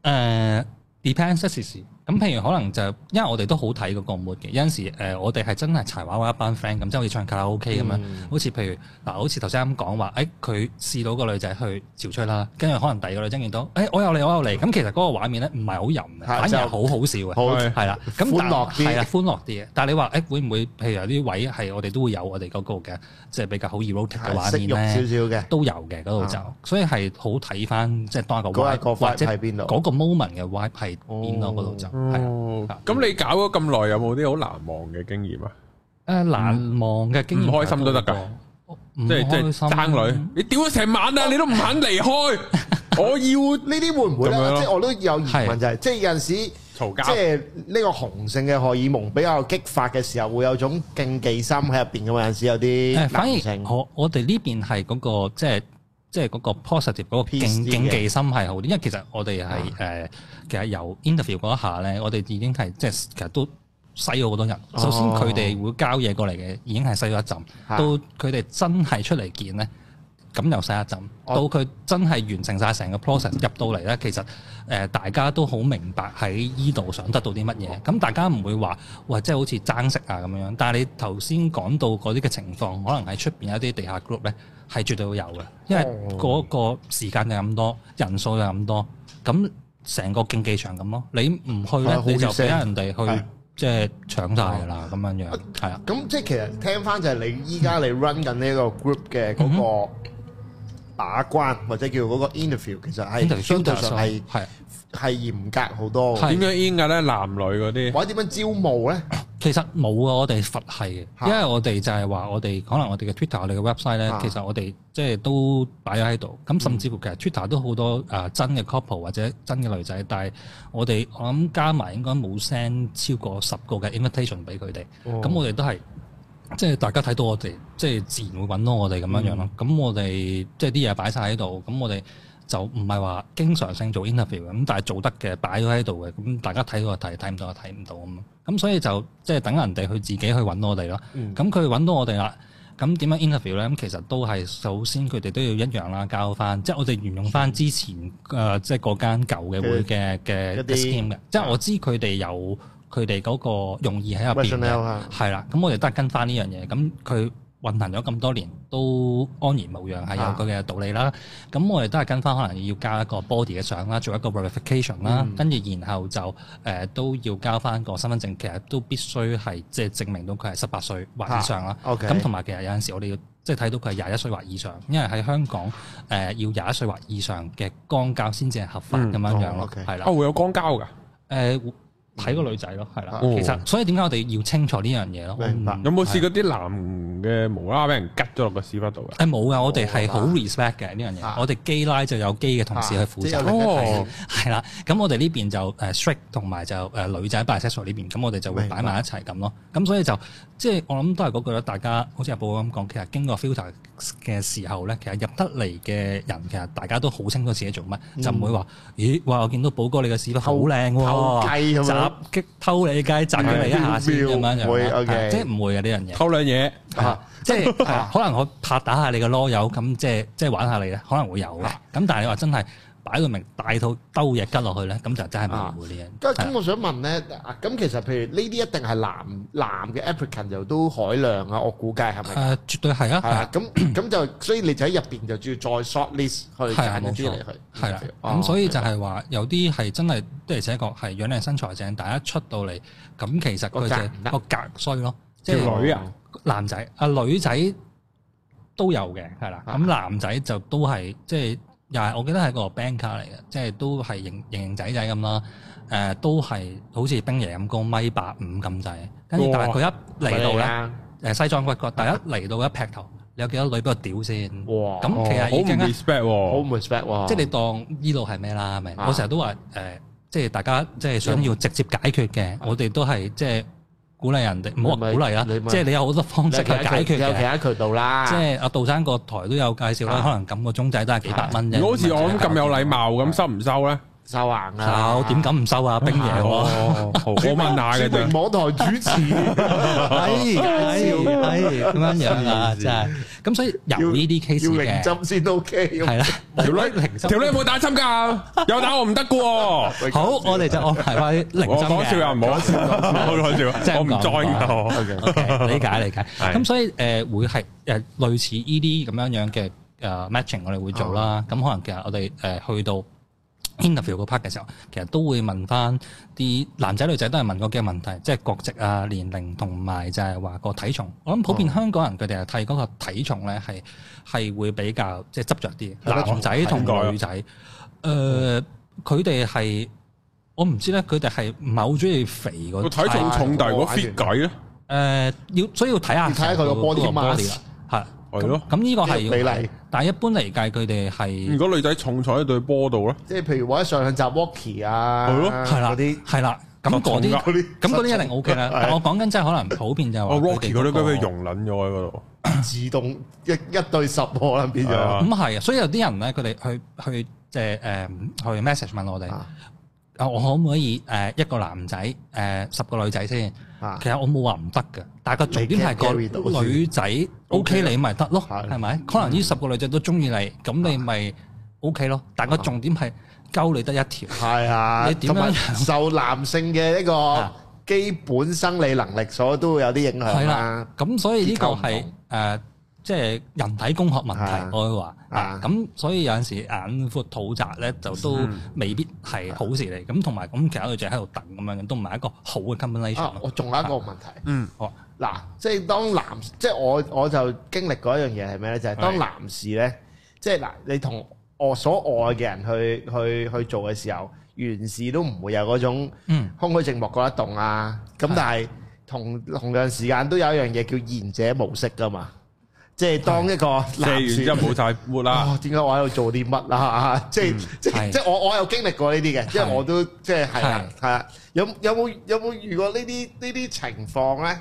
Speaker 3: 呃 depends 時時，咁譬如可能就因為我哋都好睇嗰個 mood 嘅，有陣時誒、我哋係真係柴娃娃一班 friend 咁，即係好似唱卡拉 OK 咁樣，
Speaker 2: 嗯
Speaker 3: 好似譬如嗱，好似頭先咁講話，誒、佢試到個女仔去潮吹啦，跟住可能第二個女仔見到，誒、我有嚟我有嚟，咁其實嗰個畫面咧唔係好淫嘅，
Speaker 2: 係
Speaker 3: 反而係
Speaker 2: 嗯就
Speaker 3: 好好笑嘅。
Speaker 2: 好
Speaker 1: 係
Speaker 3: 係啦，咁
Speaker 2: 歡
Speaker 3: 但
Speaker 2: 樂啲
Speaker 3: 係啦，歡樂啲嘅。但係你話誒會唔會譬如有啲位係我哋都會有我哋嗰個嘅，即係比較好 erotic 嘅畫
Speaker 2: 色
Speaker 3: 面
Speaker 2: 欲
Speaker 3: 咧？
Speaker 2: 少少嘅。
Speaker 3: 都有嘅嗰度就，所以係好睇翻即係當一個 vibe，
Speaker 2: 嗰一個 vibe
Speaker 3: 或者
Speaker 2: 喺邊度
Speaker 3: 嗰個 moment 嘅 vibe 係邊咯嗰度就係
Speaker 1: 哦
Speaker 3: 啊，
Speaker 1: 咁你搞咗咁耐，有冇啲好難忘嘅經驗啊？
Speaker 3: 誒難忘嘅經驗，
Speaker 1: 唔開心都得㗎，
Speaker 3: 唔
Speaker 1: 即係即
Speaker 3: 開
Speaker 1: 係
Speaker 3: 心
Speaker 1: 爭女，你屌咗成晚啊，你都唔肯離
Speaker 3: [LAUGHS]
Speaker 1: 開，我要
Speaker 2: 呢啲會唔會咧
Speaker 1: 咁樣？咯
Speaker 2: 即係我都有疑問，
Speaker 3: 係
Speaker 2: 就係即係有陣時。
Speaker 1: 嘈
Speaker 2: 即
Speaker 1: 交。
Speaker 2: 係呢個雄性嘅荷爾蒙比較激發嘅時候，會有種競技心喺入邊嘅嘛。有陣時有啲
Speaker 3: 誒反
Speaker 2: 男
Speaker 3: 而
Speaker 2: 性
Speaker 3: 我我哋呢邊係嗰個即係。即係嗰個 positive 嗰個
Speaker 2: Peace
Speaker 3: 競
Speaker 2: 啲嘅啊
Speaker 3: 競技心係好啲，因為其實我哋係誒其實由 interview 嗰一下咧，我哋已經係即係其實都篩咗好多人。
Speaker 2: 哦
Speaker 3: 首先佢哋會交嘢過嚟嘅已經係篩咗一陣，
Speaker 2: 嚇
Speaker 3: 到佢哋真係出嚟見咧，咁又細一陣。
Speaker 2: 哦
Speaker 3: 到佢真係完成晒成個 process 入到嚟咧，其實誒、呃大家都好明白喺依度想得到啲乜
Speaker 2: 哦
Speaker 3: 嘢。咁大家唔會話喂，即係好似爭食啊咁樣。但係你頭先講到嗰啲嘅情況，可能喺出邊有一啲地下 group 咧，係絕對會有嘅，因為
Speaker 2: 哦
Speaker 3: 嗰個時間就咁多，人數就咁多，咁成個競技場咁咯。你唔去
Speaker 2: 係
Speaker 3: 咧
Speaker 2: 啊好，
Speaker 3: 你
Speaker 2: 血
Speaker 3: 就
Speaker 2: 腥
Speaker 3: 俾人哋
Speaker 2: 係哦
Speaker 3: 去即係搶晒㗎啦，咁樣樣係啊。
Speaker 2: 咁即係其實聽翻就係你依家你 run 緊呢個 group 嘅
Speaker 3: 嗯
Speaker 2: 嗰個把關或者叫嗰個 interview，其實係相對上係
Speaker 3: 係
Speaker 2: 係嚴格好多
Speaker 3: 係
Speaker 2: 嘅。
Speaker 1: 點樣 in 嘅咧？男女嗰啲
Speaker 2: 或者點樣招募咧？
Speaker 3: 其實冇啊，我哋佛系嘅，
Speaker 2: 嚇
Speaker 3: 因為我哋就係話我哋可能我哋嘅 Twitter、我哋嘅 website 咧
Speaker 2: 嚇，嗯
Speaker 3: 其實我哋即係都擺咗喺度。咁甚至乎其實 Twitter 都好多誒真嘅 couple 或者真嘅女仔，但係我哋我諗加埋應該冇 send 超過十個嘅 invitation 俾佢哋。
Speaker 2: 哦
Speaker 3: 咁我哋都係即係大家睇到我哋，即係自然會揾到我哋咁樣樣咯。
Speaker 2: 嗯
Speaker 3: 咁、我哋即係啲嘢擺晒喺度，咁我哋就唔係話經常性做 interview 咁，但係做得嘅擺咗喺度嘅，咁大家睇到就睇，睇唔到就睇唔到咁咯。咁所以就即係等人哋去自己去揾我哋咯。
Speaker 2: 嗯
Speaker 3: 咁佢揾到我哋啦。咁點樣 interview 咧？咁其實都係首先佢哋都要一樣啦，交翻即係我哋沿用翻之前誒、呃即係嗰間舊嘅會嘅嘅
Speaker 2: 一
Speaker 3: 嘅
Speaker 2: 啲
Speaker 3: scheme 嘅，即係我知佢哋有佢哋嗰個用意喺入邊
Speaker 2: Rationale
Speaker 3: 嘅
Speaker 2: 啊，
Speaker 3: 係啦。咁我哋都係跟翻呢樣嘢。咁佢運行咗咁多年都安然無恙，係有
Speaker 2: 啊
Speaker 3: 佢嘅道理啦。咁我哋都係跟翻，可能要加一個 body 嘅相啦，做一個 verification 啦，
Speaker 2: 嗯
Speaker 3: 跟住然後就誒、呃都要交翻個身份證，其實都必須係即係證明到佢係十八歲或以上啦。
Speaker 2: 啊，OK
Speaker 3: 咁同埋其實有陣時我哋要即係睇到佢係廿一歲或以上，因為喺香港誒、呃要廿一歲或以上嘅肛交先至係合法咁樣
Speaker 2: 嗯
Speaker 3: 樣
Speaker 2: 哦
Speaker 3: 咯，
Speaker 2: ，OK
Speaker 3: 係啦、
Speaker 1: 哦，會有光交噶，
Speaker 3: 誒睇個女仔咯，係啦。
Speaker 1: 哦
Speaker 3: 其實所以點解我哋要清楚呢樣嘢咯？嗯
Speaker 2: 明白
Speaker 3: 我唔
Speaker 1: 有冇試過啲男嘅無啦啦俾人吉咗落個屎忽度噶？
Speaker 3: 誒冇噶，我哋係好 respect 嘅呢樣
Speaker 2: 哦啊
Speaker 3: 嘢。我哋基拉就有基嘅同事去
Speaker 2: 啊
Speaker 3: 負責
Speaker 2: 即係有，另一
Speaker 1: 哦，
Speaker 3: 係啦。咁我哋呢邊就誒 strict 同埋就誒女仔 bisexual 呢邊，咁我哋就會
Speaker 2: 明白
Speaker 3: 擺埋一齊咁咯。咁所以就即係我諗都係嗰句啦，大家好似阿寶咁講，其實經過 filter 嘅時候咧，其實入得嚟嘅人其實大家都好清楚自己做乜，
Speaker 2: 嗯
Speaker 3: 就唔會話咦哇我見到寶哥你嘅屎忽好靚喎，
Speaker 2: 偷雞咁樣
Speaker 3: 襲擊偷你雞，襲擊你一下先咁樣
Speaker 2: 唔會
Speaker 3: 樣啦，
Speaker 2: ，OK
Speaker 3: 係即係唔會嘅呢樣嘢。
Speaker 1: 偷兩嘢，
Speaker 3: 啊
Speaker 2: 啊，[LAUGHS]
Speaker 3: 即係
Speaker 2: 啊
Speaker 3: 誒可能我拍打下你個啰柚，咁即係即係玩下你咧，可能會有嘅。咁但係你話真係擺擺到明帶套兜嘢吉落去咧，咁就真
Speaker 2: 啊
Speaker 3: 係迷糊呢人。
Speaker 2: 咁咁，我想問咧，啊咁其實譬如呢啲一定係男男嘅 applicant 就都海量啊，我估計係咪？
Speaker 3: 誒絕對係啊，
Speaker 2: 係
Speaker 3: 係啊 [COUGHS]
Speaker 2: 啊，咁咁就所以你就喺入邊就要再 short list 去
Speaker 3: 係
Speaker 2: 揀
Speaker 3: 啊
Speaker 2: 一啲
Speaker 3: 冇錯
Speaker 2: 嚟去。
Speaker 3: 係啦，
Speaker 2: 哦
Speaker 3: 咁所以就係話有啲係真係的而且確係樣靚身材正，但係一出到嚟咁其實
Speaker 2: 個格唔
Speaker 3: 佢
Speaker 2: 得
Speaker 3: 就個格衰咯，即
Speaker 1: 條
Speaker 3: 係
Speaker 1: 女啊，
Speaker 3: 男仔啊女仔都有嘅，係啦。
Speaker 2: 啊
Speaker 3: 咁男仔就都係即係又係我記得係個 band 卡嚟嘅，即係都係型型型仔仔咁啦。誒、都係好似冰爺咁高，米八五咁滯。跟住
Speaker 1: 哇
Speaker 3: 但係佢一嚟
Speaker 2: 咪
Speaker 3: 到咧，
Speaker 2: 啦，
Speaker 3: 誒西裝骨骨，但係一嚟到一劈頭，你有幾多女俾我屌先？
Speaker 2: 哇！
Speaker 3: 咁其實
Speaker 1: 好
Speaker 3: 已
Speaker 1: 唔
Speaker 3: 經係
Speaker 1: respect
Speaker 2: 好
Speaker 1: 喎，
Speaker 2: 唔 respect 喎，
Speaker 3: 即係你當依路係咩啦？係咪？
Speaker 2: 啊
Speaker 3: 我成日都話誒、即係大家即係想要直接解決嘅，我哋都係即係鼓勵人哋，唔好話鼓勵啦
Speaker 2: 啊你咪，
Speaker 3: 即係你有好多方式去解決
Speaker 2: 有其他
Speaker 3: 嘅。
Speaker 2: 渠道啦，
Speaker 3: 即係阿杜生個台都有介紹啦，
Speaker 2: 啊
Speaker 3: 可能撳個鐘仔都係幾百蚊啫。
Speaker 1: 如果好似我咁咁有禮貌
Speaker 3: 係
Speaker 1: 咁，收唔收咧？
Speaker 2: 收硬啊，
Speaker 3: 收點敢唔收啊？冰爺喎，
Speaker 1: 哦好我問下嘅
Speaker 2: 著名
Speaker 1: 啫。
Speaker 2: 網台主
Speaker 3: [LAUGHS]
Speaker 2: 持，
Speaker 3: 哎
Speaker 2: 介紹
Speaker 3: 哎咁樣樣啊，
Speaker 2: 黐線
Speaker 3: 真係。咁所以由呢啲
Speaker 2: 要
Speaker 3: case
Speaker 2: 零
Speaker 3: 嘅
Speaker 2: 針先 OK。
Speaker 3: 係啦，
Speaker 1: 條女
Speaker 3: 零
Speaker 1: [LAUGHS]
Speaker 3: 針
Speaker 1: 條女有冇打針 [LAUGHS] 㗎，有打我唔得㗎喎。
Speaker 3: 好，我哋就安排翻啲零
Speaker 1: 我
Speaker 3: 針
Speaker 1: 講笑又
Speaker 3: 嘅。
Speaker 1: 唔好笑，唔好講 [LAUGHS]
Speaker 3: 即
Speaker 1: 笑，
Speaker 3: 係
Speaker 1: 我唔
Speaker 3: 講
Speaker 1: join 㗎 [LAUGHS] 我。
Speaker 3: OK，理解理解。
Speaker 1: 係
Speaker 3: 咁所以誒會係誒類似呢啲咁樣樣嘅誒 matching，我哋會做
Speaker 1: 啊
Speaker 3: 啦。咁可能其實我哋誒去到 interview 個 part 嘅時候，其實都會問翻啲男仔女仔都係問過嘅問題，即係國籍啊、年齡同埋就係話個體重。我諗普遍
Speaker 1: 嗯
Speaker 2: 哦
Speaker 3: 香港人佢哋係睇嗰個體重咧，係係會比較即係執着啲。
Speaker 2: 有得重
Speaker 3: 男仔同女仔，
Speaker 1: 嗯
Speaker 3: 誒佢哋係我唔知咧，佢哋係唔係好中意肥嗰
Speaker 1: 個體重重，但係如果 fit 計咧，
Speaker 3: 誒、呃要所以要睇
Speaker 2: 要
Speaker 3: 下
Speaker 2: 睇下佢個 body mass
Speaker 3: 啦，係
Speaker 1: 係咯
Speaker 3: 咁咁呢個係要
Speaker 2: 比例，
Speaker 3: 但係一般嚟計佢哋
Speaker 1: 如
Speaker 3: 係
Speaker 1: 果女仔重坐喺對波度咧，
Speaker 2: 即係譬如或者上兩集 Walkie 啊，
Speaker 1: 係咯
Speaker 3: 係啦
Speaker 2: 嗰啲
Speaker 3: 係啦，咁嗰
Speaker 1: 重
Speaker 3: 啲
Speaker 1: 㗎
Speaker 2: 嗰啲
Speaker 3: 咁嗰啲一定 O K 啦。但我講緊真係可能普遍就係話
Speaker 1: 我 Rocky 哦嗰啲俾佢
Speaker 3: 佢哋嗰個
Speaker 1: 容撚咗喺嗰度，
Speaker 2: 自動一一對十可能變
Speaker 1: 係啊
Speaker 2: 咗。
Speaker 3: 咁係啊，所以有啲人咧，佢哋去去即係誒去 message 問我哋
Speaker 2: 啊
Speaker 3: 啊，我可唔可以誒一個男仔誒十個女仔先？
Speaker 2: 啊
Speaker 3: 其實我冇話唔得嘅，但係個重點係
Speaker 2: 你 carry
Speaker 3: 個
Speaker 2: 到
Speaker 3: 女仔 OK 你咪得咯，
Speaker 2: 係嗯啊
Speaker 3: 係咪？可能呢十個女仔都中意你，咁你咪 OK 咯。但係個重點係鳩你得一條，
Speaker 2: 係啊，
Speaker 3: 你點樣
Speaker 2: 同埋受男性嘅一個
Speaker 3: 啊
Speaker 2: 基本生理能力所都會有啲影響
Speaker 3: 係
Speaker 2: 啦
Speaker 3: 啦。。咁所以呢個
Speaker 2: 結構唔
Speaker 3: 係
Speaker 2: 同
Speaker 3: 誒，即係人體工學問
Speaker 2: 啊
Speaker 3: 題，我會話
Speaker 2: 啊
Speaker 3: 啊。咁所以有陣時眼闊肚窄咧，就都
Speaker 2: 嗯
Speaker 3: 未必係好事嚟。咁同埋咁其他女仔喺度等咁樣，都唔係一個好嘅 combination
Speaker 2: 啊，
Speaker 3: 咯。
Speaker 2: 我仲有一個問題。
Speaker 1: 嗯，
Speaker 3: 好啊
Speaker 2: 嗱，即係當男，即係我我就經歷過一樣嘢係咩咧？就係、當
Speaker 1: 係
Speaker 2: 男士咧，即係嗱，你同我所愛嘅人去去去做嘅時候，原事都唔會有嗰種
Speaker 3: 嗯，
Speaker 2: 空虛寂寞嗰一動啊。咁
Speaker 3: 係
Speaker 2: 但係同同樣時間都有一樣嘢叫賢者模式噶嘛，即係當一個
Speaker 1: 射
Speaker 2: 男
Speaker 1: 完
Speaker 2: 士
Speaker 1: 之後冇晒活啦，
Speaker 2: 哦，點解我喺度做啲乜啊？ [LAUGHS] 即係即係
Speaker 3: 係
Speaker 2: 即係我我有經歷過呢啲嘅，即係
Speaker 3: 係
Speaker 2: 我都即係係啊係啊。有有冇有冇遇過呢啲呢啲情況咧？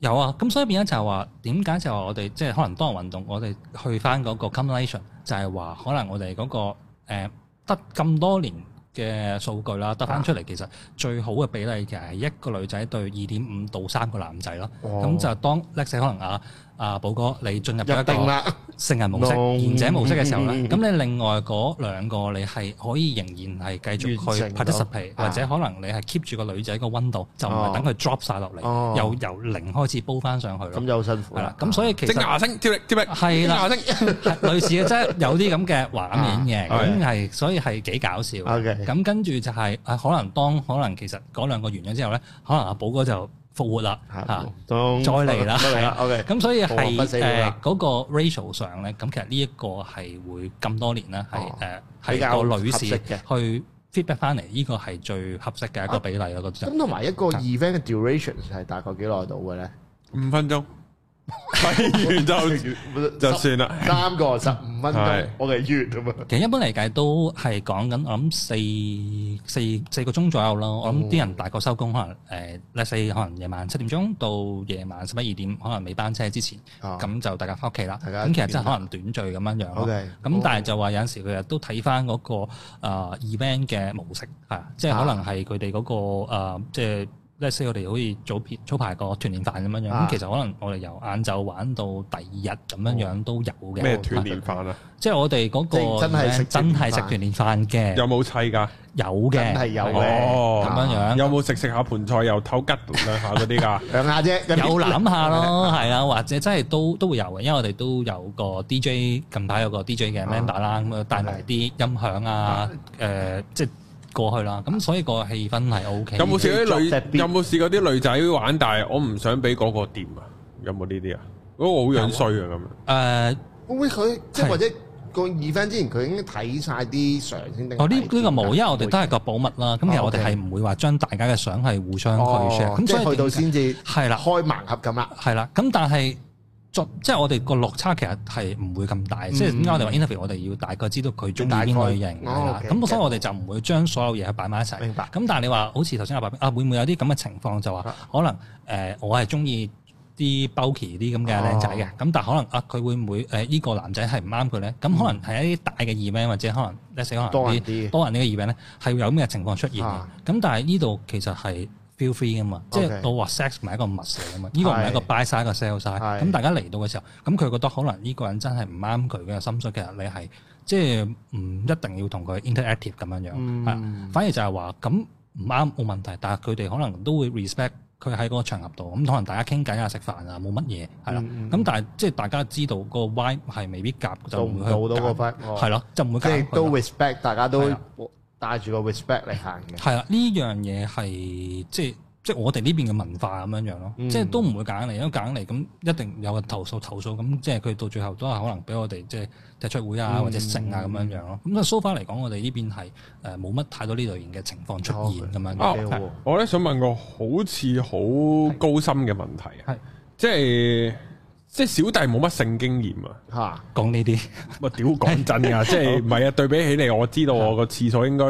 Speaker 3: 有啊，咁所以變咗就係話點解就係話我哋即係可能多人運動，我哋去翻嗰個 combination 就係話可能我哋嗰、個、呃、得咁多年嘅數據啦，得翻出嚟其實最好嘅比例其實係一個女仔對二點五到三個男仔咯。咁、就當 l e 可能啊啊寶哥你進入咗
Speaker 2: 哦入
Speaker 3: 一個
Speaker 2: 定啦。
Speaker 3: 聖人模式、
Speaker 2: No 嗯
Speaker 3: 賢者模式嘅時候咧，咁你另外嗰兩個你係可以仍然係繼續
Speaker 2: 完
Speaker 3: 去
Speaker 2: 成到
Speaker 3: participate，
Speaker 2: 啊
Speaker 3: 或者可能你係 keep 住個女仔個温度，就唔
Speaker 2: 哦
Speaker 3: 係等佢 drop 晒落嚟
Speaker 2: 哦，
Speaker 3: 又由零開始煲翻上去咯
Speaker 2: 咁。就好辛苦
Speaker 3: 係啦，咁所以其
Speaker 1: 即
Speaker 3: 實
Speaker 1: 牙星，接力接力，
Speaker 3: 係啦
Speaker 1: 即牙星，
Speaker 3: 係 [LAUGHS] 類似嘅，即係有啲咁嘅畫面嘅，
Speaker 1: 啊
Speaker 3: 咁係所以係幾搞笑嘅。
Speaker 2: OK
Speaker 3: 咁跟住就係啊，可能當可能其實嗰兩個完咗之後咧，可能阿寶哥就復活啦嚇。
Speaker 2: 當
Speaker 3: 再嚟啦
Speaker 2: 再嚟啦。OK，
Speaker 3: 咁所以
Speaker 2: 冇
Speaker 3: 係
Speaker 2: 乜哦死啊
Speaker 3: 誒
Speaker 2: 啦
Speaker 3: 嗰個 ratio 上咧，咁其實呢一個係會咁多年啦，
Speaker 2: 哦
Speaker 3: 係誒
Speaker 2: 比較
Speaker 3: 係個女士
Speaker 2: 合適嘅啊
Speaker 3: 去 feedback 翻嚟，呢個係最合適嘅一個比例咯，嗰陣
Speaker 2: 咁同埋一個 event 嘅 duration 係大概幾耐到嘅咧？
Speaker 1: 五分 [LAUGHS] 鐘，睇完就哦 [LAUGHS] 就算啦。
Speaker 2: 三個十五分鐘
Speaker 1: 係，
Speaker 2: 我哋完咁啊！
Speaker 3: 其實一般嚟計都係講緊我諗四四四個鐘左右
Speaker 2: 哦
Speaker 3: 咯，我諗啲人大概收工可能誒 let's say 可能夜晚七點鐘到夜晚十一二點，可能尾班車之前，
Speaker 2: 哦
Speaker 3: 咁就大家翻屋企啦。
Speaker 2: 大家
Speaker 3: 咁其實真係可能短聚咁樣樣咯。
Speaker 2: OK，
Speaker 3: 咁但係就話有陣時佢哋都睇翻嗰
Speaker 2: 啊
Speaker 3: 個呃 event 嘅模式係啊，即係可能係佢哋嗰個呃即係即係我哋好似早撇早排個團年飯咁樣樣，咁、
Speaker 2: 啊
Speaker 3: 其實可能我哋由晏晝玩到第二日咁樣
Speaker 2: 哦
Speaker 3: 樣都有嘅。
Speaker 1: 咩團年飯啊？
Speaker 3: 即係我哋嗰
Speaker 2: 即係
Speaker 3: 個
Speaker 2: 真係食
Speaker 3: event 真係食團年飯嘅，
Speaker 1: 有冇砌噶？
Speaker 3: 有嘅，
Speaker 2: 真係有嘅
Speaker 1: 哦，
Speaker 3: 咁樣樣
Speaker 1: 有冇食食下盤菜又偷吉兩下嗰啲噶？
Speaker 2: 兩下啫， [LAUGHS]
Speaker 3: 有諗下咯，係啦，或者真係都都會有嘅，因為我哋都有個 DJ，近排有個 DJ 嘅 member 啦，咁啊帶埋啲音響啊，誒即係過去啦，
Speaker 2: 啊
Speaker 3: 咁所以個氣氛係 O K。
Speaker 1: 有冇試嗰
Speaker 2: 作隻
Speaker 1: 啲女？
Speaker 2: 邊
Speaker 1: 有冇試嗰啲女仔玩？但係我唔想俾嗰個掂啊！有冇呢啲啊？嗰個好樣衰啊！咁樣
Speaker 3: 誒？
Speaker 2: 會唔會佢，即係
Speaker 3: 係。
Speaker 2: 或者個event之前佢已經睇晒啲相先定啊
Speaker 3: 哦
Speaker 2: 哦
Speaker 3: 我呢呢
Speaker 2: 睇片㗎？
Speaker 3: 個冇，因為我哋都係個保密啦。咁其實我哋係唔會話將大家嘅相係互相去 share。咁所以點解
Speaker 2: 啊哦，即係去到先至
Speaker 3: 係啦，
Speaker 2: 開盲盒咁啦。
Speaker 3: 係啦。咁但係作即係我哋個落差其實係唔會咁大。即係點解我哋話 interview 我哋要大概知道佢中意邊類型
Speaker 2: 嗯大概
Speaker 3: 係
Speaker 2: 哦
Speaker 3: 啦。
Speaker 2: ，OK，
Speaker 3: 咁所以我哋就唔會將所有嘢去擺埋一齊。
Speaker 2: 明白
Speaker 3: 咁但係你話好似頭先阿白啊，會唔會有啲咁嘅情況就話
Speaker 2: 啊
Speaker 3: 可能誒我係中意。啲 bulky 啲咁嘅
Speaker 2: 哦
Speaker 3: 靚仔嘅，咁但係可能啊，佢會唔會誒呢個男仔係唔啱佢咧？咁可能係一啲大嘅 event 或者可能 l e 可能啲
Speaker 2: 多人啲。
Speaker 3: 多人呢個 event 咧，係會有咁嘅情況出現嘅。咁、
Speaker 2: 啊
Speaker 3: 但係呢度其實係 feel free 噶嘛，即
Speaker 2: OK
Speaker 3: 係我話 sex 唔係一個物嚟噶嘛，呢個唔係一個
Speaker 2: 係
Speaker 3: buy side 一個 sell side。
Speaker 2: 係
Speaker 3: 咁大家嚟到嘅時候，咁佢覺得可能呢個人真係唔啱佢嘅心水，其實你係即係唔一定要同佢 interactive 咁樣樣。
Speaker 2: 嗯，
Speaker 3: 係反而就係話咁唔啱冇問題，但係佢哋可能都會 respect 佢喺嗰個場合度，咁可能大家傾偈啊、食飯啊，冇乜嘢係啦。咁、
Speaker 2: 嗯嗯
Speaker 3: 但係即係大家知道個 vibe 係未必夾，就唔會去
Speaker 2: 做唔到嗰個
Speaker 3: 夾
Speaker 2: vibe，哦。
Speaker 3: 係咯，就唔會夾佢咯
Speaker 2: 即係都respect，大家都
Speaker 3: 係啊。
Speaker 2: 帶住個respect嚟行嘅。
Speaker 3: 係啦，呢樣嘢係即係即係我哋呢邊嘅文化咁樣樣咯，
Speaker 2: 嗯
Speaker 3: 即係都唔會揀嚟，因為揀嚟咁一定有人投訴投訴，咁即係佢到最後都係可能俾我哋即係踢出會啊
Speaker 2: 嗯
Speaker 3: 或者勝啊咁樣樣咯。咁啊，so far 嚟講，我哋呢邊係誒冇乜太多呢類型嘅情況出現咁樣
Speaker 2: 哦
Speaker 3: 樣。
Speaker 2: 幾好喎
Speaker 1: 啊！我咧想問個好似好高深嘅問題啊
Speaker 3: 係！
Speaker 1: 即係即係小弟冇乜性經驗 [LAUGHS] 啊！
Speaker 2: 嚇。
Speaker 3: 講呢啲
Speaker 1: 我屌講真 [LAUGHS] 啊，即係唔係啊？對比起嚟，我知道我個次數應該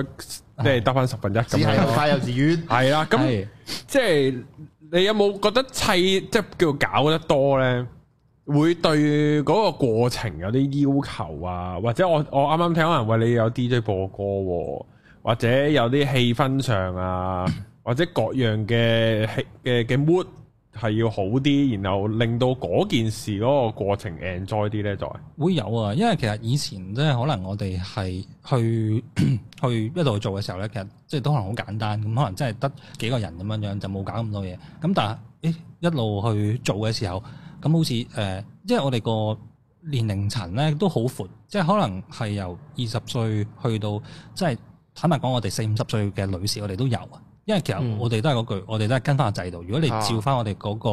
Speaker 1: 即係得翻十分一咁
Speaker 2: 只係
Speaker 1: 樣
Speaker 3: 啊
Speaker 2: 去。翻幼稚園，
Speaker 1: 係啦，咁
Speaker 3: 係
Speaker 1: 即係你有冇覺得砌即係叫搞得多呢？會對嗰個過程有啲要求啊？或者我我啱啱聽可能喂你有 DJ 播歌、喎，或者有啲氣氛上啊，或者各樣嘅氣嘅嘅 mood 係要好啲，然後令到嗰件事嗰個過程 enjoy 啲呢？就係
Speaker 3: 會有啊，因為其實以前即係可能我哋係去 [CLEARS THROAT] 去一度做嘅時候咧，其實即係都可能好簡單，咁可能真係得幾個人咁樣樣就冇搞咁多嘢。咁但係誒一路去做嘅時候，咁好似誒、呃，即係我哋個年齡層咧都好闊，即係可能係由二十歲去到即係坦白講，我哋四五十歲嘅女士我哋都有啊。因為其
Speaker 2: 嗯
Speaker 3: 實我哋都係嗰句，我哋都係跟翻個制度。如果你
Speaker 2: 啊
Speaker 3: 照翻我哋嗰個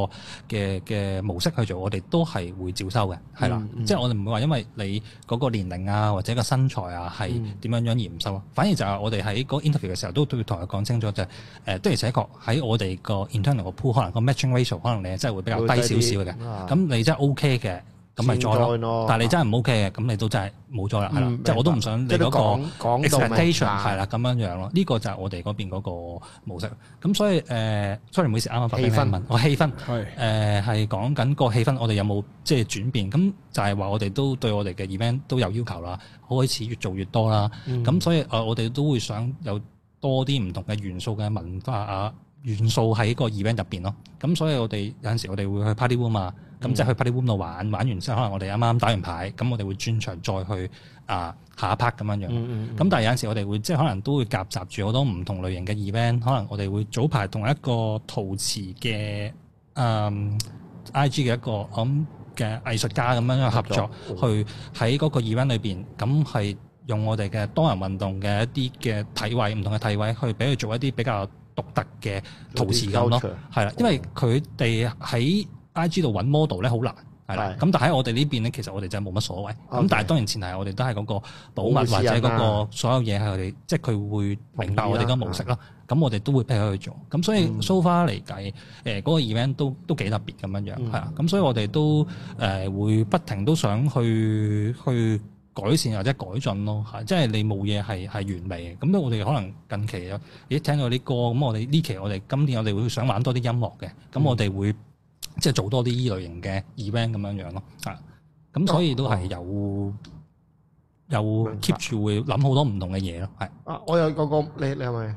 Speaker 3: 嘅嘅模式去做，我哋都係會照收嘅，係啦
Speaker 2: 嗯。嗯
Speaker 3: 即係即係我哋唔會話因為你嗰個年齡啊或者個身材啊係
Speaker 2: 嗯
Speaker 3: 點樣樣而唔收啊，反而就係我哋喺嗰 interview 嘅時候都都要同佢講清楚就係、誒的而且確喺我哋個 internal 個 pool 可能個 matching ratio 可能你係真係會比較低少少嘅，
Speaker 2: 哦啊
Speaker 3: 咁你真係 OK 嘅咁咪再
Speaker 2: 先再
Speaker 3: 咯，
Speaker 2: 咯
Speaker 3: 但係你真係唔 OK 嘅咁你都真係冇咗啦，係啦
Speaker 2: 嗯，
Speaker 3: 即係我都
Speaker 2: 明白
Speaker 3: 唔想你
Speaker 2: 即係都
Speaker 3: 嗰個
Speaker 2: 講講到明白
Speaker 3: expectation 係啦咁樣樣咯，呢個就係我哋嗰邊嗰個模式，咁所以誒，sorry 唔好意思，啱啱發俾你
Speaker 2: 氣氛
Speaker 3: 問我氣氛。
Speaker 1: 係
Speaker 3: 誒呃係講緊個氣氛，我哋有冇即係轉變？咁就係話我哋都對我哋嘅 event 都有要求啦，開始越做越多啦。
Speaker 2: 嗯
Speaker 3: 咁、所以呃誒，我哋都會想有多啲唔同嘅元素嘅文化啊元素喺個 event 入邊咯。咁所以我哋有陣時我哋會去 party room 啊，咁即係去 party room 度玩，玩完之後可能我哋啱啱打完牌，咁我哋會轉場再去啊下一 part 咁樣樣。
Speaker 2: 嗯
Speaker 3: 咁但係有陣時我哋會即係可能都會夾雜住好多唔同類型嘅 event，可能我哋會早排同一個陶瓷嘅嗯 IG 嘅一個我諗嘅藝術家咁樣合作，
Speaker 2: 合作
Speaker 3: 去喺嗰個 event 裏邊，咁係用我哋嘅多人運動嘅一啲嘅體位，唔同嘅體位去俾佢做一啲比較獨特嘅陶瓷咁咯，係啦，
Speaker 2: 嗯
Speaker 3: 因為佢哋喺 IG 度揾 model 咧好難。係啦
Speaker 2: 係，
Speaker 3: 咁但喺我哋呢邊咧，其實我哋就冇乜所謂。咁
Speaker 2: OK
Speaker 3: 但係當然前提係我哋都係嗰個保
Speaker 2: 保護
Speaker 3: 密
Speaker 2: 私隱
Speaker 3: 或者
Speaker 2: 啊
Speaker 3: 嗰個所有嘢係我哋，即係佢會明白我哋嘅模式咯。咁我哋都會俾佢去做。咁所以
Speaker 2: 嗯
Speaker 3: so far 嚟計，誒、嗰、個 event 都都幾特別咁樣樣，
Speaker 2: 嗯
Speaker 3: 係啊、咁所以我哋都誒、呃、會不停都想去去改善或者改進咯，係即係你冇嘢係係完美嘅。咁我哋可能近期有咦聽到啲歌，咁我哋呢期我哋今年我哋會想玩多啲音樂嘅，咁我哋會、即係做多啲依類型嘅 event 咁樣樣咯，啊，咁所以都係有。有
Speaker 2: 明白
Speaker 3: keep 住會諗好多唔同嘅嘢咯，係
Speaker 2: 啊，我有個個你你係咪？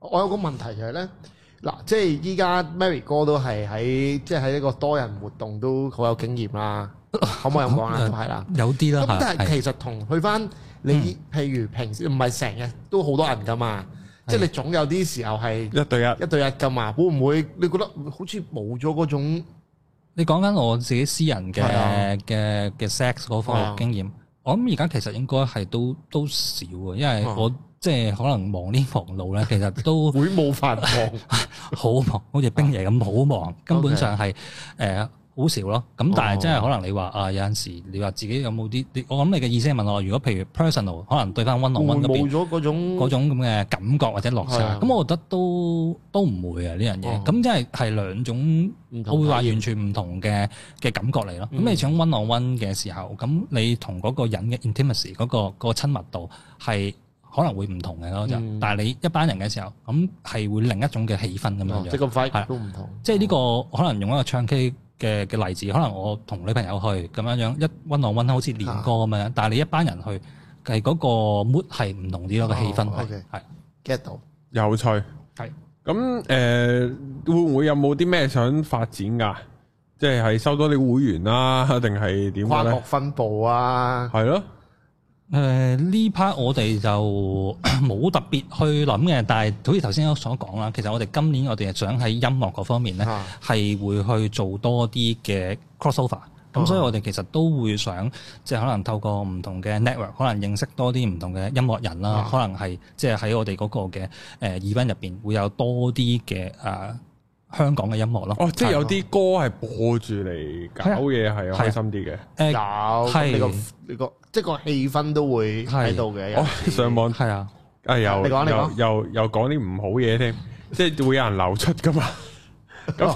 Speaker 2: 我有個問題就係咧，嗱，即係依家 Mary 哥都係喺即係喺一個多人活動都好有經
Speaker 3: [LAUGHS]
Speaker 2: 驗啦，可唔可以咁講啦？
Speaker 3: 嗯
Speaker 2: 都係啦。
Speaker 3: 有啲啦
Speaker 2: 咁但
Speaker 3: 係
Speaker 2: 係其實同去翻你，譬如平時唔係成日都好多人噶嘛，即係你總有啲時候係
Speaker 1: 一對一
Speaker 2: 一對一噶嘛，會唔會你覺得好似冇咗嗰
Speaker 3: [LAUGHS]
Speaker 2: 種
Speaker 3: 你講緊我自己私人嘅
Speaker 2: 係啊
Speaker 3: 嘅嘅 sex 嗰
Speaker 2: 係啊
Speaker 3: 方面經驗，我諗而家其實應該係都都少啊，因為
Speaker 2: 啊
Speaker 3: 我即係可能忙呢忙路咧，其實都
Speaker 2: 會冇飯
Speaker 3: [LAUGHS]
Speaker 2: 望？
Speaker 3: 好忙，好似冰爺咁好忙，根本上係誒好少咯。
Speaker 2: 哦
Speaker 3: 咁但係真係可能你話啊，有陣時你話自己有冇啲，你我諗你嘅意思係問我，如果譬如 personal 可能對翻 one
Speaker 2: 會唔
Speaker 3: on
Speaker 2: 會
Speaker 3: one 嗰邊
Speaker 2: 冇咗嗰種
Speaker 3: 嗰種咁嘅感覺或者落
Speaker 2: 係
Speaker 3: 差
Speaker 2: 啊，
Speaker 3: 咁我覺得都都唔會啊呢樣嘢。
Speaker 2: 哦
Speaker 3: 咁即係係兩種。
Speaker 2: 唔
Speaker 3: 我
Speaker 2: 同
Speaker 3: 會話
Speaker 2: 體驗
Speaker 3: 完全唔同嘅嘅感覺嚟咯。咁
Speaker 2: 嗯
Speaker 3: 你想 one on one 嘅時候，咁你同嗰個人嘅 intimacy 嗰個嗰個親密度係可能會唔同嘅咯，就
Speaker 2: 嗯
Speaker 3: 但係你一班人嘅時候，咁係會另一種嘅氣氛咁
Speaker 2: 哦
Speaker 3: 樣
Speaker 2: 即係
Speaker 3: 樣。
Speaker 2: 咁
Speaker 3: 係
Speaker 2: 快
Speaker 3: 啊
Speaker 2: 都唔同。
Speaker 3: 即係呢個可能用一個唱 K 嘅嘅例子，可能我同女朋友去咁樣樣一 one on one 好似練歌咁
Speaker 2: 啊
Speaker 3: 樣，但係你一班人去係嗰個 mood 係唔同啲咯，個氣氛
Speaker 2: 哦
Speaker 3: 係
Speaker 2: ，OK
Speaker 3: 係
Speaker 2: get 到
Speaker 1: 有趣。
Speaker 3: 係
Speaker 1: 咁诶，會唔會有冇啲咩想發展㗎？即係係收多啲會員啦，定係點
Speaker 2: 跨
Speaker 1: 嘅
Speaker 2: 國
Speaker 1: 咧？
Speaker 2: 分部啊，
Speaker 1: 係咯，
Speaker 3: 誒呢 part 我哋就 [COUGHS] 冇特別去諗嘅，但係好似頭先所講啦，其實我哋今年我哋係想喺音樂嗰方面咧，
Speaker 2: 啊
Speaker 3: 係會去做多啲嘅 crossover。咁
Speaker 2: 哦
Speaker 3: 所以我哋其實都會想，即係可能透過唔同嘅 network，可能認識多啲唔同嘅音樂人啦
Speaker 1: 哦
Speaker 2: 啊，
Speaker 3: 可能係即係喺我哋嗰個嘅誒 event 入邊會有多啲嘅誒香港嘅音樂咯。
Speaker 1: 哦，即係有啲歌係播住嚟搞嘢，係
Speaker 3: 係啊
Speaker 1: 開心啲嘅。
Speaker 2: 有咁
Speaker 3: 誒係
Speaker 2: 你個你個即係個氣氛都會喺度嘅。
Speaker 3: 哦
Speaker 2: 有
Speaker 1: 我哦
Speaker 2: 時
Speaker 1: 上網
Speaker 3: 係啊，
Speaker 1: 啊，又
Speaker 2: 啊你講你
Speaker 1: 又
Speaker 2: 講
Speaker 1: 又又講啲唔好嘢添，即係會有人流出㗎嘛。咁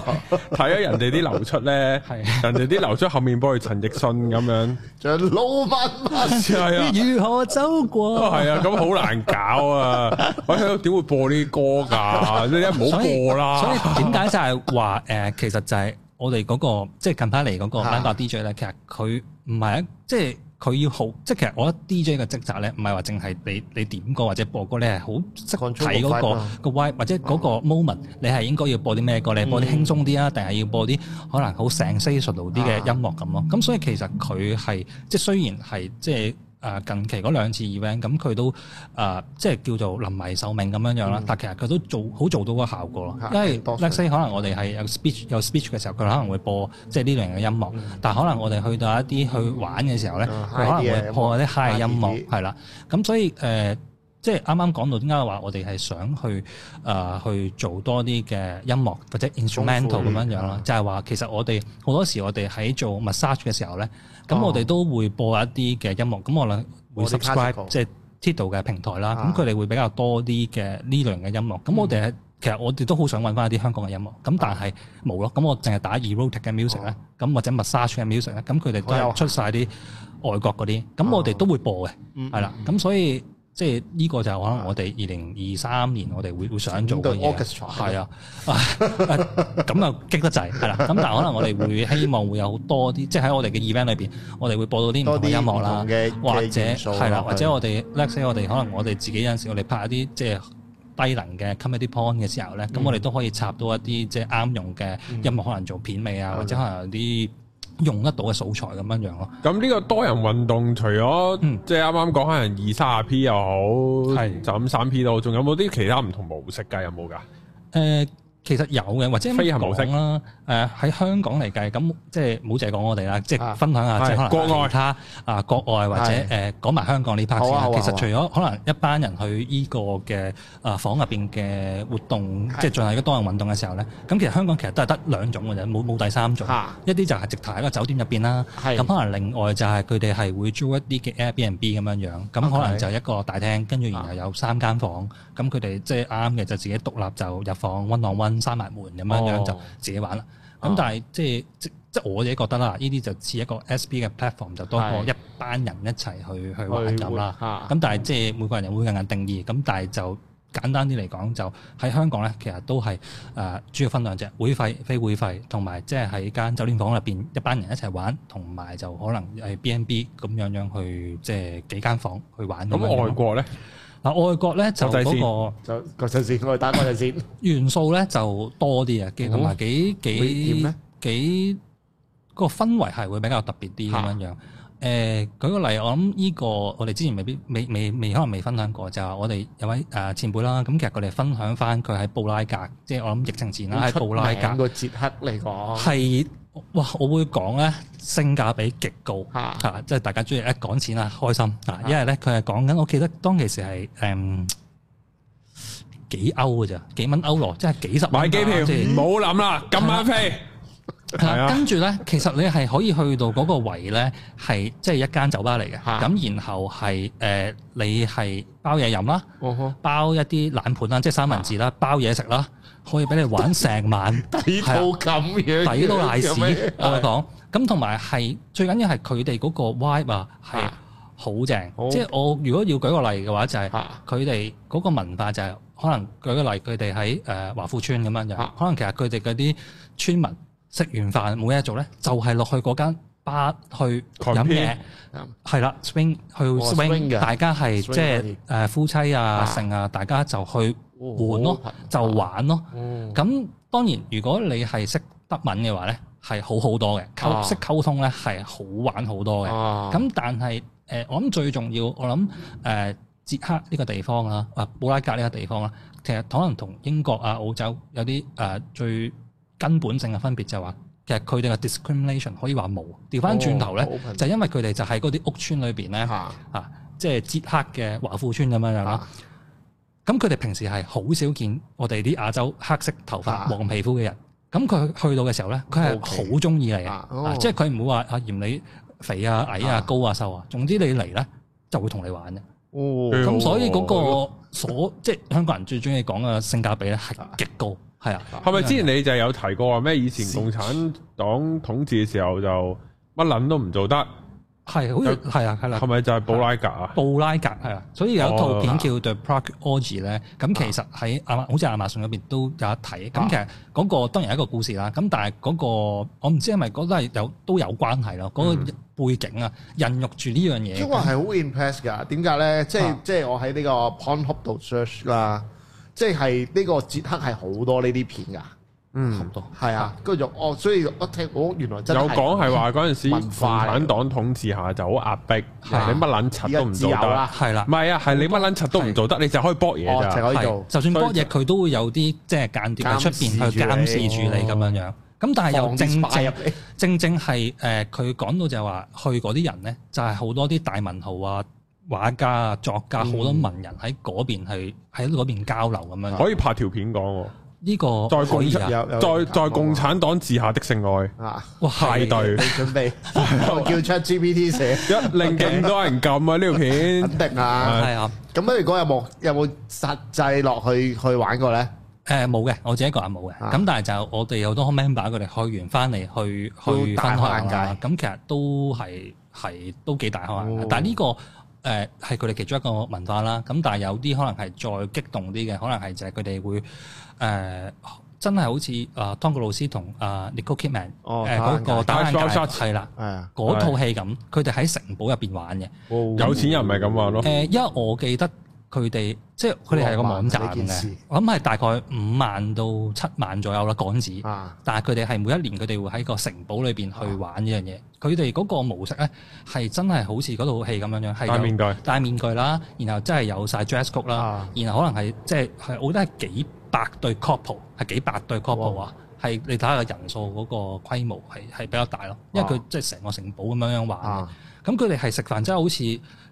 Speaker 1: 睇咗人哋啲流出咧，
Speaker 3: 係
Speaker 1: 人哋啲流出後面幫佢陳奕迅咁樣，
Speaker 2: 仲有撈翻
Speaker 3: [LAUGHS]
Speaker 1: [LAUGHS]
Speaker 2: 翻，
Speaker 1: 係啊。
Speaker 3: 如何走過？
Speaker 1: 哦，系啊，咁好難搞
Speaker 3: [LAUGHS]
Speaker 1: 啊！我喺度點會播呢啲歌㗎？你一唔好
Speaker 3: 所以
Speaker 1: 播啦。
Speaker 3: 所以點解就係話誒，其實就係我哋嗰、個即係近排嚟嗰個
Speaker 2: 嚇
Speaker 3: live DJ 咧，其實佢唔係一即係佢要好，即係其實我覺得 DJ 嘅職責咧，唔係話淨係你你點歌或者播歌，你係好識
Speaker 2: Control
Speaker 3: 睇
Speaker 2: 個
Speaker 3: 嗰
Speaker 2: vibe 啊嗯
Speaker 3: 個個 vibe 或者嗰個 moment，你係應該要播啲咩歌？你係播啲輕鬆啲啊，定係要播啲可能好 sensational 啲
Speaker 2: 啊
Speaker 3: 嘅音樂咁咯？咁所以其實佢係即係雖然係即係。誒近期嗰兩次 event，咁佢都誒、呃即係叫做臨危受命咁樣樣啦。
Speaker 2: 嗯
Speaker 3: 但其實佢都做好做到個效果咯
Speaker 2: 嚇，
Speaker 3: 因為
Speaker 2: 多
Speaker 3: let's say 可能我哋係有 speech 有 speech 嘅時候，佢可能會播即係呢類型嘅音樂，但係可能我哋去到一啲去玩嘅時候咧，
Speaker 2: 嗯
Speaker 3: 佢可能
Speaker 2: high 啲嘅
Speaker 3: 會播一啲 high 嘅音
Speaker 2: high 啲
Speaker 3: 樂，係啦。咁所以誒、呃即係啱啱講到點解話我哋係想去誒、呃去做多啲嘅音樂或者 instrumental 咁樣樣啦
Speaker 2: 嗯，
Speaker 3: 就係話其實我哋好多時我哋喺做 massage 嘅時候咧，咁
Speaker 2: 哦
Speaker 3: 我哋都會播一啲嘅音樂，咁我哋會
Speaker 2: 播啲 classical
Speaker 3: subscribe 即係 Tidal 嘅平台啦，
Speaker 2: 啊
Speaker 3: 咁佢哋會比較多啲嘅呢類型嘅音樂，咁我哋係其實我哋都好想揾翻一啲香港嘅音樂，咁但係冇咯，咁我淨係打 erotic 嘅 music 咧，咁或者 massage 嘅 music 咧，咁佢哋都
Speaker 2: 好有
Speaker 3: 係出晒啲外國嗰啲，咁我哋都會播嘅。
Speaker 2: 嗯
Speaker 3: 係啦，咁所以即係呢個就可能我哋二零二三年我哋會會想做
Speaker 2: 嗯整
Speaker 3: 嘅
Speaker 2: 對
Speaker 3: 嘢，
Speaker 2: orchestra
Speaker 3: 係啊，啊啊咁又激得滯，係啦，咁但係可能我哋會希望會有多啲，即係喺我哋嘅 event 裏邊，我哋會播到啲唔
Speaker 2: 多
Speaker 3: 同嘅
Speaker 2: 啲
Speaker 3: 音樂
Speaker 2: 唔
Speaker 3: 啦
Speaker 2: 同，嘅
Speaker 3: 或者
Speaker 2: 嘅元素
Speaker 3: 係啦，
Speaker 2: 落去
Speaker 3: 或者我哋 let's say 我哋可能我哋自己有陣時我哋拍一啲即係。低能嘅 comedy point 嘅時候咧，
Speaker 2: 嗯
Speaker 3: 咁、我哋都可以插到一啲即係啱用嘅音樂，可能做片尾
Speaker 2: 嗯
Speaker 3: 啊，或者可能有啲用得到嘅素材咁樣樣咯。
Speaker 1: 咁呢個多人運動，除咗
Speaker 3: 嗯
Speaker 1: 即係啱啱講可能二三十 P 又好，
Speaker 3: 係
Speaker 1: 就咁三 P 都好，仲有冇啲其他唔同模式㗎？有冇㗎？
Speaker 3: 誒、呃其實有嘅，或者
Speaker 1: 飛
Speaker 3: 咁
Speaker 1: 行模式
Speaker 3: 講啦。誒、呃喺香港嚟計，咁即係冇淨係講我哋啦，即
Speaker 2: 啊
Speaker 3: 係分享下即
Speaker 1: 係
Speaker 3: 係可能
Speaker 1: 國外
Speaker 3: 其他啊國外或者
Speaker 2: 係
Speaker 3: 誒、講埋香港呢 part
Speaker 2: 好
Speaker 3: 先
Speaker 2: 啊
Speaker 3: 啦
Speaker 2: 好啊。
Speaker 3: 其
Speaker 2: 好
Speaker 3: 實
Speaker 2: 啊
Speaker 3: 除咗可能一班人去依個嘅啊房入邊嘅活動，
Speaker 2: 係
Speaker 3: 即係進行一個多人運動嘅時候咧，咁其實香港其實都係得兩種嘅啫，冇冇第三種。
Speaker 2: 嚇
Speaker 3: 一啲就係直頭喺個酒店入邊啦，
Speaker 2: 係
Speaker 3: 咁可能另外就係佢哋係會租一啲嘅 Airbnb 咁樣樣，
Speaker 2: OK
Speaker 3: 咁
Speaker 2: 啊
Speaker 3: 可能就一個大廳，跟住然後有三間房，咁佢哋即係啱嘅就自己獨立就入房温浪温閂埋門咁樣
Speaker 2: 哦
Speaker 3: 樣就自己玩啦。
Speaker 2: 啊
Speaker 3: 咁但係即係即即我自己覺得啦，呢啲就似一個 SB 嘅 platform，就多過
Speaker 2: 係
Speaker 3: 一班人一齊去去玩咁啦。
Speaker 2: 嚇
Speaker 3: 咁但係即係每個人有每個人嘅定義，咁但係就簡單啲嚟講，就喺香港咧，其實都係誒、呃主要分兩隻，會費、非會費，同埋即係喺間酒店房入邊一班人一齊玩，同埋就可能係 B N B 咁樣樣去即係幾間房去玩咁
Speaker 1: 咁
Speaker 3: 樣樣。
Speaker 1: 外國咧，
Speaker 3: 嗱，外國咧就
Speaker 1: 國際線
Speaker 3: 嗰個
Speaker 2: 就國際線，我哋打國際線，
Speaker 3: 元素咧就多啲啊，幾
Speaker 2: 哦
Speaker 3: 同埋幾
Speaker 2: 會點
Speaker 3: 幾
Speaker 2: 咧
Speaker 3: 幾個氛圍係會比較特別啲咁
Speaker 2: 嚇
Speaker 3: 樣樣。誒舉個例，我諗呢個我哋之前未必未未未可能未分享過，就係我哋有位誒前輩啦，咁其實佢哋分享翻佢喺布拉格，即係我諗疫情前啦，喺布拉
Speaker 2: 出名
Speaker 3: 格
Speaker 2: 個捷克嚟講，
Speaker 3: 係哇，我會講咧性價比極高。
Speaker 2: 嚇
Speaker 3: 嚇、啊即係大家中意一講錢啊，開心啊！因為咧佢係講緊，我記得當其時係誒幾歐嘅咋，幾蚊歐羅，即係幾十蚊
Speaker 1: 買機票
Speaker 3: 啊即係
Speaker 1: 唔好諗啦，今晚
Speaker 3: [LAUGHS]
Speaker 1: 飛係啊
Speaker 3: 跟住咧，其實你係可以去到嗰個位咧，係即係一間酒吧嚟嘅。
Speaker 2: 嚇
Speaker 3: 咁然後係誒、呃你係包嘢飲啦，
Speaker 2: 哦呵
Speaker 3: 包一啲冷盤啦，即係三文治啦，包嘢食啦，可以俾你玩成
Speaker 1: [LAUGHS]
Speaker 3: 晚。
Speaker 2: 抵到咁樣，
Speaker 3: 抵到賴屎，啊
Speaker 2: 有咩
Speaker 3: 我哋講。咁同埋係最緊要係佢哋嗰個 vibe 啊，係
Speaker 2: 啊
Speaker 3: 好正
Speaker 2: 好。
Speaker 3: 即係我如果要舉個例嘅話，就係
Speaker 2: 啊
Speaker 3: 佢哋嗰個文化就係可能舉個例，佢哋喺誒華富村咁樣樣
Speaker 2: 啊，
Speaker 3: 可能其實佢哋嗰啲村民食完飯冇嘢做咧，就係落去嗰間吧去飲
Speaker 1: Compete
Speaker 3: 嘢。係啦，swing 去
Speaker 2: swing
Speaker 3: swing，
Speaker 2: 嘅
Speaker 3: 大家係
Speaker 2: 哦 swing
Speaker 3: 即
Speaker 2: 可以
Speaker 3: 係誒夫妻
Speaker 2: 啊
Speaker 3: 啊、成啊，大家就去玩
Speaker 2: 哦
Speaker 3: 咯
Speaker 2: 好，
Speaker 3: 就玩咯。
Speaker 2: 哦
Speaker 3: 咁當然，如果你係識德文嘅話咧，係好好多嘅，
Speaker 2: 啊
Speaker 3: 溝識溝通咧係好玩好多嘅。
Speaker 2: 啊
Speaker 3: 咁但係誒、呃我諗最重要，我諗誒、呃捷克呢個地方啦，啊布拉格呢個地方啦，其實可能同英國啊、澳洲有啲誒、呃最根本性嘅分別就係話，其實佢哋嘅 discrimination 可以話冇。調翻轉頭咧，
Speaker 2: 哦，open
Speaker 3: 就因為佢哋就喺嗰啲屋村裏邊咧，
Speaker 2: 嚇
Speaker 3: 啊，即係捷克嘅華富村咁樣樣啦。
Speaker 2: 啊
Speaker 3: 咁佢哋平時係好少見我哋啲亞洲黑色頭髮、
Speaker 2: 啊
Speaker 3: 黃皮膚嘅人。咁佢去到嘅時候咧，佢係
Speaker 2: OK
Speaker 3: 好中意你嘅，
Speaker 2: 啊哦
Speaker 3: 啊即係佢唔會話啊嫌你肥啊、矮
Speaker 2: 啊
Speaker 3: 啊、高啊、瘦啊。總之你嚟咧就會同你玩嘅。
Speaker 2: 哦
Speaker 1: 嗯
Speaker 3: 咁所以嗰個所即係香港人最中意講嘅性價比咧係極高，係啊，
Speaker 1: 係咪之前你就有提過話咩？以前共產黨統治嘅時候就乜撚都唔做得，
Speaker 3: 係好似係啊係啦
Speaker 1: 係，咪就係布拉格啊？
Speaker 3: 布拉格係啊，所以有一套
Speaker 1: 哦
Speaker 3: 片叫 The Prague Orgy 咧，咁其實喺亞馬好似亞馬遜嗰邊都有得
Speaker 2: 啊
Speaker 3: 睇。咁其實嗰個當然係一個故事啦，咁但係嗰個我唔知係咪嗰都係有都有關係咯，嗰
Speaker 2: 嗯
Speaker 3: 個背景啊，孕育住呢樣
Speaker 2: 即係
Speaker 3: 嘢。
Speaker 2: 話係好 impress 㗎，點解咧？即係
Speaker 3: 啊
Speaker 2: 即係我喺呢個 Pornhub 度 search 啦，即係呢個捷克係好多呢啲片㗎，
Speaker 3: 差
Speaker 1: 嗯
Speaker 3: 唔，多
Speaker 2: 係啊，跟住就哦，所以我聽我原來
Speaker 1: 有
Speaker 2: 真係
Speaker 1: 講係話嗰陣時
Speaker 2: 文
Speaker 1: 共
Speaker 2: 化嚟
Speaker 1: 產黨統治下就好壓迫，你
Speaker 3: 係
Speaker 1: 乜撚柒
Speaker 2: 而
Speaker 1: 都
Speaker 2: 家
Speaker 1: 唔
Speaker 2: 自
Speaker 1: 做
Speaker 2: 由
Speaker 1: 得。
Speaker 2: 啦，
Speaker 3: 係啦
Speaker 1: 唔，係啊，係你乜撚柒都唔做得，你就可以搏嘢
Speaker 2: 哦，就
Speaker 1: 咋。
Speaker 2: 可以
Speaker 3: 係
Speaker 2: 做
Speaker 3: 就算波嘢佢都會有啲即係間諜喺出邊去
Speaker 2: 監
Speaker 3: 監
Speaker 2: 視
Speaker 3: 視
Speaker 2: 住你
Speaker 3: 住你咁樣樣。咁但係又
Speaker 2: 放啲
Speaker 3: 正
Speaker 2: spy
Speaker 3: 正
Speaker 2: 入嚟
Speaker 3: 正正係誒，佢講到就係話去嗰啲人咧，就係好多啲大文豪啊、畫家啊、作家，好多文人喺嗰邊去喺嗰邊交流咁樣。
Speaker 1: 可以拍條片講喎，
Speaker 2: 哦
Speaker 3: 呢個
Speaker 1: 再
Speaker 3: 可
Speaker 1: 共
Speaker 3: 以
Speaker 1: 產
Speaker 3: 啊！
Speaker 2: 有有
Speaker 1: 在在共產黨治下的性愛 [LAUGHS]
Speaker 2: 啊，
Speaker 3: 哇，
Speaker 1: 派
Speaker 3: 係
Speaker 1: 對
Speaker 2: [LAUGHS] 你，準備
Speaker 1: 啊
Speaker 2: 我叫 ChatGPT 寫，
Speaker 1: 一令勁多人撳啊呢條片。
Speaker 2: [LAUGHS] 肯定啊。
Speaker 3: 係啊，
Speaker 2: 咁如果有冇有冇實際落去去玩過咧？
Speaker 3: 誒呃冇嘅，我自己一個人冇嘅。
Speaker 2: 啊
Speaker 3: 咁但係就我哋有好多 member 佢哋去完翻嚟去去
Speaker 2: 都
Speaker 3: 分
Speaker 2: 大
Speaker 3: 享
Speaker 2: 開眼
Speaker 3: 啊。
Speaker 2: 界
Speaker 3: 咁其實都係係都幾大開眼界
Speaker 2: 哦
Speaker 3: 但係呢個誒係佢哋其中一個文化啦。咁但係有啲可能係再激動啲嘅，可能係就係佢哋會誒、呃真係好似啊湯告老師同啊 Nicole Kidman
Speaker 2: 哦
Speaker 3: 誒嗰個打眼界
Speaker 1: Eyes Wide Shut
Speaker 3: 係啦，
Speaker 2: 係啊，
Speaker 3: 嗰套戲咁，佢哋喺城堡入邊玩嘅。
Speaker 1: 有
Speaker 2: 有
Speaker 1: 錢人咪咁玩
Speaker 2: 哦
Speaker 1: 咯
Speaker 3: 誒、呃因為我記得佢哋即係佢哋係有個網站
Speaker 2: 呢件事
Speaker 3: 嘅，我諗係大概五萬到七萬左右啦港紙。
Speaker 2: 啊，
Speaker 3: 但係佢哋係每一年佢哋會喺個城堡裏邊去玩呢樣嘢。佢哋嗰個模式咧係真係好似嗰套戲咁樣樣，係
Speaker 1: 戴
Speaker 3: 有
Speaker 1: 面具，
Speaker 3: 戴面具啦，然後真係有晒 dress code 啦
Speaker 2: 啊，
Speaker 3: 然後可能係即係係我覺得係幾百對 couple，係幾百對 couple 啊。係你睇下個人數嗰個規模係係比較大咯，因為佢
Speaker 2: 啊
Speaker 3: 即係成個城堡咁樣樣玩嘅。
Speaker 2: 啊，
Speaker 3: 咁佢哋係食飯真係好似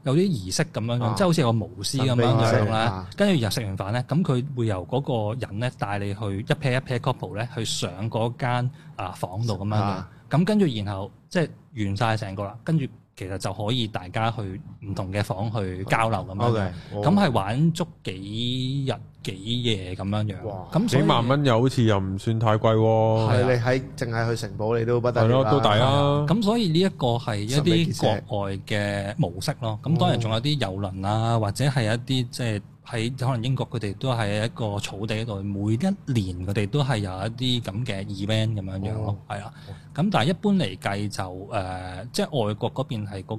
Speaker 3: 有啲儀式咁樣樣，
Speaker 2: 啊
Speaker 3: 即係好似有個巫師咁
Speaker 2: 神秘儀
Speaker 3: 樣
Speaker 2: 式
Speaker 3: 樣啦
Speaker 2: 啊。
Speaker 3: 跟住又食完飯咧，咁佢會由嗰個人咧帶你去一 pair 一 pair couple 咧去上嗰間啊房度咁樣樣
Speaker 2: 啊。
Speaker 3: 咁跟住然後即係完晒成個啦，跟住其實就可以大家去唔同嘅房去交流咁樣樣。
Speaker 2: OK，
Speaker 3: 咁係玩足幾日幾夜咁樣樣
Speaker 2: 哇。
Speaker 3: 咁
Speaker 1: 幾
Speaker 3: 所以
Speaker 1: 萬蚊又好似又唔算太貴喎。
Speaker 2: 係你喺淨係去城堡，你都不得
Speaker 1: 係
Speaker 2: 了
Speaker 1: 咯，
Speaker 2: 啦
Speaker 1: 都抵啊！
Speaker 3: 咁所以呢一個係一
Speaker 2: 神秘
Speaker 3: 啲
Speaker 2: 結
Speaker 3: 國外嘅模式咯。
Speaker 1: 哦
Speaker 3: 咁當然仲有啲遊輪啊，或者係一啲即係喺可能英國佢哋都係一個草地度，每一年佢哋都係有一啲咁嘅 event 咁樣樣
Speaker 1: 哦
Speaker 3: 咯，係啦。咁但係一般嚟計就誒、呃即係外國嗰邊係嗰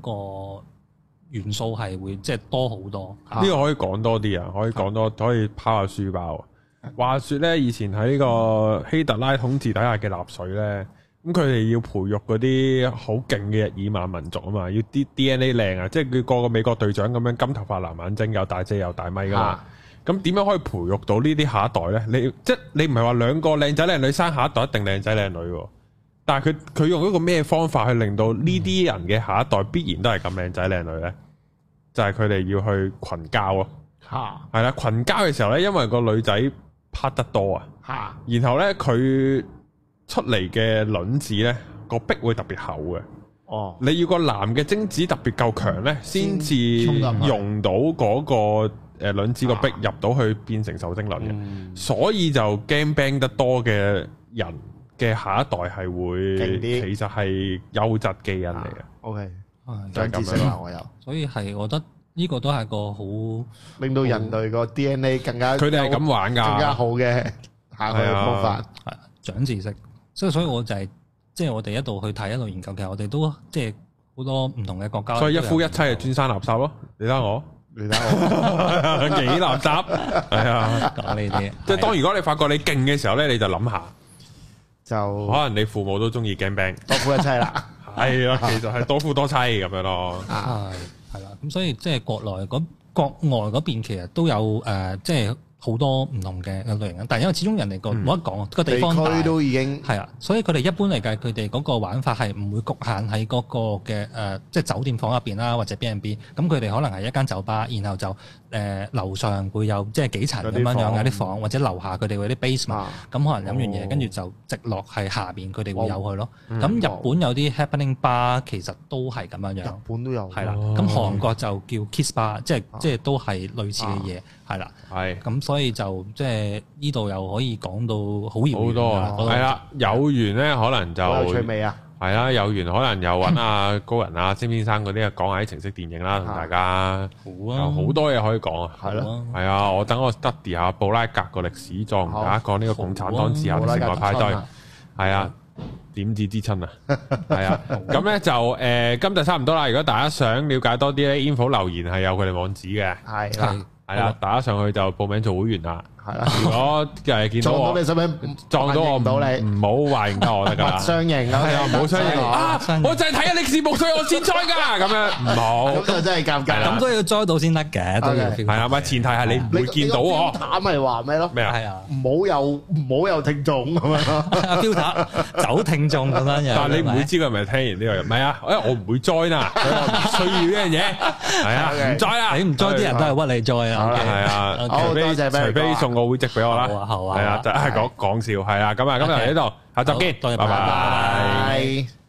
Speaker 3: 個元素係會即係多好多。
Speaker 1: 呢個可以講多啲啊，可以講多，可以拋下書包啊。話說咧，以前喺呢個希特拉統治底下嘅納粹咧，咁佢哋要培育嗰啲好勁嘅日耳曼民族啊嘛，要啲 DNA 靚啊，即係佢個個美國隊長咁樣金頭髮藍眼睛，又大隻又大咪噶嘛。咁點樣可以培育到呢啲下一代咧？你即係你唔係話兩個靚仔靚女生下一代一定靚仔靚女喎，但係佢佢用一個咩方法去令到呢啲人嘅下一代必然都係咁靚仔靚女咧？就係佢哋要去群交咯，
Speaker 2: 吓
Speaker 1: 係啦，群交嘅時候咧，因為個女仔拍得多啊，
Speaker 2: 吓
Speaker 1: 然後咧佢出嚟嘅卵子咧個壁會特別厚嘅，
Speaker 2: 哦，
Speaker 1: 你要個男嘅精子特別夠強咧，先至
Speaker 2: 嗯衝得入啊去
Speaker 1: 用到嗰個誒卵子個壁入到去變成受精卵嘅。
Speaker 3: 嗯
Speaker 1: 所以就 game bang 得多嘅人嘅下一代係會
Speaker 2: 勁啲
Speaker 1: 其實係優質基因嚟嘅，
Speaker 2: ，OK，
Speaker 3: 係
Speaker 1: 哦就係
Speaker 2: 長
Speaker 1: 咁
Speaker 2: 知識
Speaker 1: 樣
Speaker 2: 啦，我又
Speaker 3: 所以係我覺得呢個都係個好。
Speaker 2: 令到人類個 DNA 更加
Speaker 1: 佢哋係咁玩
Speaker 2: 啊更加
Speaker 1: 㗎，
Speaker 2: 好嘅
Speaker 1: [LAUGHS]
Speaker 2: 下去嘅方
Speaker 1: 係
Speaker 2: 法，
Speaker 3: 係啊長知識，所以所以我就係、即係我哋一度去睇一路研究，其實我哋都即係好多唔同嘅國家。
Speaker 1: 所以一夫一妻係專生垃圾咯，你睇我
Speaker 2: 你
Speaker 1: [LAUGHS]
Speaker 2: 睇
Speaker 1: 幾垃圾，係啊，
Speaker 3: 講呢
Speaker 1: [LAUGHS]
Speaker 3: 啲，
Speaker 1: 即係當如果你發覺你勁嘅時候咧，你就諗下，
Speaker 2: 我
Speaker 1: 可能你父母都中意 game bang，
Speaker 2: 就多夫一妻啦，
Speaker 1: 係
Speaker 2: [LAUGHS]
Speaker 1: 啊，其實係多夫多妻咁樣咯，
Speaker 3: 係係啦，咁所以即係國內嗰國外嗰邊其實都有誒、呃即係好多唔同嘅呃類型。但係因為始終人哋個
Speaker 1: 嗯
Speaker 3: 冇得講，個
Speaker 2: 地
Speaker 3: 地方
Speaker 2: 區
Speaker 3: 大。
Speaker 2: 都已經
Speaker 3: 係啊，所以佢哋一般嚟計，佢哋嗰個玩法係唔會局限喺嗰個嘅誒、呃即係酒店房入邊啦，或者 B&B。咁佢哋可能係一間酒吧，然後就誒、呃、樓上會有即係幾層
Speaker 2: 有
Speaker 3: 咁
Speaker 2: 啲
Speaker 3: 樣樣
Speaker 2: 房
Speaker 3: 有啲房，或者樓下佢哋會有啲 basement。
Speaker 2: 啊
Speaker 3: 咁可能飲完
Speaker 1: 哦
Speaker 3: 嘢，跟住就直落係下邊，佢哋會有佢咯。
Speaker 1: 嗯
Speaker 3: 咁日本有啲 happening bar 其實都係咁樣
Speaker 2: 日
Speaker 3: 樣，
Speaker 2: 本都有，
Speaker 3: 係啦。
Speaker 1: 哦
Speaker 3: 咁韓國就叫 kiss bar，即係
Speaker 2: 啊
Speaker 3: 即係都係類似嘅嘢，係啦。
Speaker 1: 係。
Speaker 3: 咁所以就即係呢度又可以講到好遙
Speaker 1: 好
Speaker 3: 遠
Speaker 1: 多
Speaker 3: 啊嗰度
Speaker 1: 係啦，有緣咧可能就
Speaker 2: 好有趣味啊，
Speaker 1: 係啦，有緣可能又揾阿高人啊、詹先生嗰啲啊講下啲情色電影啦，同大家
Speaker 3: 好啊，
Speaker 1: 有好多嘢可以講啊。
Speaker 2: 係咯
Speaker 3: 好啊
Speaker 1: 係啊，我等我 study 下布拉格個歷史，再同大家講呢個共產黨之下
Speaker 2: 好
Speaker 1: 嘅
Speaker 2: 啦，
Speaker 1: 成個派對。
Speaker 2: 啊
Speaker 1: 係啊，點子之親啊，係
Speaker 2: [LAUGHS]
Speaker 1: 啊，咁咧就誒、呃今集差唔多啦。如果大家想了解多啲咧，info 留言係有佢哋網址嘅，
Speaker 2: 係啦
Speaker 3: 係，
Speaker 1: 係
Speaker 3: 好
Speaker 1: 啦
Speaker 3: 啊，
Speaker 1: 大家上去就報名做會員啦。
Speaker 2: 係啦，
Speaker 1: 如果誒見到
Speaker 2: 撞到
Speaker 1: 我
Speaker 2: 你使唔使
Speaker 1: 撞到我，
Speaker 2: 唔到你？
Speaker 1: 唔唔好話認得我得㗎
Speaker 2: [LAUGHS]
Speaker 1: 啦
Speaker 2: 物。相型啊，
Speaker 1: 係啊，冇相認
Speaker 2: 相
Speaker 1: 我
Speaker 2: 認
Speaker 1: 啊
Speaker 3: 相！認
Speaker 1: 我就係睇下歷史木所以我先猜㗎，咁樣唔好
Speaker 2: 咁就真係尷尬
Speaker 3: 咁
Speaker 2: 啦。
Speaker 3: 都要 join 到先得嘅，都要
Speaker 2: OK
Speaker 1: 啊係啊，咪前提係你唔會見到我
Speaker 2: 坦咪話咩咯？
Speaker 1: 咩啊？
Speaker 3: 係啊，
Speaker 2: 唔好有唔好有聽眾咁樣咯。
Speaker 3: 阿 Bill 打走聽眾咁樣樣，
Speaker 1: 但係你唔會
Speaker 3: 係
Speaker 1: 知佢係咪聽完呢個人，唔係啊，因為我唔會 join 啊，所以我唔需要呢樣嘢，係啊，
Speaker 2: Okay
Speaker 1: 唔 join 啦，
Speaker 3: 咪你唔 join 啲人都係屈你 join
Speaker 2: 好啦
Speaker 3: 啊，
Speaker 1: 係啊，
Speaker 3: 好
Speaker 1: 除非
Speaker 2: 多謝
Speaker 1: 除
Speaker 2: Barry
Speaker 1: 非
Speaker 2: 哥
Speaker 1: 送個會籍俾我啦，
Speaker 3: 好啊好啊
Speaker 1: 係啊，
Speaker 3: 好啊
Speaker 1: 就係講講笑，係啦，咁啊，今日嚟呢度，下集見，
Speaker 3: 好多謝
Speaker 1: 拜
Speaker 3: Barry
Speaker 1: 拜。
Speaker 2: 拜。